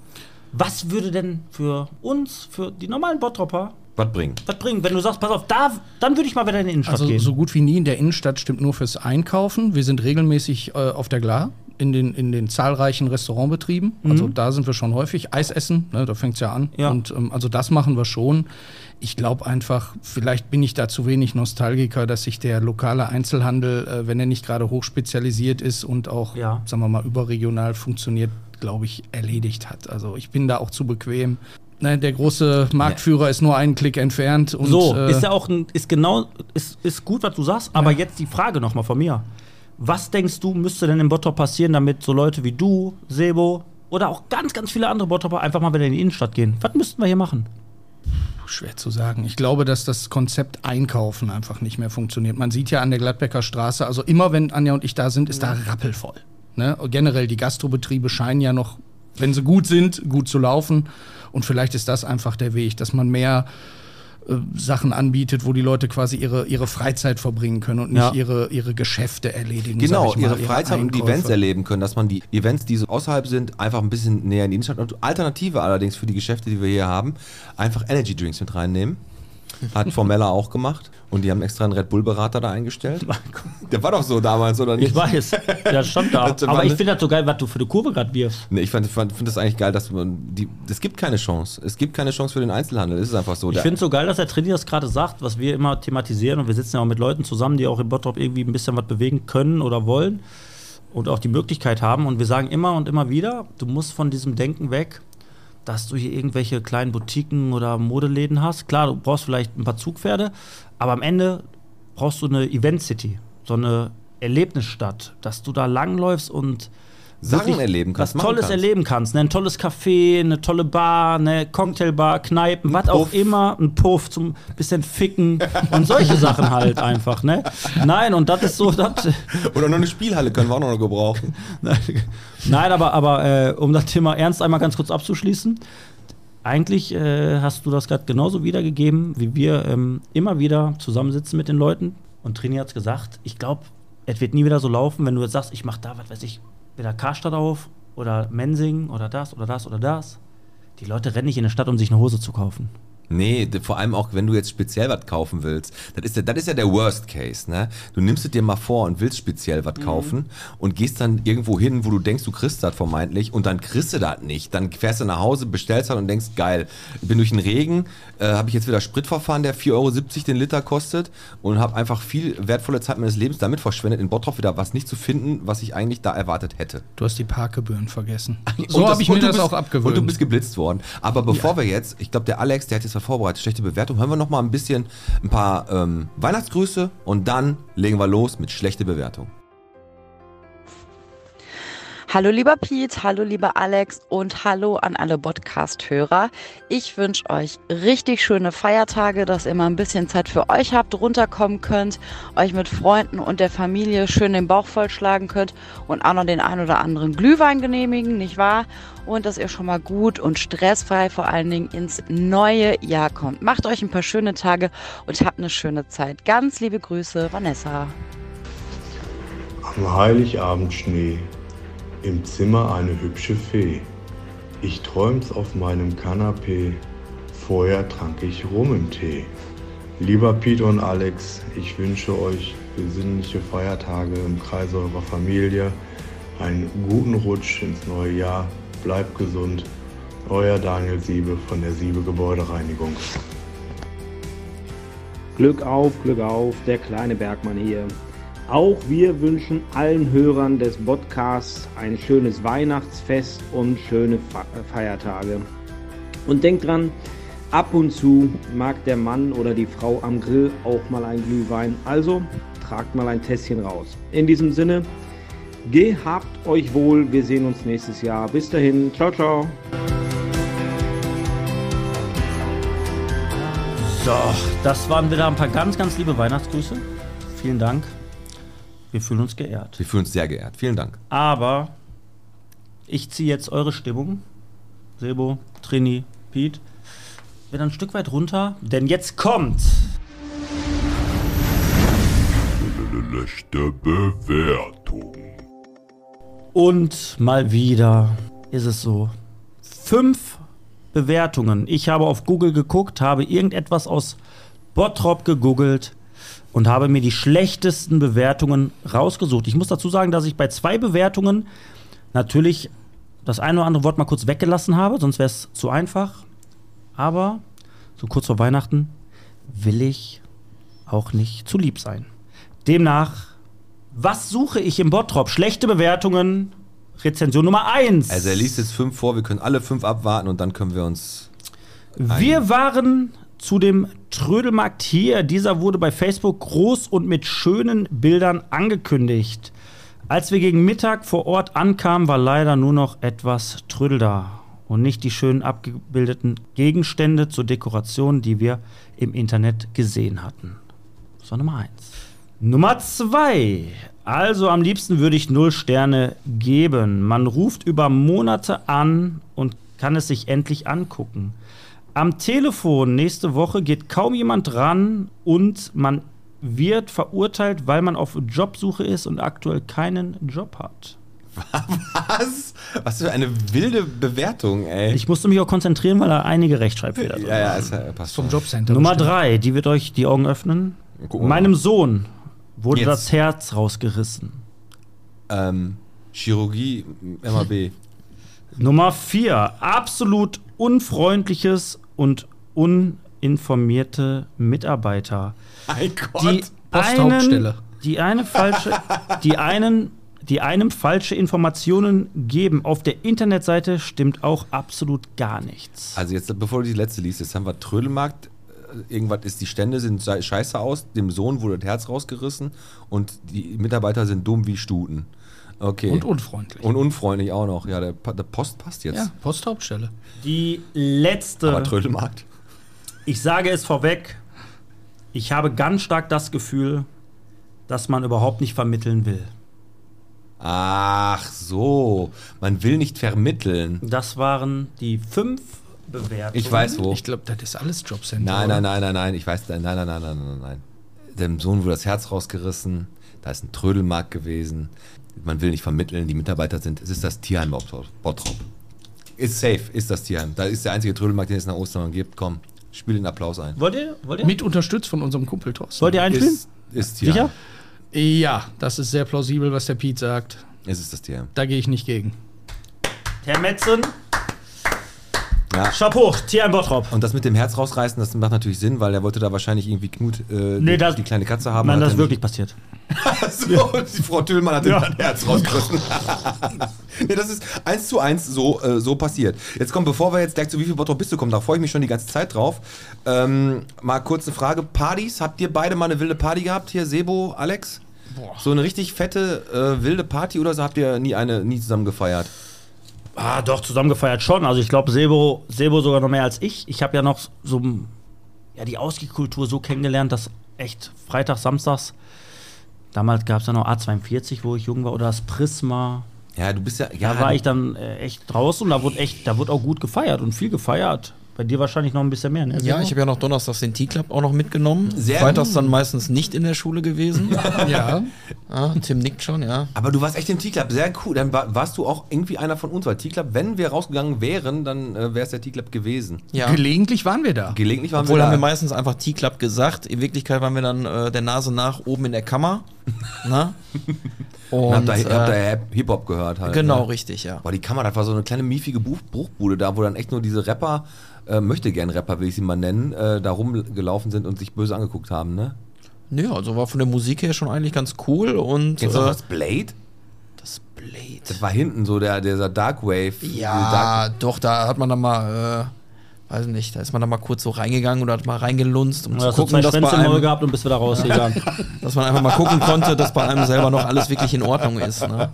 Speaker 3: was würde denn für uns, für die normalen Bottropper,
Speaker 2: Was bringen?
Speaker 3: was bringen, wenn du sagst, pass auf, da, dann würde ich mal wieder in die Innenstadt
Speaker 10: Also
Speaker 3: gehen.
Speaker 10: so gut wie nie in der Innenstadt stimmt nur fürs Einkaufen. Wir sind regelmäßig äh, auf der Glar in den, in den zahlreichen Restaurantbetrieben. Also
Speaker 3: Mhm.
Speaker 10: da sind wir schon häufig. Eis essen, ne, da fängt es ja an. Und ähm, also das machen wir schon. Ich glaube einfach, vielleicht bin ich da zu wenig Nostalgiker, dass sich der lokale Einzelhandel, äh, wenn er nicht gerade hochspezialisiert ist und auch, sagen wir mal, überregional funktioniert, glaube ich, erledigt hat. Also ich bin da auch zu bequem. Nein, der große Marktführer ist nur einen Klick entfernt. Und,
Speaker 3: so,
Speaker 10: äh,
Speaker 3: ist ja auch ein, ist genau, ist, ist gut, was du sagst, aber jetzt die Frage nochmal von mir. Was denkst du, müsste denn im Bottrop passieren, damit so Leute wie du, Sebo oder auch ganz, ganz viele andere Bottropper einfach mal wieder in die Innenstadt gehen? Was müssten wir hier machen?
Speaker 10: Schwer zu sagen. Ich glaube, dass das Konzept Einkaufen einfach nicht mehr funktioniert. Man sieht ja an der Gladbecker Straße, also immer wenn Anja und ich da sind, ist da rappelvoll. Ne? Generell, die Gastrobetriebe scheinen ja noch, wenn sie gut sind, gut zu laufen. Und vielleicht ist das einfach der Weg, dass man mehr äh, Sachen anbietet, wo die Leute quasi ihre, ihre Freizeit verbringen können und nicht
Speaker 2: Ja.
Speaker 10: ihre, ihre Geschäfte erledigen.
Speaker 2: Genau,
Speaker 10: sag ich mal,
Speaker 2: ihre Freizeit und
Speaker 10: Einkäufe.
Speaker 2: Events erleben können, dass man die Events, die so außerhalb sind, einfach ein bisschen näher in die Innenstadt. Und Alternative allerdings für die Geschäfte, die wir hier haben, einfach Energy Drinks mit reinnehmen. Hat Formella auch gemacht. Und die haben extra einen Red Bull-Berater da eingestellt. Der war doch so damals, oder nicht?
Speaker 3: Ich weiß, der stand da.
Speaker 2: Das war
Speaker 3: Aber ich
Speaker 2: eine-
Speaker 3: finde das so geil, was du für eine Kurve gerade wirfst.
Speaker 2: Nee, ich fand- fand- finde das eigentlich geil, dass man die. Es gibt keine Chance. Es gibt keine Chance für den Einzelhandel. Es ist einfach so.
Speaker 3: Ich
Speaker 2: Der-
Speaker 3: finde es so geil, dass der Trainer das gerade sagt, was wir immer thematisieren. Und wir sitzen ja auch mit Leuten zusammen, die auch im Bottrop irgendwie ein bisschen was bewegen können oder wollen und auch die Möglichkeit haben. Und wir sagen immer und immer wieder, du musst von diesem Denken weg, dass du hier irgendwelche kleinen Boutiquen oder Modeläden hast. Klar, du brauchst vielleicht ein paar Zugpferde, aber am Ende brauchst du eine Event City, so eine Erlebnisstadt, dass du da langläufst und
Speaker 2: Sachen
Speaker 3: wirklich
Speaker 2: erleben kannst,
Speaker 3: was
Speaker 2: machen
Speaker 3: Tolles
Speaker 2: kannst.
Speaker 3: erleben kannst. Ne? Ein tolles Café, eine tolle Bar, eine Cocktailbar, Kneipen, was auch
Speaker 2: Puff.
Speaker 3: immer, ein Puff zum bisschen ficken und solche Sachen halt einfach. Ne? Nein, und das ist so, das.
Speaker 2: Oder noch eine Spielhalle können wir auch noch gebrauchen.
Speaker 3: Nein, aber, aber äh, um das Thema ernst einmal ganz kurz abzuschließen. Eigentlich äh, hast du das gerade genauso wiedergegeben, wie wir ähm, immer wieder zusammensitzen mit den Leuten. Und Trini hat es gesagt, ich glaube, es wird nie wieder so laufen, wenn du jetzt sagst, ich mache da, was weiß ich, wieder Karstadt auf oder Mensing oder das oder das oder das. Die Leute rennen nicht in der Stadt, um sich eine Hose zu kaufen.
Speaker 2: Nee, d- vor allem auch, wenn du jetzt speziell was kaufen willst. Das ist, ja, das ist ja der Worst Case, ne? Du nimmst es dir mal vor und willst speziell was kaufen und gehst dann irgendwo hin, wo du denkst, du kriegst das vermeintlich und dann kriegst du das nicht. Dann fährst du nach Hause, bestellst das und denkst, geil, bin durch den Regen, äh, habe ich jetzt wieder Spritverfahren, der 4,70 Euro den Liter kostet und habe einfach viel wertvolle Zeit meines Lebens damit verschwendet, in Bottrop wieder was nicht zu finden, was ich eigentlich da erwartet hätte.
Speaker 10: Du hast die Parkgebühren vergessen.
Speaker 2: Und
Speaker 10: So
Speaker 2: das-
Speaker 10: habe ich
Speaker 2: und
Speaker 10: mir
Speaker 2: du
Speaker 10: das
Speaker 2: bist,
Speaker 10: auch abgewöhnt.
Speaker 2: Und du bist geblitzt worden. Aber bevor wir jetzt, ich glaube, der Alex, der hat jetzt was vorbereitet, schlechte Bewertung. Hören wir noch mal ein bisschen, ein paar ähm, Weihnachtsgrüße und dann legen wir los mit schlechte Bewertung.
Speaker 20: Hallo lieber Pete, hallo lieber Alex und hallo an alle Podcast-Hörer. Ich wünsche euch richtig schöne Feiertage, dass ihr mal ein bisschen Zeit für euch habt, runterkommen könnt, euch mit Freunden und der Familie schön den Bauch vollschlagen könnt und auch noch den ein oder anderen Glühwein genehmigen, nicht wahr? Und dass ihr schon mal gut und stressfrei vor allen Dingen ins neue Jahr kommt. Macht euch ein paar schöne Tage und habt eine schöne Zeit. Ganz liebe Grüße, Vanessa.
Speaker 21: Am Heiligabend Schnee, im Zimmer eine hübsche Fee. Ich träum's auf meinem Kanapee, vorher trank ich Rum im Tee. Lieber Pete und Alex, ich wünsche euch besinnliche Feiertage im Kreise eurer Familie, einen guten Rutsch ins neue Jahr, bleibt gesund. Euer Daniel Siebe von der Siebe Gebäudereinigung.
Speaker 22: Glück auf, Glück auf, der kleine Bergmann hier. Auch wir wünschen allen Hörern des Podcasts ein schönes Weihnachtsfest und schöne Fe- äh, Feiertage. Und denkt dran, ab und zu mag der Mann oder die Frau am Grill auch mal ein Glühwein. Also tragt mal ein Tässchen raus. In diesem Sinne, gehabt euch wohl. Wir sehen uns nächstes Jahr. Bis dahin. Ciao, ciao.
Speaker 3: So, das waren wieder ein paar ganz, ganz liebe Weihnachtsgrüße. Vielen Dank. Wir fühlen uns geehrt.
Speaker 2: Wir fühlen uns sehr geehrt. Vielen Dank.
Speaker 3: Aber ich ziehe jetzt eure Stimmung, Sebo, Trini, Pete, wieder ein Stück weit runter, denn jetzt kommt
Speaker 12: Schlechte Bewertung.
Speaker 3: und mal wieder ist es so. Fünf Bewertungen. Ich habe auf Google geguckt, habe irgendetwas aus Bottrop gegoogelt und habe mir die schlechtesten Bewertungen rausgesucht. Ich muss dazu sagen, dass ich bei zwei Bewertungen natürlich das eine oder andere Wort mal kurz weggelassen habe, sonst wäre es zu einfach. Aber so kurz vor Weihnachten will ich auch nicht zu lieb sein. Demnach, was suche ich im Bottrop? Schlechte Bewertungen, Rezension Nummer 1.
Speaker 2: Also er liest jetzt fünf vor, wir können alle fünf abwarten und dann können wir uns.
Speaker 3: Wir waren zu dem Trödelmarkt hier. Dieser wurde bei Facebook groß und mit schönen Bildern angekündigt. Als wir gegen Mittag vor Ort ankamen, war leider nur noch etwas Trödel da und nicht die schönen abgebildeten Gegenstände zur Dekoration, die wir im Internet gesehen hatten. Das war Nummer 1. Nummer 2. Also am liebsten würde ich 0 Sterne geben. Man ruft über Monate an und kann es sich endlich angucken. Am Telefon nächste Woche geht kaum jemand ran und man wird verurteilt, weil man auf Jobsuche ist und aktuell keinen Job hat.
Speaker 2: Was? Was für eine wilde Bewertung, ey.
Speaker 3: Ich musste mich auch konzentrieren, weil da einige Rechtschreibfehler drin
Speaker 2: Ja, ja,
Speaker 3: waren.
Speaker 2: ist ja- passt
Speaker 3: Vom
Speaker 2: schon.
Speaker 3: Jobcenter. Nummer drei, die wird euch die Augen öffnen.
Speaker 2: Gucken wir mal.
Speaker 3: Meinem Sohn wurde
Speaker 2: Jetzt.
Speaker 3: das Herz rausgerissen.
Speaker 2: Ähm, Chirurgie, MAB.
Speaker 3: Nummer 4. Absolut unfreundliches und uninformierte Mitarbeiter.
Speaker 2: Mein Gott.
Speaker 3: Die
Speaker 10: Posthauptstelle.
Speaker 3: einen, die eine falsche, die einen, die einem falsche Informationen geben. Auf der Internetseite stimmt auch absolut gar nichts.
Speaker 2: Also jetzt, bevor du die letzte liest, jetzt haben wir Trödelmarkt. äh, Irgendwas ist, die Stände sehen sei- scheiße aus, dem Sohn wurde das Herz rausgerissen und die Mitarbeiter sind dumm wie Stuten. Okay.
Speaker 10: Und unfreundlich.
Speaker 2: Und unfreundlich auch noch. Ja, der, Pa- der Post passt jetzt.
Speaker 10: Ja, Posthauptstelle.
Speaker 3: Die letzte.
Speaker 2: Aber Trödelmarkt.
Speaker 3: Ich sage es vorweg. Ich habe ganz stark das Gefühl, dass man überhaupt nicht vermitteln will.
Speaker 2: Ach so, man will nicht vermitteln.
Speaker 3: Das waren die fünf Bewertungen.
Speaker 2: Ich weiß wo.
Speaker 10: Ich glaube, das ist alles Jobcenter.
Speaker 2: Nein,
Speaker 10: oder?
Speaker 2: nein, nein, nein, nein, ich weiß, nein, nein, nein, nein, nein, nein, nein. Dem Sohn wurde das Herz rausgerissen, da ist ein Trödelmarkt gewesen. Man will nicht vermitteln, die Mitarbeiter sind, es ist das Tierheim Bottrop. Bottrop. Ist safe, ist das Tierheim. Da ist der einzige Trödelmarkt, den es nach Ostern gibt. Komm, spiel den Applaus ein.
Speaker 3: Wollt ihr? Wollt ihr?
Speaker 10: Mit unterstützt von unserem Kumpel Thorsten.
Speaker 3: Wollt ihr einspielen?
Speaker 2: Ist- ist Tierheim. Sicher?
Speaker 10: Ja, das ist sehr plausibel, was der Pete sagt.
Speaker 2: Es ist das Tierheim.
Speaker 10: Da gehe ich nicht gegen.
Speaker 3: Herr Metzen,
Speaker 2: Ja.
Speaker 3: Chapeau, Tierheim Bottrop.
Speaker 2: Und das mit dem Herz rausreißen, das macht natürlich Sinn, weil er wollte da wahrscheinlich irgendwie Knut, äh,
Speaker 3: Nee,
Speaker 2: die-
Speaker 3: das-
Speaker 2: die kleine Katze haben.
Speaker 3: nein,
Speaker 2: hat
Speaker 3: das
Speaker 2: er
Speaker 3: ist wirklich passiert.
Speaker 2: so, und die Frau Tüllmann hat ihm
Speaker 3: Ja.
Speaker 2: das Herz rausgerissen. nee, das ist eins zu eins so, äh, so passiert. Jetzt kommt, bevor wir jetzt gleich zu wie viel Bottrop bist du kommen, da freue ich mich schon die ganze Zeit drauf. Ähm, mal kurz eine Frage. Partys, habt ihr beide mal eine wilde Party gehabt hier, Sebo, Alex? So eine richtig fette, äh, wilde Party oder so habt ihr nie eine nie zusammen gefeiert?
Speaker 3: Ah, doch, zusammengefeiert schon. Also ich glaube, Sebo, Sebo sogar noch mehr als ich. Ich habe ja noch so m- ja, die Ausgehkultur so kennengelernt, dass echt Freitag, Samstags, damals gab es ja noch A42, wo ich jung war, oder das Prisma.
Speaker 2: Ja, du bist ja.
Speaker 3: Da war ich dann äh, echt draußen und da wurde echt, da wurde auch gut gefeiert und viel gefeiert. Bei dir wahrscheinlich noch ein bisschen mehr, ne?
Speaker 11: Ja,
Speaker 3: Sebo?
Speaker 11: ich habe ja noch donnerstags den T-Club auch noch mitgenommen.
Speaker 3: Sehr
Speaker 11: Freitags
Speaker 3: gut.
Speaker 11: dann meistens nicht in der Schule gewesen. ja. Ah, Tim nickt schon, ja.
Speaker 2: Aber du warst echt im T-Club, sehr cool. Dann war, warst du auch irgendwie einer von uns, weil T-Club, wenn wir rausgegangen wären, dann äh, wäre es der T-Club gewesen.
Speaker 11: Ja. Gelegentlich waren wir da.
Speaker 2: Gelegentlich waren
Speaker 11: Obwohl
Speaker 2: wir da.
Speaker 11: haben wir meistens einfach T-Club gesagt. In Wirklichkeit waren wir dann äh, der Nase nach oben in der Kammer. Na?
Speaker 2: Und habt da,
Speaker 11: äh,
Speaker 2: habt da Hip- Hip-Hop gehört halt.
Speaker 11: Genau, richtig, ja.
Speaker 2: Boah, die Kammer, das war so eine kleine miefige Buch Bruchbude da, wo dann echt nur diese Rapper, äh, möchte gern Rapper, will ich sie mal nennen, äh, da rumgelaufen sind und sich böse angeguckt haben, ne?
Speaker 11: Nö, also war von der Musik her schon eigentlich ganz cool und. äh,
Speaker 2: Kennst du noch das Blade?
Speaker 11: Das Blade.
Speaker 2: Das war hinten so der, dieser Dark Wave. diese Dark
Speaker 11: Ja, Ah, doch, da hat man dann mal, äh, weiß nicht, da ist man dann mal kurz so reingegangen oder hat mal reingelunzt, um
Speaker 3: Ja,
Speaker 11: zu
Speaker 3: hast du
Speaker 11: gucken,
Speaker 3: zwei
Speaker 11: dass, bei
Speaker 3: Schwänze im Maul
Speaker 11: einem,
Speaker 3: gehabt und bist wieder rausgegangen.
Speaker 11: dass man einfach mal gucken konnte, dass bei einem selber noch alles wirklich in Ordnung ist. Ne?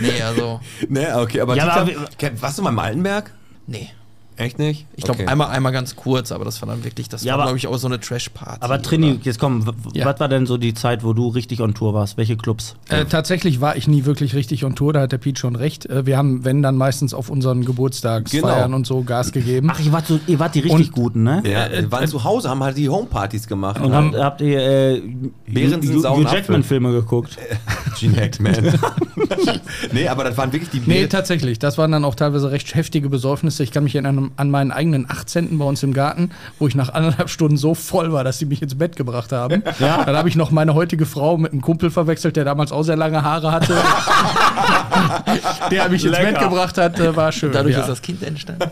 Speaker 11: Nee, also.
Speaker 2: Ne, okay, aber
Speaker 11: Ja,
Speaker 2: T-Club-
Speaker 11: aber
Speaker 2: Ken- warst du mal im Altenberg?
Speaker 11: Nee.
Speaker 2: Echt nicht?
Speaker 11: Ich glaube,
Speaker 2: Okay.
Speaker 11: einmal, einmal ganz kurz, aber das war dann wirklich, das
Speaker 3: Ja,
Speaker 11: war,
Speaker 3: aber-
Speaker 11: glaube ich, auch so eine Trash-Party.
Speaker 3: Aber Trini, jetzt komm, w- w-
Speaker 11: Ja.
Speaker 3: was war denn so die Zeit, wo du richtig on Tour warst? Welche Clubs?
Speaker 10: Äh, tatsächlich war ich nie wirklich richtig on Tour, da hat der Pete schon recht. Äh, wir haben, wenn, dann meistens auf unseren Geburtstagsfeiern
Speaker 2: Genau.
Speaker 10: und so Gas gegeben. Äh, Ach,
Speaker 3: ihr wart, so, ihr wart die richtig guten, ne?
Speaker 2: Ja, wir waren zu Hause, haben halt die Homepartys gemacht.
Speaker 3: Und habt, habt ihr äh,
Speaker 2: Beeren sind
Speaker 3: Hugh-
Speaker 2: sauer
Speaker 3: Hugh
Speaker 2: und
Speaker 3: Jackman
Speaker 2: Apfel.
Speaker 3: Filme geguckt?
Speaker 2: Gene Hackman. nee, aber das waren wirklich die
Speaker 10: Nee, tatsächlich. Das waren dann auch teilweise recht heftige Besäufnisse. Ich kann mich erinnern an meinen eigenen 18. bei uns im Garten, wo ich nach anderthalb Stunden so voll war, dass sie mich ins Bett gebracht haben.
Speaker 5: Ja.
Speaker 10: Dann habe ich noch meine heutige Frau mit einem Kumpel verwechselt, der damals auch sehr lange Haare hatte. der mich ins
Speaker 11: Lecker.
Speaker 10: Bett gebracht hat, äh, war schön.
Speaker 11: Dadurch
Speaker 10: ja.
Speaker 11: ist das Kind entstanden.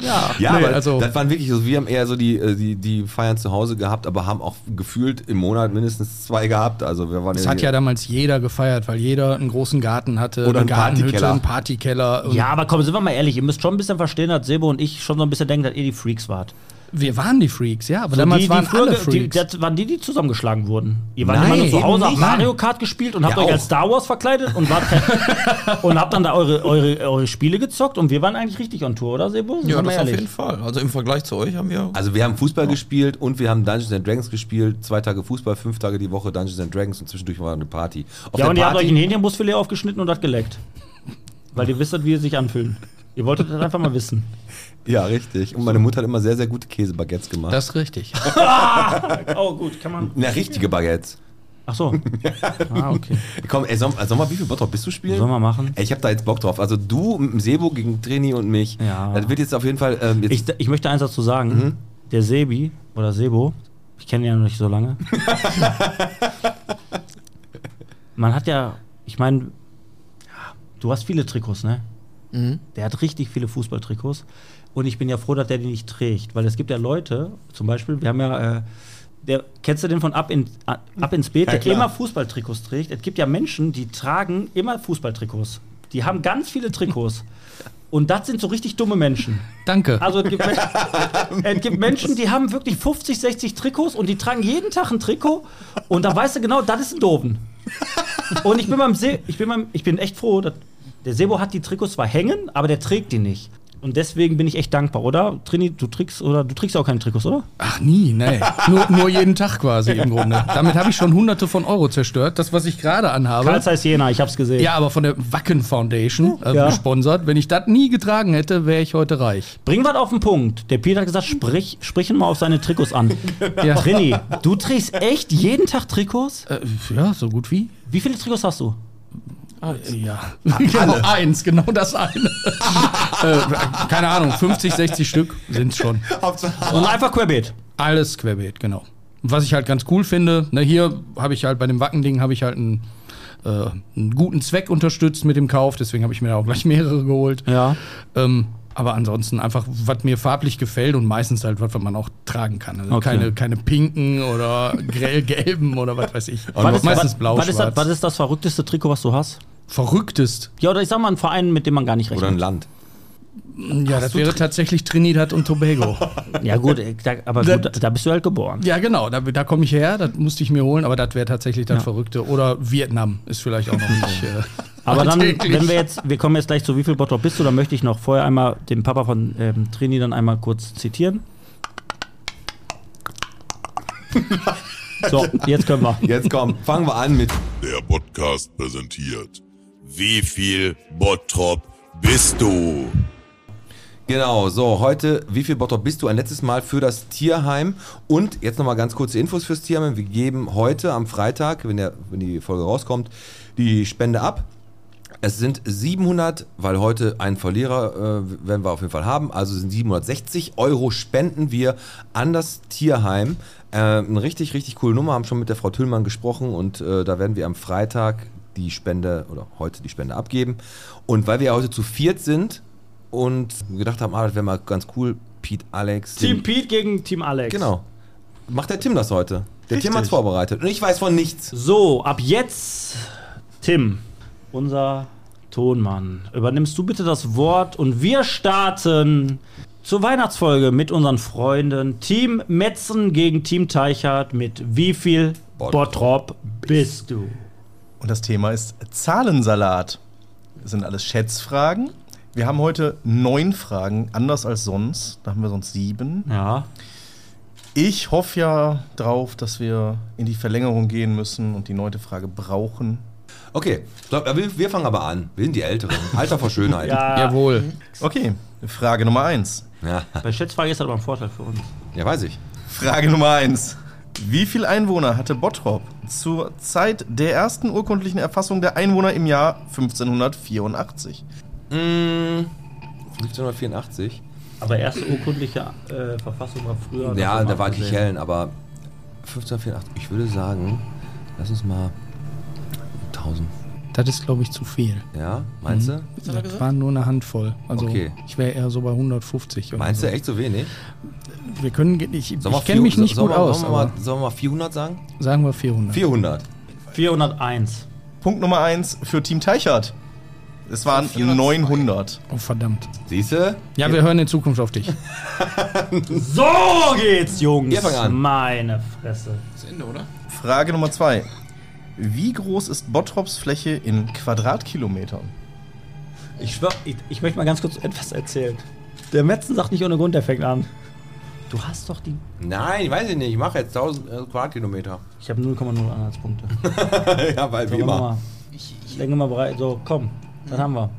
Speaker 2: Ja,
Speaker 10: Nee,
Speaker 2: aber
Speaker 10: also-
Speaker 2: das waren wirklich so, wir haben eher so die, äh, die, die Feiern zu Hause gehabt, aber haben auch gefühlt im Monat mindestens zwei gehabt. Also wir waren
Speaker 10: Das hat ja damals jeder gefeiert, weil jeder einen großen Garten hatte, eine
Speaker 2: Oder einen
Speaker 10: Gartenhütte,
Speaker 2: Partykeller.
Speaker 10: einen Partykeller. Und
Speaker 3: Ja, aber komm, sind wir mal ehrlich, ihr müsst schon ein bisschen verstehen, dass Sebo und ich schon so ein bisschen denken, dass ihr die Freaks wart.
Speaker 10: Wir waren die Freaks, ja, aber damals waren alle
Speaker 3: Die,
Speaker 10: Freaks.
Speaker 3: das waren die, die zusammengeschlagen wurden. Ihr wart
Speaker 10: Nein,
Speaker 3: immer nur zu
Speaker 10: eben
Speaker 3: Hause, habt
Speaker 10: nicht.
Speaker 3: Mario Kart gespielt und habt
Speaker 10: Ja,
Speaker 3: euch
Speaker 10: auch.
Speaker 3: als Star Wars verkleidet und, wart und habt dann da eure, eure, eure Spiele gezockt und wir waren eigentlich richtig on Tour, oder Sebo? Sind
Speaker 11: Ja,
Speaker 3: Hm, wir mal
Speaker 11: das auf
Speaker 3: ehrlich?
Speaker 11: jeden Fall. Also im Vergleich zu euch haben wir.
Speaker 2: Also wir haben Fußball gespielt und wir haben Dungeons and Dragons gespielt. Zwei Tage Fußball, fünf Tage die Woche Dungeons and Dragons und zwischendurch war eine Party. Auf
Speaker 3: ja,
Speaker 2: der
Speaker 3: und ihr habt
Speaker 2: Party-
Speaker 3: euch ein Hähnchenbrustfilet aufgeschnitten und das geleckt. Weil ihr wisst, wie es sich anfühlt. Ihr wolltet das einfach mal wissen.
Speaker 2: ja, richtig. Und meine Mutter hat immer sehr, sehr gute Käsebaguettes
Speaker 3: Ne?
Speaker 2: gemacht.
Speaker 10: Das ist richtig.
Speaker 3: oh, gut, kann man.
Speaker 2: Na, richtige Baguettes.
Speaker 3: Ach so. Ah, okay.
Speaker 2: Komm, ey, sollen soll wir wie viel Bock drauf bist du spielen?
Speaker 3: Sollen wir machen?
Speaker 2: Ey, ich hab da jetzt Bock drauf. Also du, mit dem Sebo gegen Trini und mich. Ja. Das wird jetzt auf jeden Fall. Ähm, jetzt
Speaker 3: Ich, ich möchte eins dazu sagen.
Speaker 10: Mhm.
Speaker 3: Der Sebi oder Sebo, ich kenne ihn ja noch nicht so lange. Man hat ja, ich meine, ja, du hast viele Trikots, ne?
Speaker 10: Mhm.
Speaker 3: Der hat richtig viele Fußballtrikots. Und ich bin ja froh, dass der die nicht trägt. Weil es gibt ja Leute, zum Beispiel, wir haben ja, äh, der, kennst du den von Ab, in, Ab ins Beet,
Speaker 2: Ja,
Speaker 3: der
Speaker 2: klar.
Speaker 3: immer Fußballtrikots trägt? Es gibt ja Menschen, die tragen immer Fußballtrikots. Die haben ganz viele Trikots. Und das sind so richtig dumme Menschen.
Speaker 10: Danke.
Speaker 3: Also es gibt, es gibt Menschen, die haben wirklich 50, 60 Trikots und die tragen jeden Tag ein Trikot und da weißt du genau, das ist ein Doofen. Und ich bin beim Se ich bin beim, ich bin echt froh, dass der Sebo hat die Trikots zwar hängen, aber der trägt die nicht. Und deswegen bin ich echt dankbar, oder? Trini, du trägst oder du trägst auch keine Trikots, oder?
Speaker 10: Ach nie, ne? nee. nur, nur jeden Tag quasi im Grunde. Damit habe ich schon hunderte von Euro zerstört. Das, was ich gerade anhabe.
Speaker 3: Karls heißt Jena, ich hab's gesehen.
Speaker 10: Ja, aber von der Wacken Foundation äh,
Speaker 3: Ja.
Speaker 10: gesponsert. Wenn ich das nie getragen hätte, wäre ich heute reich.
Speaker 3: Bring was auf den Punkt. Der Peter hat gesagt, sprich, sprich ihn mal auf seine Trikots an.
Speaker 10: Ja. Äh,
Speaker 3: Trini, du trägst echt jeden Tag Trikots?
Speaker 10: ja, so gut wie.
Speaker 3: Wie viele Trikots hast du?
Speaker 10: Äh, Ja. Genau eins, genau das eine. äh, keine Ahnung, 50, 60 Stück sind es schon.
Speaker 3: Und Also einfach querbeet.
Speaker 10: Alles querbeet, genau. Und was ich halt ganz cool finde, ne, hier habe ich halt bei dem Wackending habe ich halt einen, äh, einen guten Zweck unterstützt mit dem Kauf, deswegen habe ich mir da auch gleich mehrere geholt.
Speaker 3: Ja.
Speaker 10: Ähm, aber ansonsten einfach, was mir farblich gefällt und meistens halt, was was man auch tragen kann. Also
Speaker 3: Okay.
Speaker 10: keine, keine pinken oder grellgelben oder was weiß ich.
Speaker 3: Was ist,
Speaker 10: meistens
Speaker 3: was,
Speaker 10: blau,
Speaker 3: was, ist das,
Speaker 10: schwarz.
Speaker 3: was ist das verrückteste Trikot, was du hast?
Speaker 10: Verrücktest?
Speaker 3: Ja, oder ich sag mal, ein Verein, mit dem man gar nicht rechnet. Oder ein
Speaker 2: Land.
Speaker 10: Ja, das wäre tatsächlich Trinidad und Tobago.
Speaker 3: Ja, gut, äh, da, aber gut, da,
Speaker 10: Das-
Speaker 3: da bist du halt geboren.
Speaker 10: Ja, genau, da, da komme ich her, das musste ich mir holen, aber das wäre tatsächlich das
Speaker 3: Ja.
Speaker 10: Verrückte. Oder Vietnam ist vielleicht auch noch nicht. Äh,
Speaker 3: Aber dann,
Speaker 10: alltäglich.
Speaker 3: wenn wir jetzt, wir kommen jetzt gleich zu wie viel Bottrop bist du, dann möchte ich noch vorher einmal den Papa von ähm, Trini dann einmal kurz zitieren. So, jetzt können wir.
Speaker 2: Jetzt komm, fangen wir an mit.
Speaker 1: Der Podcast präsentiert. Wie viel Bottrop bist du?
Speaker 2: Genau, so, heute, wie viel Bottrop bist du? Ein letztes Mal für das Tierheim. Und jetzt nochmal ganz kurze Infos fürs Tierheim. Wir geben heute am Freitag, wenn, der, wenn die Folge rauskommt, die Spende ab. Es sind 700, weil heute einen Verlierer äh, werden wir auf jeden Fall haben. Also sind 760 Euro spenden wir an das Tierheim. Äh, eine richtig, richtig coole Nummer. Haben schon mit der Frau Tüllmann gesprochen und äh, da werden wir am Freitag die Spende oder heute die Spende abgeben. Und weil wir ja heute zu viert sind und gedacht haben, ah, das wäre mal ganz cool, Pete, Alex.
Speaker 3: Team
Speaker 2: den-
Speaker 3: Pete gegen Team Alex.
Speaker 2: Genau. Macht der Tim das heute? Der
Speaker 3: Richtig.
Speaker 2: Tim hat's vorbereitet und ich weiß von nichts.
Speaker 3: So, ab jetzt, Tim, unser Tonmann, übernimmst du bitte das Wort und wir starten zur Weihnachtsfolge mit unseren Freunden Team Metzen gegen Team Teichert mit wie viel Bottrop bist du?
Speaker 12: Und das Thema ist Zahlensalat. Das sind alles Schätzfragen. Wir haben heute neun Fragen, anders als sonst. Da haben wir sonst sieben.
Speaker 3: Ja.
Speaker 12: Ich hoffe ja drauf, dass wir in die Verlängerung gehen müssen und die neunte Frage brauchen.
Speaker 2: Okay, wir, fangen aber an. Wir sind die Älteren. Alter vor Schönheit.
Speaker 12: Ja.
Speaker 10: Jawohl.
Speaker 12: Okay, Frage Nummer eins.
Speaker 3: Bei Schätzfrage ist das aber ein Vorteil für uns.
Speaker 2: Ja, weiß ich.
Speaker 12: Frage Nummer eins: Wie viele Einwohner hatte Bottrop zur Zeit der ersten urkundlichen Erfassung der Einwohner im Jahr 1584?
Speaker 2: Hm, 1584.
Speaker 3: Aber erste urkundliche äh, Verfassung war früher.
Speaker 2: Ja,
Speaker 3: das
Speaker 2: da war
Speaker 3: abgesehen.
Speaker 2: Kichellen, aber 1584, ich würde sagen, lass uns mal 1000.
Speaker 10: Das ist, glaube ich, zu viel.
Speaker 2: Ja, meinst
Speaker 10: Mhm.
Speaker 2: du?
Speaker 10: Das waren nur eine Handvoll. Also
Speaker 2: Okay.
Speaker 10: ich wäre eher so bei 150. oder
Speaker 2: Meinst du
Speaker 10: so.
Speaker 2: echt so wenig?
Speaker 10: Wir können, ge- ich,
Speaker 2: Sollen wir
Speaker 10: ich kenne mich
Speaker 2: vier-
Speaker 10: nicht
Speaker 2: sollen
Speaker 10: gut
Speaker 2: wir-
Speaker 10: aus.
Speaker 2: Sollen wir,
Speaker 10: Aber
Speaker 2: mal, sollen wir mal 400 sagen?
Speaker 10: sagen wir 400.
Speaker 2: 400.
Speaker 3: 401.
Speaker 12: Punkt Nummer 1 für Team Teichert. Es waren 900.
Speaker 10: Oh, verdammt.
Speaker 2: Siehste?
Speaker 10: Ja, wir hören in Zukunft auf dich.
Speaker 3: So geht's, Jungs.
Speaker 12: Ihr fangt an.
Speaker 3: Meine Fresse.
Speaker 11: Das Ende, oder?
Speaker 12: Frage Nummer 2. Wie groß ist Bottrops Fläche in Quadratkilometern?
Speaker 3: Ich schwör, ich, ich möchte mal ganz kurz etwas erzählen. Der Metzen sagt nicht ohne Grund, der fängt an. Du hast doch die.
Speaker 2: Nein, weiß ich nicht. Ich mache jetzt 1000 äh, Quadratkilometer.
Speaker 3: Ich habe 0,0 Anhaltspunkte.
Speaker 2: ja, weil
Speaker 3: So,
Speaker 2: wie
Speaker 3: warte
Speaker 2: immer.
Speaker 3: Mal. Ich denke mal bereit. So, komm, dann haben wir.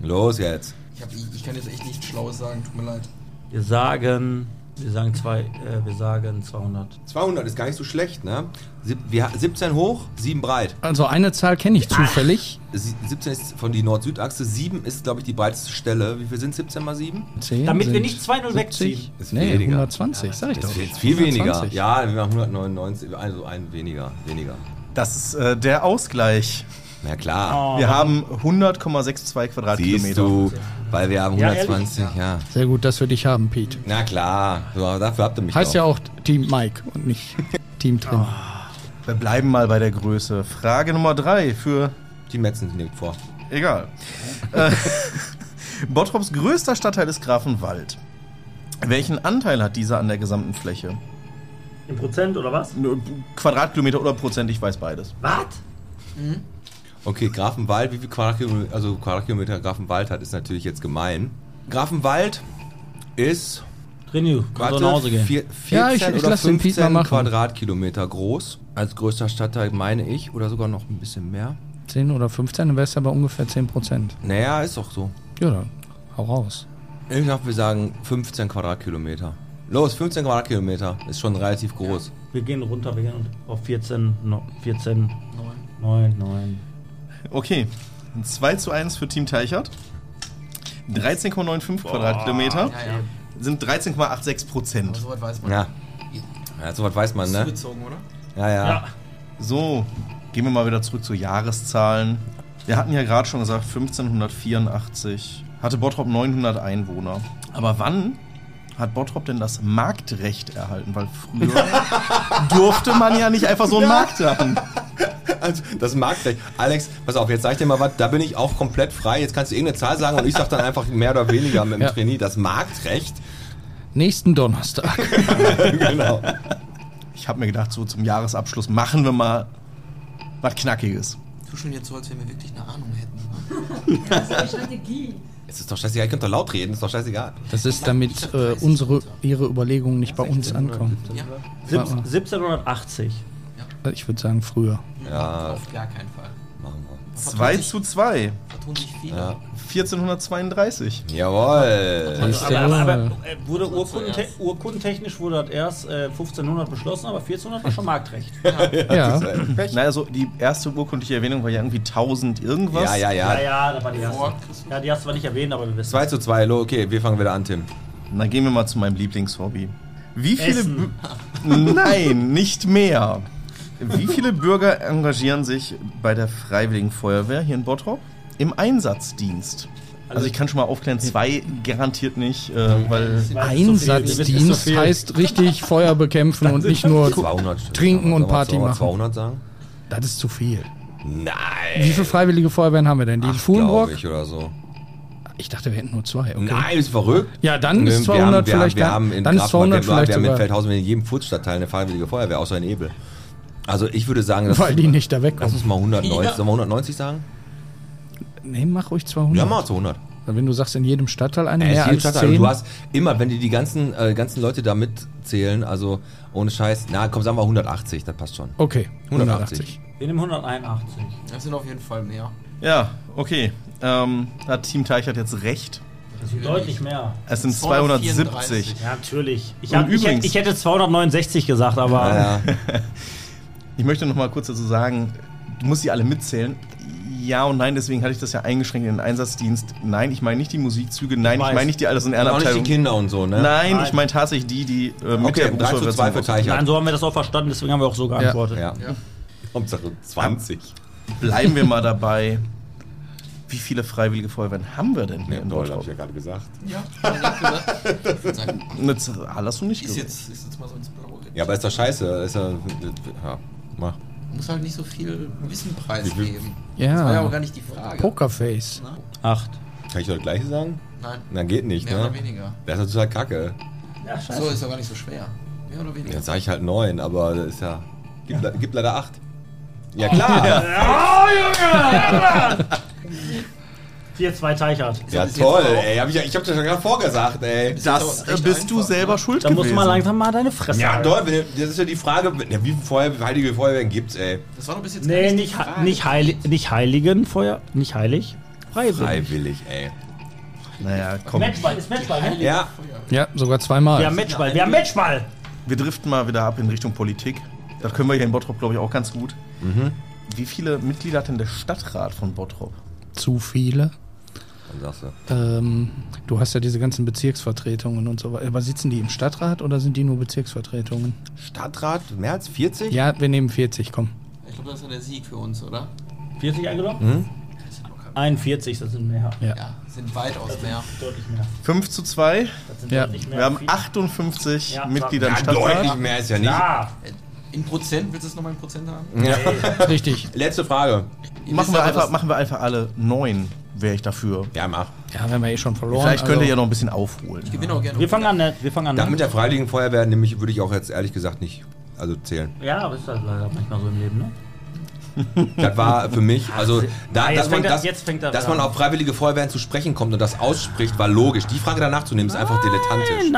Speaker 2: Los jetzt.
Speaker 11: Ich, hab, ich, ich kann jetzt echt nichts Schlaues sagen, tut mir leid.
Speaker 3: Wir sagen. Wir sagen, zwei, äh, wir sagen 200.
Speaker 2: 200 ist gar nicht so schlecht, ne? Sieb, wir, 17 hoch, 7 breit.
Speaker 10: Also eine Zahl kenne ich zufällig.
Speaker 2: Sie- 17 ist von die Nord-Süd-Achse, 7 ist, glaube ich, die breiteste Stelle. Wie viel sind 17 mal 7?
Speaker 10: Zehn
Speaker 3: Damit wir
Speaker 10: sind
Speaker 3: nicht 2-0 wegziehen.
Speaker 2: Ist
Speaker 10: Nee,
Speaker 2: weniger.
Speaker 10: 120, sag ich
Speaker 2: Das
Speaker 10: doch.
Speaker 2: ist jetzt viel weniger.
Speaker 10: 120.
Speaker 2: Ja, wir machen 199, also ein weniger, weniger.
Speaker 12: Das ist äh, der Ausgleich.
Speaker 2: Na
Speaker 3: Oh.
Speaker 2: klar.
Speaker 12: Wir haben 100,62 Quadratkilometer.
Speaker 2: Siehst du, weil wir haben
Speaker 10: Ja,
Speaker 2: 120, ja.
Speaker 10: Sehr gut, dass wir dich haben, Pete.
Speaker 2: Na klar, so, dafür habt ihr mich
Speaker 10: Heißt
Speaker 2: doch.
Speaker 10: ja auch Team Mike und nicht Team Tim.
Speaker 12: Wir bleiben mal bei der Größe. Frage Nummer 3 für.
Speaker 2: Die Metzen liegt vor.
Speaker 12: Egal. Äh, Bottrops größter Stadtteil ist Grafenwald. Welchen Anteil hat dieser an der gesamten Fläche?
Speaker 3: Im Prozent oder was?
Speaker 12: Quadratkilometer oder Prozent, ich weiß beides.
Speaker 3: Was?
Speaker 2: Okay, Grafenwald, wie viel Quadratkilometer, also Quadratkilometer Grafenwald hat, ist natürlich jetzt gemein. Grafenwald ist.
Speaker 3: Renew,
Speaker 10: kannst du nach Hause gehen.
Speaker 2: Vier, 14
Speaker 10: Ja, ich- ich
Speaker 2: oder
Speaker 10: lass den Piet mal
Speaker 2: 15
Speaker 10: machen.
Speaker 2: Quadratkilometer groß. Als größter Stadtteil meine ich, oder sogar noch ein bisschen mehr.
Speaker 10: 10 oder 15, dann wärst du aber ungefähr 10 Prozent.
Speaker 2: Naja, ist doch so.
Speaker 10: Ja, dann hau raus.
Speaker 2: Ich glaube, wir sagen 15 Quadratkilometer. Los, 15 Quadratkilometer. Ist schon relativ groß.
Speaker 3: Wir gehen runter, wir gehen auf 14, no, 14, 9, 9.
Speaker 12: Okay. 2 zu 1 für Team Teichert. 13,95 Quadratkilometer
Speaker 11: Ja, ja.
Speaker 12: sind 13,86 Prozent.
Speaker 11: So was weiß man.
Speaker 2: Ja. ja sowas weiß man, ne?
Speaker 11: Zugezogen, oder?
Speaker 2: Ja, ja.
Speaker 11: Ja.
Speaker 12: So, gehen wir mal wieder zurück zu Jahreszahlen. Wir hatten ja gerade schon gesagt, 1584 hatte Bottrop 900 Einwohner. Aber wann hat Bottrop denn das Marktrecht erhalten? Weil früher durfte man ja nicht einfach so einen Markt haben.
Speaker 2: Also, das mag ich. Alex, pass auf, jetzt sag ich dir mal was, da bin ich auch komplett frei. Jetzt kannst du irgendeine Zahl sagen und ich sag dann einfach mehr oder weniger mit dem
Speaker 10: Ja.
Speaker 2: Trainee. Das Marktrecht.
Speaker 10: Nächsten Donnerstag.
Speaker 2: genau.
Speaker 12: Ich habe mir gedacht, so zum Jahresabschluss machen wir mal was Knackiges.
Speaker 11: Tu schon jetzt so, als wenn wir wirklich eine Ahnung hätten.
Speaker 2: Das ist eine Strategie. Es ist doch scheißegal, ihr könnt doch laut reden, ist doch scheißegal.
Speaker 10: Das ist, damit äh, unsere, ihre Überlegungen nicht bei uns ankommen. Warte mal.
Speaker 3: 1780.
Speaker 10: Ich würde sagen früher.
Speaker 2: Ja.
Speaker 11: Auf gar keinen Fall.
Speaker 2: Machen wir.
Speaker 12: 2 zu 2.
Speaker 11: Vertun sich viele.
Speaker 12: 1432.
Speaker 2: Jawohl.
Speaker 3: Also, aber, aber, aber äh, wurde urkundente urkundentechnisch wurde das erst äh, 1500 beschlossen, aber 1400 war schon Marktrecht.
Speaker 12: ja. Naja, so also die erste urkundliche Erwähnung war ja irgendwie 1000 irgendwas.
Speaker 3: Ja, ja, das war die erste. Ja, die hast du zwar nicht erwähnt, aber wir wissen.
Speaker 2: 2 zu 2, lo, okay, wir fangen wieder an, Tim.
Speaker 12: Dann gehen wir mal zu meinem Lieblingshobby. Wie viele.
Speaker 3: Essen.
Speaker 12: Bü- Nein, nicht mehr. Wie viele Bürger engagieren sich bei der Freiwilligen Feuerwehr hier in Bottrop im Einsatzdienst? Also ich kann schon mal aufklären, zwei garantiert nicht, äh, weil
Speaker 10: Einsatzdienst heißt richtig Feuer bekämpfen und nicht nur
Speaker 2: 200 Stück.
Speaker 10: trinken und
Speaker 2: Sollen wir
Speaker 10: Party
Speaker 2: 200
Speaker 10: machen.
Speaker 2: 200 sagen?
Speaker 10: Das ist zu viel.
Speaker 2: Nein.
Speaker 10: Wie viele freiwillige Feuerwehren haben wir denn? Die in
Speaker 2: Glaube
Speaker 10: Fuhlenbrock?
Speaker 2: ich oder so.
Speaker 10: Ich dachte, wir hätten nur zwei. Okay.
Speaker 2: Nein, bist du verrückt?
Speaker 10: Ja, dann ist
Speaker 2: Wir
Speaker 10: 200
Speaker 2: haben, wir
Speaker 10: vielleicht.
Speaker 2: Haben, wir haben in
Speaker 10: dann ist
Speaker 2: Grafenberg-
Speaker 10: 200
Speaker 2: wir haben,
Speaker 10: vielleicht
Speaker 2: Wir haben in
Speaker 10: sogar.
Speaker 2: Feldhausen in jedem Fußstadtteil eine freiwillige Feuerwehr, außer in Ebel. Also ich würde sagen, dass
Speaker 10: Weil die nicht da wegkommen.
Speaker 2: Lass uns mal 190,
Speaker 10: Ja.
Speaker 2: sollen wir 190 sagen?
Speaker 10: Nee, mach ruhig 200.
Speaker 2: Ja, mach 200.
Speaker 10: Wenn du sagst, in jedem Stadtteil eine
Speaker 2: Äh,
Speaker 10: mehr
Speaker 2: es
Speaker 10: als
Speaker 2: ist Stadtteil. Und
Speaker 10: 10.
Speaker 2: Du hast immer, wenn die die ganzen, äh, ganzen Leute da mitzählen, also ohne Scheiß, na komm, sagen wir 180, das passt schon.
Speaker 10: Okay,
Speaker 2: 180.
Speaker 3: Wir nehmen 181.
Speaker 11: Das sind auf jeden Fall mehr.
Speaker 12: Ja, okay. Ähm, hat Team Teichert jetzt recht.
Speaker 3: Das sind deutlich mehr.
Speaker 12: Es sind 274.
Speaker 3: Ja, natürlich. Ich,
Speaker 12: Und
Speaker 3: hab, ich,
Speaker 12: übrigens-
Speaker 3: hätte- ich hätte 269 gesagt, aber.
Speaker 12: ich möchte noch mal kurz dazu sagen, du musst die alle mitzählen. Ja und nein, deswegen hatte ich das ja eingeschränkt in den Einsatzdienst. Nein, ich meine nicht die Musikzüge, nein, ich,
Speaker 2: weiß.
Speaker 12: meine nicht die alles in
Speaker 2: Und auch nicht
Speaker 12: Ehrenabteilung.
Speaker 2: die Kinder und so, ne?
Speaker 12: Nein,
Speaker 2: Nein.
Speaker 12: ich meine tatsächlich die, die äh, mit
Speaker 2: Okay,
Speaker 12: der
Speaker 2: drei zu zwei
Speaker 12: Berufsfeuerwehr zum
Speaker 2: für
Speaker 12: Ausflug-
Speaker 2: Teichert.
Speaker 3: Nein, so haben wir das auch verstanden, deswegen haben wir auch so geantwortet.
Speaker 2: Ja. ja. Hauptsache 20.
Speaker 12: Bleiben wir mal dabei. Wie viele freiwillige Feuerwehren haben wir denn hier in
Speaker 2: Doll, hab
Speaker 12: Deutschland?
Speaker 2: ich ja gerade gesagt.
Speaker 11: Ja, das ist
Speaker 12: Eine Zahl hast du nicht
Speaker 11: ist
Speaker 12: gewusst.
Speaker 11: jetzt, ist jetzt mal so ins Blaue.
Speaker 2: Ja, aber ist doch scheiße. Ist ja, ja, mach.
Speaker 11: Muss halt nicht so viel Wissen
Speaker 2: Ich will-
Speaker 11: preisgeben.
Speaker 2: Ja.
Speaker 11: Das war ja auch gar nicht die Frage.
Speaker 10: Pokerface.
Speaker 2: Ne? Acht. Kann ich doch das gleiche sagen?
Speaker 11: Nein.
Speaker 2: Na, geht nicht,
Speaker 11: Mehr
Speaker 2: ne?
Speaker 11: oder weniger.
Speaker 2: Das ist total kacke.
Speaker 3: Ja, scheiße.
Speaker 11: So ist doch gar nicht so schwer. Mehr oder weniger.
Speaker 2: Jetzt sage ich halt neun, aber das ist ja. Gibt, le- gibt leider acht. Ja, klar.
Speaker 3: Oh, Junge! 4-2 Teichert.
Speaker 2: Ja, toll, ey. Hab ich, ja- ich hab dir schon gerade vorgesagt, ey. Das bist du selber schuld
Speaker 3: Da musst du mal langsam mal deine Fresse
Speaker 2: Ja,
Speaker 3: halten.
Speaker 2: toll. wenn- Das ist ja die Frage, wenn- wie viele Feuer, heilige Feuerwehren gibt's, ey?
Speaker 11: Das war doch bis jetzt
Speaker 3: Nee, nicht, he- nicht, heilig, nicht heiligen Feuer, nicht heilig. Freiwillig.
Speaker 2: Freiwillig, ey.
Speaker 12: Naja, komm.
Speaker 3: Matchball, ist Matchball, ne?
Speaker 2: Ja.
Speaker 10: Ja, sogar zweimal.
Speaker 3: Wir haben Matchball, wir haben Matchball!
Speaker 12: Wir driften mal wieder ab in Richtung Politik. Das können wir hier in Bottrop, glaube ich, auch ganz gut.
Speaker 2: Mhm.
Speaker 12: Wie viele Mitglieder hat denn der Stadtrat von Bottrop?
Speaker 10: Zu viele.
Speaker 2: Dann sagst du.
Speaker 10: Ähm, du hast ja diese ganzen Bezirksvertretungen und so weiter. Aber sitzen die im Stadtrat oder sind die nur Bezirksvertretungen?
Speaker 2: Stadtrat? Mehr als 40?
Speaker 10: Ja, wir nehmen 40, komm.
Speaker 11: Ich glaube, das ist ja der Sieg für uns, oder?
Speaker 3: 40 eingeloggt?
Speaker 2: Hm?
Speaker 10: Mhm.
Speaker 3: 41, das sind mehr.
Speaker 10: Ja.
Speaker 11: Sind weitaus mehr.
Speaker 3: Deutlich mehr.
Speaker 12: 5 zu 2.
Speaker 3: sind
Speaker 12: Ja.
Speaker 3: deutlich mehr
Speaker 12: Wir haben
Speaker 3: als viele.
Speaker 12: 58
Speaker 3: Ja,
Speaker 12: Mitglieder im
Speaker 2: ja,
Speaker 12: Stadtrat.
Speaker 2: deutlich mehr ist ja nicht.
Speaker 3: Ja.
Speaker 11: Äh, In Prozent, willst du es nochmal in Prozent haben?
Speaker 10: Richtig.
Speaker 2: Letzte Frage.
Speaker 11: Ihr
Speaker 12: Machen
Speaker 11: wisst
Speaker 12: wir,
Speaker 11: aber,
Speaker 12: einfach,
Speaker 11: dass-
Speaker 12: machen wir einfach alle 9, wäre ich dafür.
Speaker 2: Ja, mach.
Speaker 10: Ja, wenn wir eh schon verloren.
Speaker 12: Vielleicht könnt ihr
Speaker 10: also-
Speaker 12: ja noch ein bisschen aufholen. Ich
Speaker 11: gewinne auch gerne.
Speaker 3: Wir fangen an, ne? Wir fangen an.
Speaker 2: Da mit der Freiwilligen Feuerwehr nämlich würde ich auch jetzt ehrlich gesagt nicht also zählen.
Speaker 3: Ja, aber ist halt leider manchmal so im Leben, ne?
Speaker 2: Das war für mich, also da,
Speaker 3: Ah, jetzt
Speaker 2: dass, man,
Speaker 3: fängt er-
Speaker 2: dass,
Speaker 3: jetzt fängt er
Speaker 2: dass
Speaker 3: wieder
Speaker 2: man
Speaker 3: an.
Speaker 2: auf freiwillige Feuerwehren zu sprechen kommt und das ausspricht, war logisch. Die Frage danach zu nehmen, ist einfach dilettantisch.
Speaker 3: Nein,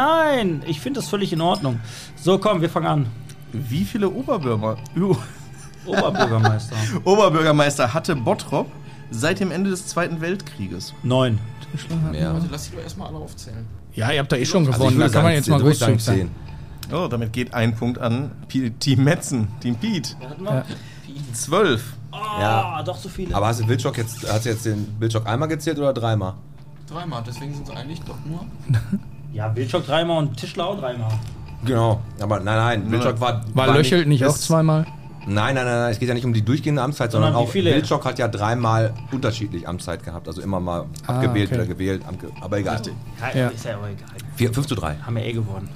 Speaker 3: nein, ich finde das völlig in Ordnung. So, komm, wir fangen an.
Speaker 12: Wie viele Oberbürger...
Speaker 3: Oberbürgermeister.
Speaker 12: Oberbürgermeister hatte Bottrop seit dem Ende des Zweiten Weltkrieges?
Speaker 3: Neun.
Speaker 11: Leute, lass die doch erstmal alle aufzählen.
Speaker 10: Ja, ihr habt da eh
Speaker 12: schon
Speaker 10: Also ich gewonnen, würde da kann sagen, man jetzt mal da würde ich großzügig sagen,
Speaker 12: Oh, damit geht ein Punkt an P Team Metzen, Team Piet.
Speaker 3: mal.
Speaker 12: Zwölf.
Speaker 3: Ah, doch so viele.
Speaker 2: Aber hast du Wildschock jetzt, hast du jetzt den Wildschock einmal gezählt oder dreimal?
Speaker 11: Dreimal, deswegen sind es eigentlich doch nur.
Speaker 3: Ja, Wildschock dreimal und Tischler auch dreimal.
Speaker 2: Genau. Aber nein, nein, Wildschock war.
Speaker 10: War Löchelt nicht auch
Speaker 2: ist-
Speaker 10: zweimal?
Speaker 2: Nein, nein, nein, nein, es geht ja nicht um die durchgehende Amtszeit, sondern,
Speaker 3: Sondern wie
Speaker 2: auch
Speaker 3: viele?
Speaker 2: Wildschock hat ja dreimal unterschiedlich Amtszeit gehabt, also immer mal
Speaker 3: Ah,
Speaker 2: abgewählt
Speaker 3: okay.
Speaker 2: oder gewählt, abge aber egal.
Speaker 3: Ja. Ist ja aber egal.
Speaker 2: Vier, 5 zu 3.
Speaker 3: Haben wir eh gewonnen.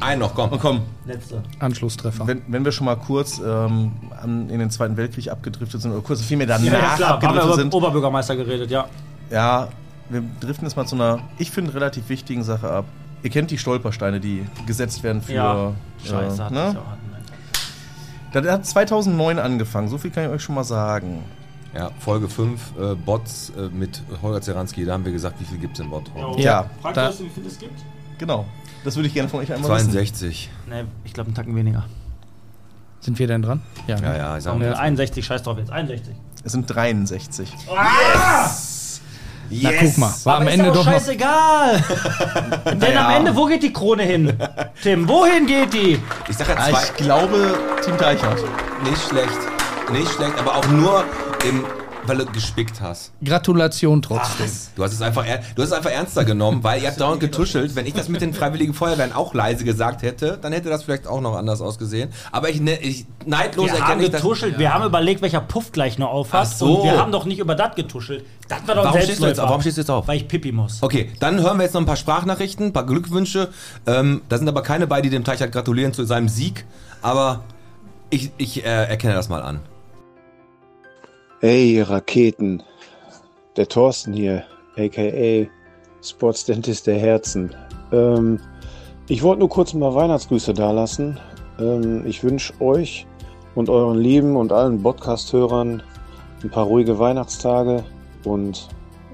Speaker 2: Ein noch, Oh, komm.
Speaker 12: Und komm.
Speaker 3: Letzte.
Speaker 10: Anschlusstreffer.
Speaker 12: Wenn, wenn wir schon mal kurz ähm, an, in den Zweiten Weltkrieg abgedriftet sind, oder kurz vielmehr danach
Speaker 3: Ja, ja, klar, haben wir
Speaker 12: abgedriftet
Speaker 3: über
Speaker 12: sind.
Speaker 3: den Oberbürgermeister geredet, ja.
Speaker 12: Ja, wir driften jetzt mal zu einer, ich finde, relativ wichtigen Sache ab. Ihr kennt die Stolpersteine, die gesetzt werden für.
Speaker 3: Ja, scheiße,
Speaker 12: äh,
Speaker 3: hatten wir
Speaker 12: ne?
Speaker 3: auch, hatten
Speaker 12: Das hat 2009 angefangen, so viel kann ich euch schon mal sagen.
Speaker 2: Ja, Folge 5, äh, Bots äh, mit Holger Zeranski, da haben wir gesagt, wie viel gibt es in Bottrop?
Speaker 12: Ja,
Speaker 3: Fragt
Speaker 12: da-
Speaker 3: ihr, wie viel es gibt?
Speaker 12: Genau. Das würde ich gerne von euch einmal wissen.
Speaker 2: 62.
Speaker 3: Ne, ich glaube einen Tacken weniger.
Speaker 10: Sind wir denn dran? Ja,
Speaker 12: Ja, ja, ich sag
Speaker 3: Komm,
Speaker 12: mal.
Speaker 3: 61, scheiß drauf jetzt, 61.
Speaker 12: Es sind 63.
Speaker 3: Yes!
Speaker 10: Na, guck mal, war am
Speaker 3: Ah! ist
Speaker 10: Ende
Speaker 3: ja
Speaker 10: doch noch-
Speaker 3: scheißegal. Denn am
Speaker 12: Ja.
Speaker 3: Ende, wo geht die Krone hin? Tim, wohin geht die?
Speaker 2: Ich sag ja
Speaker 3: Ah,
Speaker 2: zwei.
Speaker 3: ich
Speaker 12: glaube, Team Teichert.
Speaker 2: Nicht schlecht. Nicht schlecht, aber auch nur, im, weil du gespickt hast.
Speaker 10: Gratulation trotzdem.
Speaker 2: Du hast es einfach, er- du hast es einfach ernster genommen, weil ihr habt dauernd getuschelt. Wenn ich das mit den Freiwilligen Feuerwehren auch leise gesagt hätte, dann hätte das vielleicht auch noch anders ausgesehen. Aber ich, ne- ich neidlos
Speaker 3: wir haben
Speaker 2: erkenne ich das.
Speaker 3: getuschelt, wir haben überlegt, welcher Puff gleich noch aufpasst.
Speaker 2: Ach so.
Speaker 3: Und wir haben doch nicht über das getuschelt. Das war doch
Speaker 2: Warum
Speaker 3: ein
Speaker 2: stehst, du jetzt,
Speaker 3: Selbstläufer.
Speaker 2: warum stehst du jetzt auf? Weil
Speaker 3: ich pipi muss.
Speaker 2: Okay, dann hören wir jetzt noch ein paar Sprachnachrichten, ein paar Glückwünsche. Ähm, da sind aber keine bei, die dem Teichert gratulieren zu seinem Sieg. Aber ich, ich äh, erkenne das mal an.
Speaker 6: Hey, ihr Raketen. Der Thorsten hier, aka Sportsdentist der Herzen. Ähm, ich wollte nur kurz ein paar Weihnachtsgrüße dalassen. Ähm, ich wünsche euch und euren Lieben und allen Podcast-Hörern ein paar ruhige Weihnachtstage und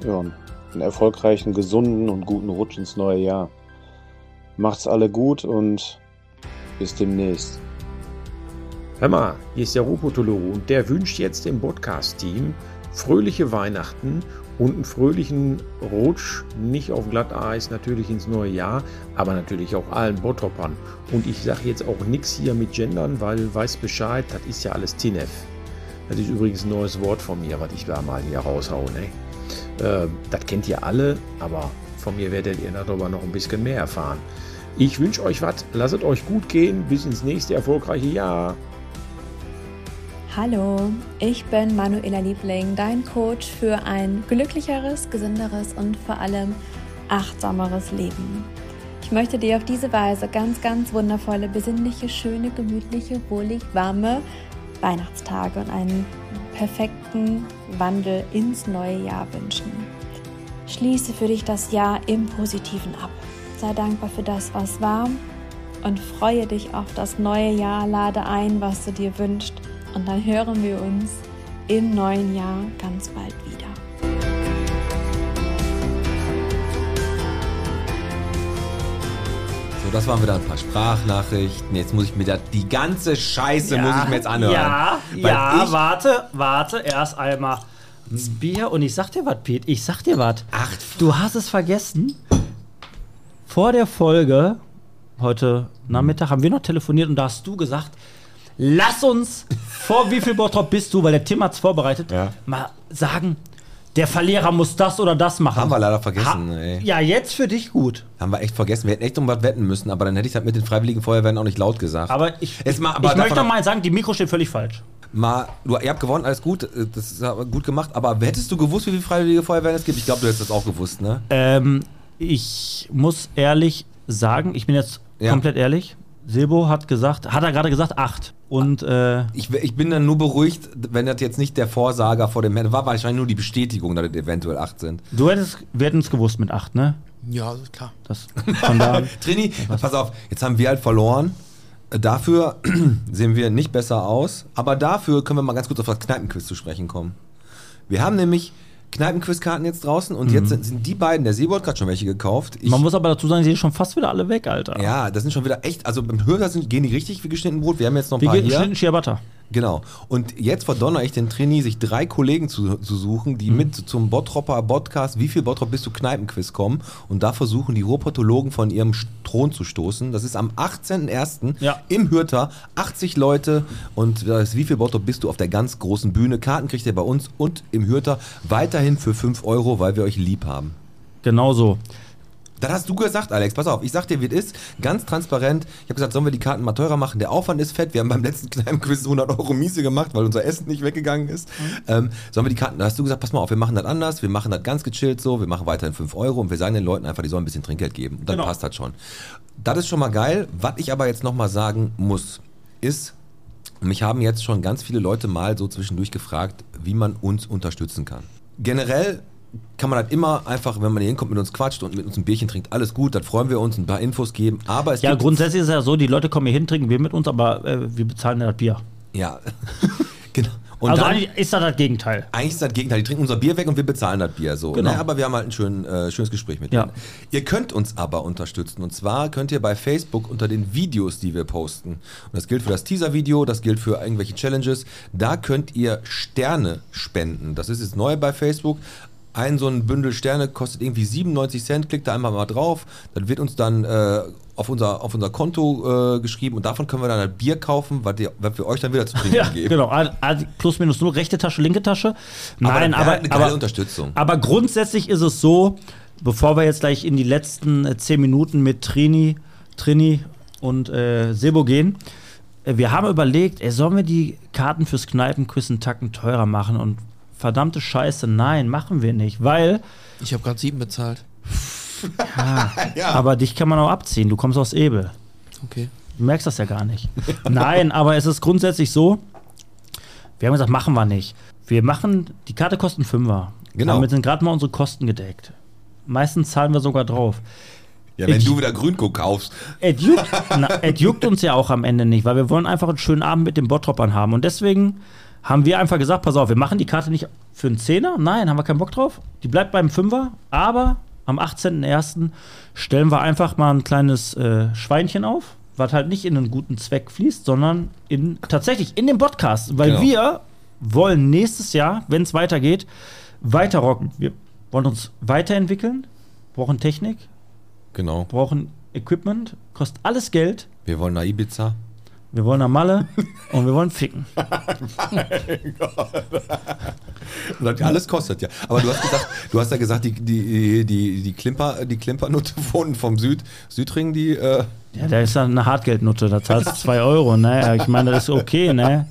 Speaker 6: ja, einen erfolgreichen, gesunden und guten Rutsch ins neue Jahr. Macht's alle gut und bis demnächst.
Speaker 7: Hör mal, hier ist der Robotologo und der wünscht jetzt dem Podcast-Team fröhliche Weihnachten und einen fröhlichen Rutsch, nicht auf Glatteis, natürlich ins neue Jahr, aber natürlich auch allen Bottropern. Und ich sage jetzt auch nichts hier mit Gendern, weil weiß Bescheid, das ist ja alles TINEF. Das ist übrigens ein neues Wort von mir, was ich da mal hier raushau. Ne? Äh, das kennt ihr alle, aber von mir werdet ihr darüber noch ein bisschen mehr erfahren. Ich wünsche euch was, lasst es euch gut gehen, bis ins nächste erfolgreiche Jahr.
Speaker 23: Hallo, ich bin Manuela Liebling, dein Coach für ein glücklicheres, gesünderes und vor allem achtsameres Leben. Ich möchte dir auf diese Weise ganz, ganz wundervolle, besinnliche, schöne, gemütliche, wohlig, warme Weihnachtstage und einen perfekten Wandel ins neue Jahr wünschen. Schließe für dich das Jahr im Positiven ab. Sei dankbar für das, was war und freue dich auf das neue Jahr. Lade ein, was du dir wünschst und dann hören wir uns im neuen Jahr ganz bald wieder.
Speaker 2: So, das waren wieder ein paar Sprachnachrichten. Jetzt muss ich mir da die ganze Scheiße muss ich mir jetzt anhören.
Speaker 3: Ja,
Speaker 2: Weil
Speaker 3: ja,
Speaker 2: ich- Hm.
Speaker 3: warte, warte, erst einmal ein Bier und ich sag dir was, Pete, ich sag dir was. Ach, du hast es vergessen. Vor der Folge, heute
Speaker 2: Hm.
Speaker 3: Nachmittag, haben wir noch telefoniert und da hast du gesagt, lass uns vor wie viel Bottrop bist du, weil der Tim hat's vorbereitet, mal sagen, der Verlierer muss das oder das machen.
Speaker 2: Haben wir leider vergessen, ey.
Speaker 3: Ja, jetzt für dich gut.
Speaker 2: Haben wir echt vergessen. Wir hätten echt um was wetten müssen, aber dann hätte ich das mit den Freiwilligen Feuerwehren auch nicht laut gesagt.
Speaker 3: Aber ich,
Speaker 2: Jetzt mal, aber
Speaker 3: ich möchte
Speaker 2: davon-
Speaker 3: noch mal sagen, die Mikro steht völlig falsch.
Speaker 2: Mal, du, ihr habt gewonnen, alles gut, äh, das ist aber gut gemacht, aber hättest du gewusst, wie viele Freiwillige Feuerwehren es gibt? Ich glaube, du hättest das auch gewusst, ne?
Speaker 3: Ähm, ich muss ehrlich sagen, ich bin jetzt komplett ehrlich. Silbo hat gesagt, hat er gerade gesagt, acht. Und äh,
Speaker 2: Ich, ich bin dann nur beruhigt, wenn das jetzt nicht der Vorsager vor dem Herrn war, wahrscheinlich nur die Bestätigung, dass es eventuell acht sind.
Speaker 3: du hättest, wir hätten es gewusst mit acht, ne?
Speaker 11: Ja, klar.
Speaker 3: Das, von da an.
Speaker 2: Trini, pass auf, jetzt haben wir halt verloren. Äh, Dafür sehen wir nicht besser aus, aber dafür können wir mal ganz kurz auf das Kneipenquiz zu sprechen kommen. Wir haben nämlich Kneipenquizkarten jetzt draußen und jetzt sind, sind die beiden, der Seebold hat gerade schon welche gekauft. Ich,
Speaker 3: Mhm. Man muss aber dazu sagen, sie sind schon fast wieder alle weg, Alter.
Speaker 2: ja, das sind schon wieder echt, also beim Hörer sind, gehen die richtig wie geschnitten Brot. Wir haben jetzt noch ein
Speaker 3: Wie
Speaker 2: paar
Speaker 3: geht
Speaker 2: hier.
Speaker 3: ein Ciabatta?
Speaker 2: Genau. Und jetzt verdonner ich den Trainee, sich drei Kollegen zu, zu suchen,
Speaker 3: Mhm.
Speaker 2: die mit zum Bottropper Podcast, wie viel Bottrop bist du Kneipenquiz kommen. Und da versuchen die Ruhrpottologen von ihrem Sch- Thron zu stoßen. Das ist am 18.01. im Hürter. 80 Leute. Und das ist, wie viel Bottrop bist du auf der ganz großen Bühne. Karten kriegt ihr bei uns und im Hürter weiterhin für 5 Euro, weil wir euch lieb haben.
Speaker 3: Genau so.
Speaker 2: Das hast du gesagt, Alex. Pass auf, ich sag dir, wie es ist. Ganz transparent. Ich habe gesagt, sollen wir die Karten mal teurer machen? Der Aufwand ist fett. Wir haben beim letzten Kneipenquiz 100 Euro Miese gemacht, weil unser Essen nicht weggegangen ist. Ähm, sollen wir die Karten, da hast du gesagt, pass mal auf, wir machen das anders. Wir machen das ganz gechillt so. Wir machen weiterhin 5 Euro und wir sagen den Leuten einfach, die sollen ein bisschen Trinkgeld geben. Und dann
Speaker 8: Genau.
Speaker 2: passt das schon. Das ist schon mal geil. Was ich aber jetzt nochmal sagen muss, ist, mich haben jetzt schon ganz viele Leute mal so zwischendurch gefragt, wie man uns unterstützen kann. Generell kann man halt immer einfach, wenn man hier hinkommt, mit uns quatscht und mit uns ein Bierchen trinkt, alles gut, dann freuen wir uns, ein paar Infos geben. Aber es
Speaker 3: Ja,
Speaker 2: gibt
Speaker 3: grundsätzlich ist es ja so, die Leute kommen hier hin, trinken Bier mit uns, aber äh, wir bezahlen ja das Bier.
Speaker 2: Ja, genau.
Speaker 3: Also
Speaker 2: eigentlich ist das das Gegenteil. Eigentlich ist das Gegenteil. Die trinken unser Bier weg und wir bezahlen das Bier so.
Speaker 3: Genau.
Speaker 2: Ne? Aber wir haben halt ein schön, äh, schönes Gespräch mit
Speaker 3: Ja.
Speaker 2: denen. Ihr könnt uns aber unterstützen. Und zwar könnt ihr bei Facebook unter den Videos, die wir posten, und das gilt für das Teaser-Video, das gilt für irgendwelche Challenges, da könnt ihr Sterne spenden. Das ist jetzt neu bei Facebook. Ein so ein Bündel Sterne kostet irgendwie 97 Cent. Klickt da einmal mal drauf. Dann wird uns dann äh, auf, unser, auf unser Konto äh, geschrieben und davon können wir dann ein Bier kaufen, was, ihr, was wir euch dann wieder zu trinken
Speaker 3: Ja,
Speaker 2: geben.
Speaker 3: genau. A- A- Plus minus null, rechte Tasche, linke Tasche. Nein,
Speaker 2: das wär
Speaker 3: aber,
Speaker 2: halt eine geile
Speaker 3: aber,
Speaker 2: Unterstützung.
Speaker 3: aber grundsätzlich ist es so, bevor wir jetzt gleich in die letzten äh, zehn Minuten mit Trini, Trini und äh, Sebo gehen, äh, wir haben überlegt, ey, sollen wir die Karten fürs Kneipenquiz einen Tacken teurer machen und verdammte Scheiße, nein, machen wir nicht, weil
Speaker 11: Ich habe gerade sieben bezahlt.
Speaker 3: ja, aber dich kann man auch abziehen, du kommst aus Ebel.
Speaker 11: Okay.
Speaker 3: Du merkst das ja gar nicht. Nein, aber es ist grundsätzlich so, wir haben gesagt, machen wir nicht. Wir machen, die Karte kostet einen Fünfer.
Speaker 2: Genau.
Speaker 3: Damit sind gerade mal unsere Kosten gedeckt. Meistens zahlen wir sogar drauf.
Speaker 2: Ja, wenn du wieder Grünkohl kaufst.
Speaker 3: Es juckt, na, es juckt uns ja auch am Ende nicht, weil wir wollen einfach einen schönen Abend mit den Bottropern haben. Und deswegen haben wir einfach gesagt, pass auf, wir machen die Karte nicht für einen Zehner. Nein, haben wir keinen Bock drauf. Die bleibt beim Fünfer. Aber am 18.01. stellen wir einfach mal ein kleines äh, Schweinchen auf, was halt nicht in einen guten Zweck fließt, sondern in, tatsächlich in den Podcast. Weil
Speaker 8: Genau.
Speaker 3: wir wollen nächstes Jahr, wenn es weitergeht, weiterrocken. Wir wollen uns weiterentwickeln, brauchen Technik,
Speaker 2: Genau.
Speaker 3: brauchen Equipment, kostet alles Geld.
Speaker 2: Wir wollen nach Ibiza.
Speaker 3: Wir wollen nach Malle und wir wollen ficken.
Speaker 2: Und Alles kostet ja. Aber du hast gesagt, du hast ja gesagt, die, die, die, die Klimper, die Klimpernutte wohnen vom Süd, Südring, die. Äh,
Speaker 3: Ja, da ist dann eine Hartgeldnote, da zahlst du 2 Euro, ne? Ich meine, das ist okay, ne?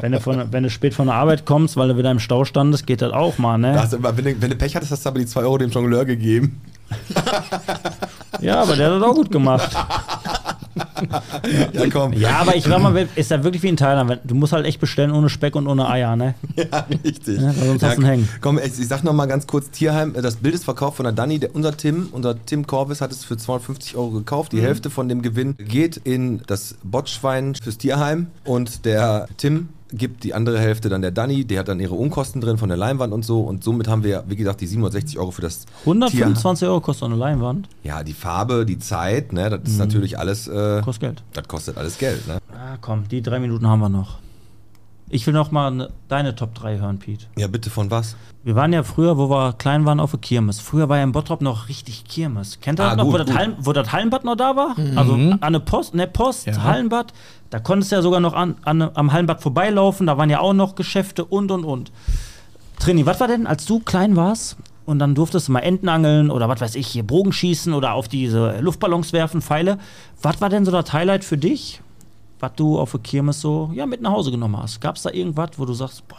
Speaker 3: Wenn du, von, wenn du spät von der Arbeit kommst, weil du wieder im Stau standest, geht das auch mal, ne?
Speaker 2: da hast du immer, wenn, du, wenn du Pech hattest, hast du aber die 2 Euro dem Jongleur gegeben.
Speaker 3: Ja, aber der hat das auch gut gemacht.
Speaker 2: Ja, komm.
Speaker 3: Ja, aber ich sag mal, ist ja wirklich wie in Thailand. wenn- Du musst halt echt bestellen ohne Speck und ohne Eier, ne?
Speaker 2: Ja, richtig.
Speaker 3: Ja, sonst hast du ihn
Speaker 2: Ja,
Speaker 3: hängen.
Speaker 2: Komm, ich, ich sag noch mal ganz kurz: Tierheim, äh, das Bild ist verkauft von der Dani. Der, unser Tim, unser Tim Corvis hat es für 250 Euro gekauft. Die
Speaker 8: Mhm.
Speaker 2: Hälfte von dem Gewinn geht in das Botschwein fürs Tierheim und der Tim gibt die andere Hälfte dann der Dani. Der hat dann ihre Unkosten drin von der Leinwand und so. Und somit haben wir, wie gesagt, die 760 Euro für das
Speaker 3: 125 Euro kostet eine Leinwand.
Speaker 2: Ja, die Farbe, die Zeit, ne, das ist
Speaker 3: Mhm.
Speaker 2: natürlich alles. Äh,
Speaker 3: kostet Geld.
Speaker 2: Das kostet alles Geld, ne?
Speaker 3: Ah, komm, die drei Minuten haben wir noch. Ich will noch mal ne- deine Top 3 hören, Pete.
Speaker 2: Ja, bitte von was?
Speaker 3: Wir waren ja früher, wo wir klein waren, auf der Kirmes. Früher war ja in Bottrop noch richtig Kirmes. Kennt ihr
Speaker 2: Ah,
Speaker 3: das noch,
Speaker 2: gut,
Speaker 3: wo, das
Speaker 2: gut.
Speaker 3: Hallen, wo das Hallenbad noch da war?
Speaker 2: Mhm.
Speaker 3: Also an der Post, ne Post,
Speaker 2: Ja.
Speaker 3: Hallenbad. Da konntest du ja sogar noch an, an, am Hallenbad vorbeilaufen. Da waren ja auch noch Geschäfte und, und, und. Trini, was war denn, als du klein warst und dann durftest du mal Enten angeln oder was weiß ich, hier Bogen schießen oder auf diese Luftballons werfen, Pfeile. Was war denn so das Highlight für dich, was du auf der Kirmes so ja, mit nach Hause genommen hast? Gab es da irgendwas, wo du sagst, boah,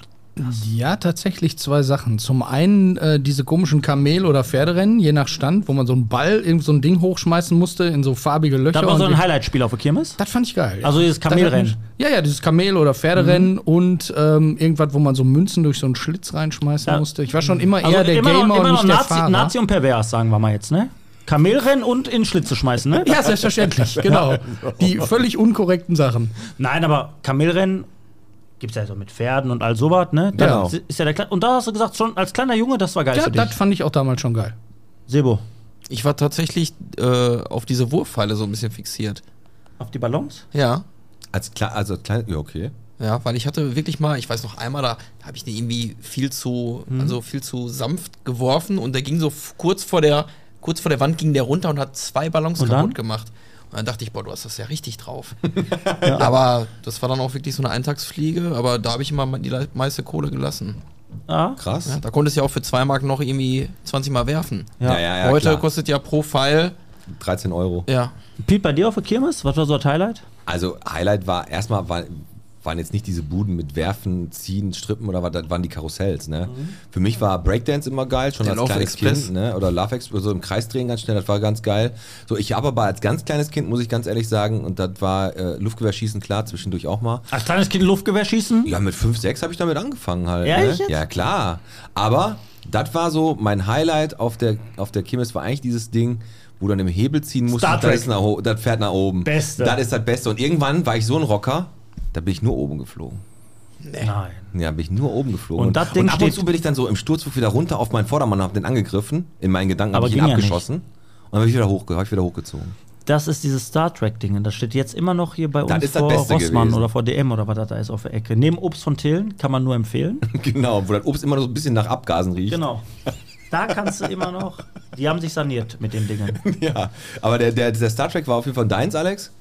Speaker 10: Ja, tatsächlich zwei Sachen. Zum einen äh, diese komischen Kamel- oder Pferderennen, je nach Stand, wo man so einen Ball, irgend so ein Ding hochschmeißen musste in so farbige Löcher.
Speaker 3: das war so
Speaker 10: und
Speaker 3: ein
Speaker 10: die-
Speaker 3: Highlight-Spiel auf der Kirmes?
Speaker 10: Das fand ich geil.
Speaker 3: Also dieses
Speaker 10: Das hat
Speaker 3: Kamelrennen.
Speaker 10: mich- Ja, ja, dieses Kamel- oder
Speaker 3: Mhm.
Speaker 10: Pferderennen und ähm, irgendwas, wo man so Münzen durch so einen Schlitz reinschmeißen musste. Ich war schon immer eher
Speaker 3: Also
Speaker 10: der
Speaker 3: noch-
Speaker 10: Gamer
Speaker 3: immer
Speaker 10: und
Speaker 3: noch
Speaker 10: nicht der
Speaker 3: Nazi,
Speaker 10: Fahrer.
Speaker 3: Nazi und pervers, sagen wir mal jetzt, ne? Kamelrennen und in Schlitze schmeißen, ne?
Speaker 10: Ja, selbstverständlich, genau. Die völlig unkorrekten Sachen.
Speaker 3: Nein, aber Kamelrennen gibt's ja so mit Pferden und all sowas, ne? Das
Speaker 10: Genau.
Speaker 3: Ist ja der Kle und da hast du gesagt, schon als kleiner Junge, das war geil
Speaker 10: Ja,
Speaker 3: für dich.
Speaker 10: das fand ich auch damals schon geil.
Speaker 3: Sebo.
Speaker 11: Ich war tatsächlich äh, auf diese Wurfpfeile so ein bisschen fixiert.
Speaker 3: Auf die Ballons?
Speaker 11: Ja.
Speaker 2: Als klar, also klein, ja, okay.
Speaker 11: Ja, weil ich hatte wirklich mal, ich weiß noch einmal, da habe ich den irgendwie viel zu,
Speaker 2: Mhm.
Speaker 11: also viel zu sanft geworfen und der ging so f- kurz vor der, kurz vor der Wand ging der runter und hat zwei Ballons
Speaker 3: Und dann?
Speaker 11: kaputt gemacht. Und dann dachte ich, boah, du hast das ja richtig drauf. Aber das war dann auch wirklich so eine Eintagsfliege, aber da habe ich immer die le- meiste Kohle gelassen.
Speaker 3: Ah.
Speaker 2: Krass.
Speaker 11: Ja, da konntest du ja auch für 2 Mark noch irgendwie 20 Mal werfen.
Speaker 2: Ja. Ja, ja, ja,
Speaker 11: Heute
Speaker 2: klar.
Speaker 11: kostet ja pro Pfeil.
Speaker 2: 13 Euro.
Speaker 11: Ja.
Speaker 3: Piet, bei dir auf der Kirmes, was war so das Highlight?
Speaker 2: Also Highlight war erstmal war, waren jetzt nicht diese Buden mit Werfen, Ziehen, Strippen oder was, das waren die Karussells. Ne?
Speaker 3: Mhm.
Speaker 2: Für mich war Breakdance immer geil, schon
Speaker 11: Der
Speaker 2: als
Speaker 11: Love
Speaker 2: kleines
Speaker 11: Express.
Speaker 2: Kind. Ne? Oder Love Express, so im Kreis drehen ganz schnell, das war ganz geil. So, ich habe aber als ganz kleines Kind, muss ich ganz ehrlich sagen, und das war äh, Luftgewehrschießen, klar, zwischendurch auch mal.
Speaker 3: Als kleines Kind Luftgewehr schießen?
Speaker 2: Ja, mit 5, 6 habe ich damit angefangen halt.
Speaker 3: Ehrlich
Speaker 2: ne?
Speaker 3: jetzt?
Speaker 2: Ja, klar. Aber das war so mein Highlight auf der, auf der Kirmes, war eigentlich dieses Ding, wo du an dem Hebel ziehen musst
Speaker 3: Star
Speaker 2: und das,
Speaker 3: Trek.
Speaker 2: ist nach, ho- das fährt nach oben.
Speaker 3: Beste.
Speaker 2: Das ist das Beste. Und irgendwann war ich so ein Rocker, da bin ich nur oben geflogen.
Speaker 3: Nein.
Speaker 2: Ja, bin ich nur oben geflogen.
Speaker 3: Und das Ding
Speaker 2: und ab und
Speaker 3: steht-
Speaker 2: zu bin ich dann so im Sturzflug wieder runter auf meinen Vordermann und hab den angegriffen. In meinen Gedanken habe
Speaker 3: Aber
Speaker 2: ich ihn
Speaker 3: ging ja nicht.
Speaker 2: abgeschossen. und dann bin ich wieder, hochge hab ich wieder hochgezogen.
Speaker 3: Das ist dieses Star Trek-Ding. Das steht jetzt immer noch hier bei
Speaker 2: Das
Speaker 3: uns
Speaker 2: ist das
Speaker 3: vor
Speaker 2: Beste
Speaker 3: Rossmann
Speaker 2: gewesen.
Speaker 3: oder vor DM oder was das da ist auf der Ecke. Neben Obst von Thelen kann man nur empfehlen.
Speaker 2: genau, wo das Obst immer so ein bisschen nach Abgasen riecht.
Speaker 3: Genau. Da kannst du immer noch. Die haben sich saniert mit den Dingen.
Speaker 2: Ja, aber der, der, der Star Trek war auf jeden Fall deins, Alex?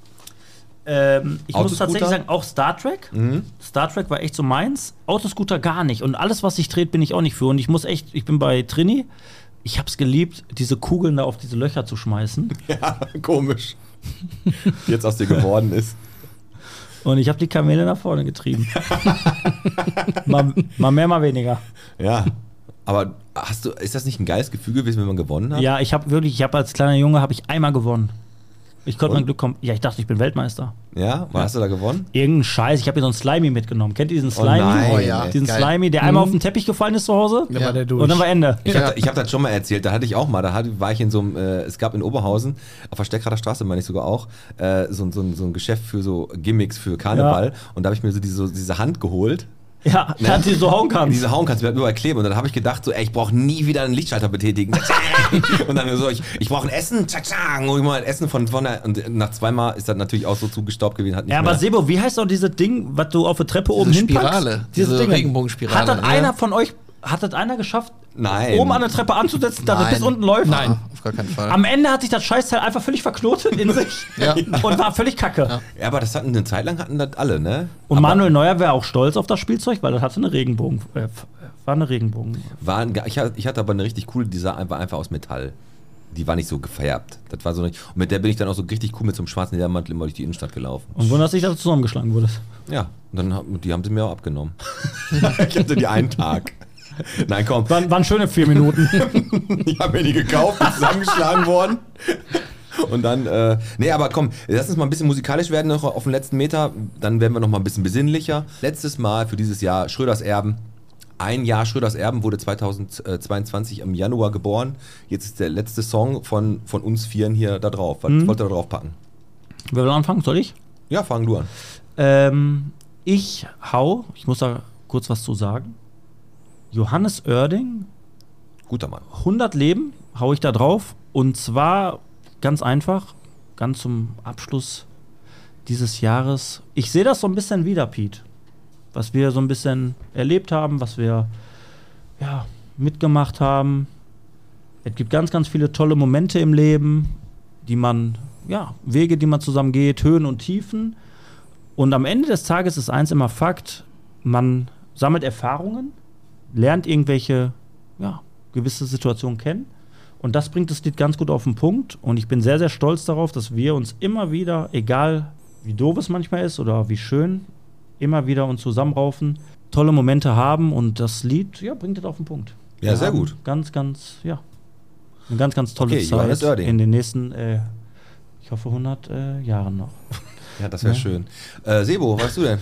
Speaker 3: Ähm, ich muss
Speaker 2: Autoscooter?
Speaker 3: tatsächlich sagen, auch Star Trek.
Speaker 2: Mhm.
Speaker 3: Star Trek war echt so meins. Autoscooter gar nicht. Und alles, was sich dreht, bin ich auch nicht für. Und ich muss echt, ich bin bei Trini. Ich hab's geliebt, diese Kugeln da auf diese Löcher zu schmeißen.
Speaker 2: Ja, komisch. Jetzt aus dir geworden ist.
Speaker 3: Und ich habe die Kamele nach vorne getrieben. mal, mal mehr, mal weniger.
Speaker 2: Ja. Aber hast du, ist das nicht ein geiles Gefühl gewesen, wenn man gewonnen hat?
Speaker 3: Ja, ich habe wirklich, ich habe als kleiner Junge habe ich einmal gewonnen. Ich konnte mein Glück kommen. Ja, ich dachte, ich bin Weltmeister.
Speaker 2: Ja? Was hast du da gewonnen?
Speaker 3: Irgendein Scheiß. Ich habe hier so einen Slimy mitgenommen. Kennt ihr diesen
Speaker 2: Oh
Speaker 3: Slimy?
Speaker 2: nein, Oh ja,
Speaker 3: Diesen
Speaker 2: geil.
Speaker 3: Slimy, der einmal
Speaker 2: Mhm.
Speaker 3: auf den Teppich gefallen ist zu Hause.
Speaker 2: Ja, war der durch.
Speaker 3: Und dann war Ende.
Speaker 2: Ich habe ich hab das schon mal erzählt, da hatte ich auch mal, da hatte, war ich in so einem, äh, es gab in Oberhausen, auf der Steckrader Straße meine ich sogar auch, äh, so, ein- so, ein- so ein Geschäft für so Gimmicks für Karneval und da habe ich mir so diese, so diese Hand geholt.
Speaker 3: Ja,
Speaker 2: ne?
Speaker 3: dass du so hauen kannst.
Speaker 2: Diese hauen kannst, wir hatten überall kleben und dann habe ich gedacht so, ey, ich brauche nie wieder einen Lichtschalter betätigen. und dann so, ich, ich brauche ein Essen, tschak, hol ich mal ein Essen von vorne und nach zweimal ist das natürlich auch so zugestaubt gewesen. Hat nicht
Speaker 3: Ja, aber
Speaker 2: mehr-
Speaker 3: Sebo, wie heißt auch dieses Ding, was du auf der Treppe oben
Speaker 11: Diese
Speaker 3: hinpackst?
Speaker 11: Spirale,
Speaker 3: Dieses
Speaker 11: diese
Speaker 3: Ding.
Speaker 11: Regenbogenspirale,
Speaker 3: Hat das
Speaker 11: ja.
Speaker 3: einer von euch, hat das einer geschafft,
Speaker 2: Nein.
Speaker 3: oben an der Treppe anzusetzen, dass das
Speaker 11: Nein.
Speaker 3: bis unten läuft?
Speaker 11: Nein, auf gar keinen Fall.
Speaker 3: Am Ende hat sich das Scheißteil einfach völlig verknotet in sich
Speaker 11: Ja.
Speaker 3: und war völlig kacke.
Speaker 2: Ja, aber das hatten eine Zeit lang hatten das alle, ne?
Speaker 3: Und Manuel Neuer wäre auch stolz auf das Spielzeug, weil das hatte eine Regenbogen. Äh, war eine Regenbogen.
Speaker 2: War ein, ge- ich, hatte, ich hatte aber eine richtig coole, die sah einfach, einfach aus Metall. Die war nicht so gefärbt. Das war so nicht, und mit der bin ich dann auch so richtig cool mit so einem schwarzen Ledermantel immer durch die Innenstadt gelaufen.
Speaker 3: Und wundert sich, dass du zusammengeschlagen wurdest.
Speaker 2: Ja, und dann hab, die haben sie mir auch abgenommen. ich hatte die einen Tag. Nein, komm.
Speaker 3: Waren, waren schöne vier Minuten.
Speaker 2: ich habe mir die gekauft, bin zusammengeschlagen worden. Und dann, äh, nee, aber komm, lass uns mal ein bisschen musikalisch werden noch auf den letzten Meter. Dann werden wir noch mal ein bisschen besinnlicher. Letztes Mal für dieses Jahr Schröders Erben. Ein Jahr Schröders Erben wurde 2022 im Januar geboren. Jetzt ist der letzte Song von, von uns Vieren hier da drauf. Was
Speaker 3: Mhm.
Speaker 2: wollt ihr da drauf packen?
Speaker 3: Wer will anfangen? Soll ich?
Speaker 2: Ja, fang du an.
Speaker 3: Ähm, ich hau, ich muss da kurz was zu sagen. Johannes Oerding.
Speaker 2: Guter Mann.
Speaker 3: 100 Leben hau ich da drauf. Und zwar ganz einfach, ganz zum Abschluss dieses Jahres. Ich sehe das so ein bisschen wieder, Pete. Was wir so ein bisschen erlebt haben, was wir ja, mitgemacht haben. Es gibt ganz, ganz viele tolle Momente im Leben, die man, ja, Wege, die man zusammen geht, Höhen und Tiefen. Und am Ende des Tages ist eins immer Fakt, man sammelt Erfahrungen, lernt irgendwelche, ja, gewisse Situationen kennen. Und das bringt das Lied ganz gut auf den Punkt. Und ich bin sehr, sehr stolz darauf, dass wir uns immer wieder, egal wie doof es manchmal ist oder wie schön, immer wieder uns zusammenraufen, tolle Momente haben und das Lied, ja, bringt es auf den Punkt.
Speaker 2: Ja,
Speaker 3: Wir
Speaker 2: sehr
Speaker 3: haben
Speaker 2: gut.
Speaker 3: Ganz, ganz, ja. Eine ganz, ganz tolle
Speaker 2: Okay, Johannes
Speaker 3: Zeit
Speaker 2: Oerding.
Speaker 3: in den nächsten, äh, ich hoffe, 100 äh, Jahren noch.
Speaker 2: Ja, das wäre
Speaker 3: Ja.
Speaker 2: schön. Äh, Sebo, was hast du denn?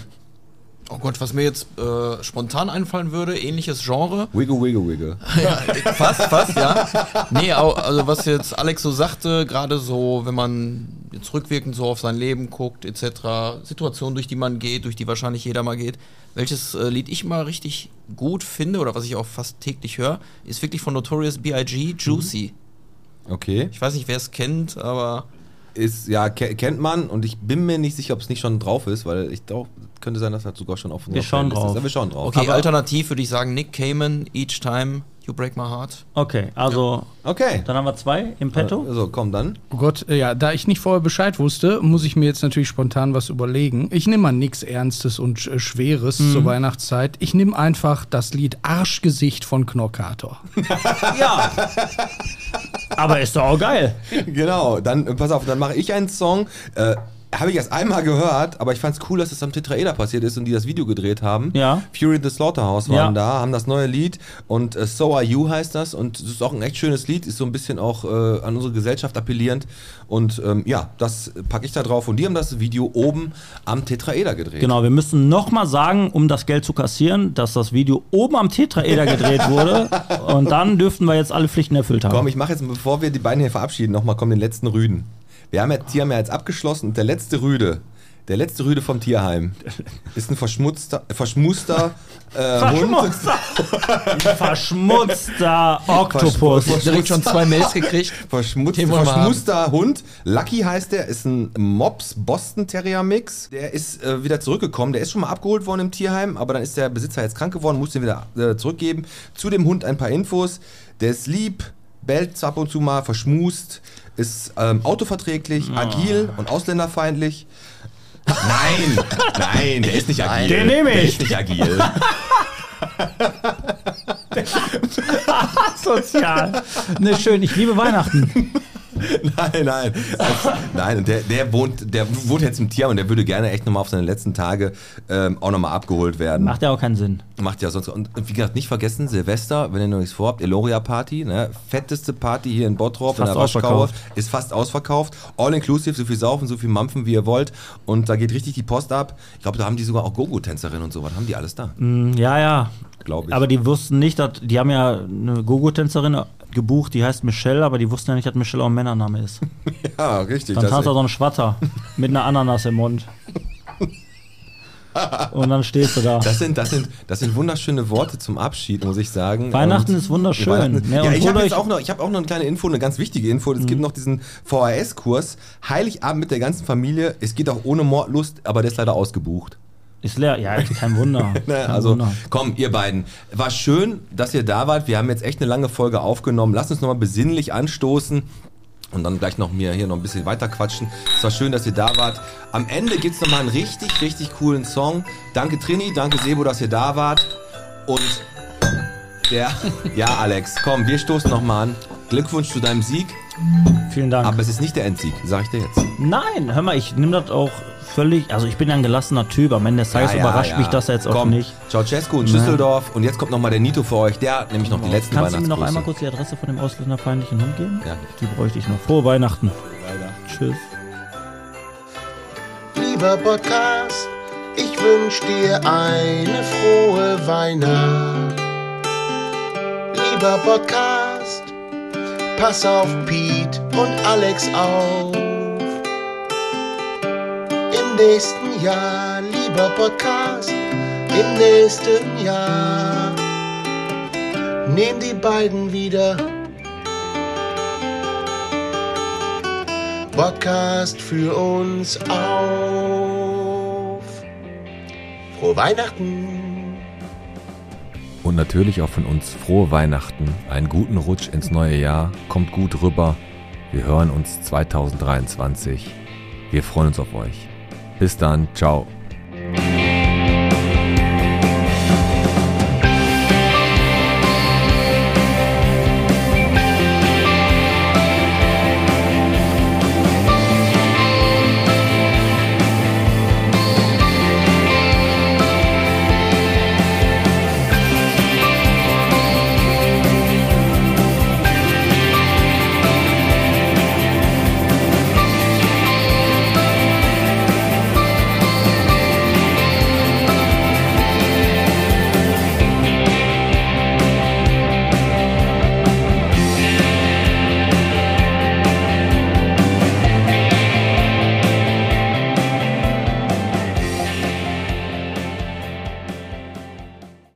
Speaker 11: Oh Gott, was mir jetzt äh, spontan einfallen würde, ähnliches Genre.
Speaker 2: Wiggle, wiggle, wiggle.
Speaker 11: Ja, fast, fast, ja. Nee, au- also was jetzt Alex so sagte, gerade so, wenn man jetzt rückwirkend so auf sein Leben guckt, etc., Situationen, durch die man geht, durch die wahrscheinlich jeder mal geht, welches äh, Lied ich mal richtig gut finde oder was ich auch fast täglich höre, ist
Speaker 2: Mhm.
Speaker 11: wirklich von Notorious B.I.G. Juicy.
Speaker 2: Okay.
Speaker 11: Ich weiß nicht, wer es kennt, aber
Speaker 2: ist, ja, ke- kennt man und ich bin mir nicht sicher, ob es nicht schon drauf ist, weil ich glaube, könnte sein, dass das sogar schon auf
Speaker 11: Wir
Speaker 2: unserer
Speaker 11: schauen
Speaker 2: Playlist
Speaker 11: drauf.
Speaker 2: Ist, aber wir schauen drauf.
Speaker 11: Okay,
Speaker 2: aber
Speaker 11: alternativ würde ich sagen, Nick Cayman, Each Time You Break My Heart.
Speaker 3: Okay, also.
Speaker 2: Okay.
Speaker 3: Dann haben wir zwei im Petto.
Speaker 2: Also, komm dann.
Speaker 10: Oh Gott, äh, ja, da ich nicht vorher Bescheid wusste, muss ich mir jetzt natürlich spontan was überlegen. Ich nehme mal nichts Ernstes und äh, Schweres
Speaker 3: Mhm.
Speaker 10: zur Weihnachtszeit. Ich nehme einfach das Lied Arschgesicht von Knorkator.
Speaker 3: Aber ist doch auch geil.
Speaker 2: genau, dann äh, pass auf, dann mache ich einen Song. Äh, habe ich erst einmal gehört, aber ich fand es cool, dass es am Tetraeder passiert ist und die das Video gedreht haben.
Speaker 3: Ja.
Speaker 2: Fury in the Slaughterhouse waren da, haben das neue Lied und äh, So Are You heißt das und es ist auch ein echt schönes Lied, ist so ein bisschen auch äh, an unsere Gesellschaft appellierend und ähm, ja, das packe ich da drauf und die haben das Video oben am Tetraeder gedreht.
Speaker 3: Genau, wir müssen nochmal sagen, um das Geld zu kassieren, dass das Video oben am Tetraeder gedreht wurde. Und dann dürften wir jetzt alle Pflichten erfüllt haben.
Speaker 2: Komm, ich mache jetzt, bevor wir die beiden hier verabschieden, nochmal kommen den letzten Rüden. Wir haben ja, die haben ja jetzt abgeschlossen und der letzte Rüde, der letzte Rüde vom Tierheim, ist ein verschmutzter, äh, verschmuster äh, Hund.
Speaker 3: Verschmutzter. Verschmutzter Oktopus.
Speaker 11: Direkt schon zwei Mails gekriegt.
Speaker 2: Verschmutz,
Speaker 11: Den wollen wir
Speaker 2: verschmutzter Hund. Lucky heißt der, ist ein Mops Boston Terrier Mix. Der ist äh, wieder zurückgekommen. Der ist schon mal abgeholt worden im Tierheim, aber dann ist der Besitzer jetzt krank geworden, muss den wieder äh, zurückgeben. Zu dem Hund ein paar Infos. Der ist lieb, bellt ab und zu mal, verschmust, ist ähm, autoverträglich,
Speaker 3: Ah.
Speaker 2: agil und ausländerfeindlich. Nein, nein, der ist nicht agil.
Speaker 3: Den nehme
Speaker 2: Der
Speaker 3: ich.
Speaker 2: ist nicht agil.
Speaker 3: Sozial. Ne, schön, ich liebe Weihnachten.
Speaker 2: Nein, nein. Also, nein, und der, der, wohnt, der wohnt jetzt im Tierheim und der würde gerne echt nochmal auf seine letzten Tage ähm, auch nochmal abgeholt werden.
Speaker 3: Macht ja auch keinen Sinn.
Speaker 2: Macht ja sonst. Und wie gesagt, nicht vergessen, Silvester, wenn ihr noch nichts vorhabt, Eloria Party, ne? Fetteste Party hier in Bottrop,
Speaker 3: Fast
Speaker 2: in der Waschkaue.
Speaker 3: ausverkauft.
Speaker 2: Ist fast ausverkauft. All inclusive, so viel saufen, so viel mampfen, wie ihr wollt. Und da geht richtig die Post ab. Ich glaube, da haben die sogar auch Gogo-Tänzerinnen und sowas. Haben die alles da?
Speaker 3: Mm, Ja, ja.
Speaker 2: Glaube ich.
Speaker 3: Aber die wussten nicht, dass, die haben ja eine Gogo-Tänzerin gebucht, die heißt Michelle, aber die wussten ja nicht, dass Michelle auch ein Männername ist.
Speaker 2: Ja, richtig.
Speaker 3: Dann
Speaker 2: das-
Speaker 3: tanzt da so ein Schwatter mit einer Ananas im Mund. Und dann stehst du da.
Speaker 2: Das sind, das, sind, das sind wunderschöne Worte zum Abschied, muss ich sagen.
Speaker 3: Weihnachten ist wunderschön.
Speaker 2: Weihnachten-
Speaker 3: Ne,
Speaker 2: ja,
Speaker 3: und
Speaker 2: ich habe
Speaker 3: wundert
Speaker 2: jetzt
Speaker 3: euch- Mhm.
Speaker 2: auch noch, ich hab auch noch eine kleine Info, eine ganz wichtige Info. Es gibt noch diesen VHS-Kurs, Heiligabend mit der ganzen Familie. Es geht auch ohne Mordlust, aber der ist leider ausgebucht.
Speaker 3: Ist leer, ja, kein Wunder.
Speaker 2: Ne,
Speaker 3: Kein
Speaker 2: also,
Speaker 3: Wunder.
Speaker 2: komm, ihr beiden. War schön, dass ihr da wart. Wir haben jetzt echt eine lange Folge aufgenommen. Lasst uns nochmal besinnlich anstoßen. Und dann gleich noch mir hier noch ein bisschen weiter quatschen. Es war schön, dass ihr da wart. Am Ende gibt's nochmal einen richtig, richtig coolen Song. Danke Trini, danke Sebo, dass ihr da wart. Und der. Ja, Alex, komm, wir stoßen nochmal an. Glückwunsch zu deinem Sieg.
Speaker 3: Vielen Dank.
Speaker 2: Aber es ist nicht der Endsieg, sag ich dir jetzt.
Speaker 3: Nein, hör mal, ich nehme das auch völlig. Also, ich bin ja ein gelassener Typ. Am Ende des Tages
Speaker 2: Ja, ja,
Speaker 3: überrascht
Speaker 2: ja.
Speaker 3: mich das jetzt auch
Speaker 2: Komm,
Speaker 3: nicht.
Speaker 2: Ceausescu und
Speaker 3: Nein.
Speaker 2: Schüsseldorf. Und jetzt kommt nochmal der Nito für euch. Der hat nämlich noch die letzten
Speaker 3: Kannst du mir noch
Speaker 2: Weihnachtsgrüße.
Speaker 3: einmal kurz die Adresse von dem ausländerfeindlichen Hund geben?
Speaker 2: Ja.
Speaker 3: Die bräuchte ich noch. Frohe Weihnachten. Tschüss.
Speaker 8: Lieber Podcast, ich wünsch dir eine frohe Weihnacht. Lieber Podcast, pass auf Pete und Alex auf. Im nächsten Jahr, lieber Podcast, im nächsten Jahr. Nehm die beiden wieder. Podcast für uns auf. Frohe Weihnachten!
Speaker 2: Und natürlich auch von uns frohe Weihnachten, einen guten Rutsch ins neue Jahr, kommt gut rüber. Wir hören uns 2023. Wir freuen uns auf euch. Bis dann, ciao.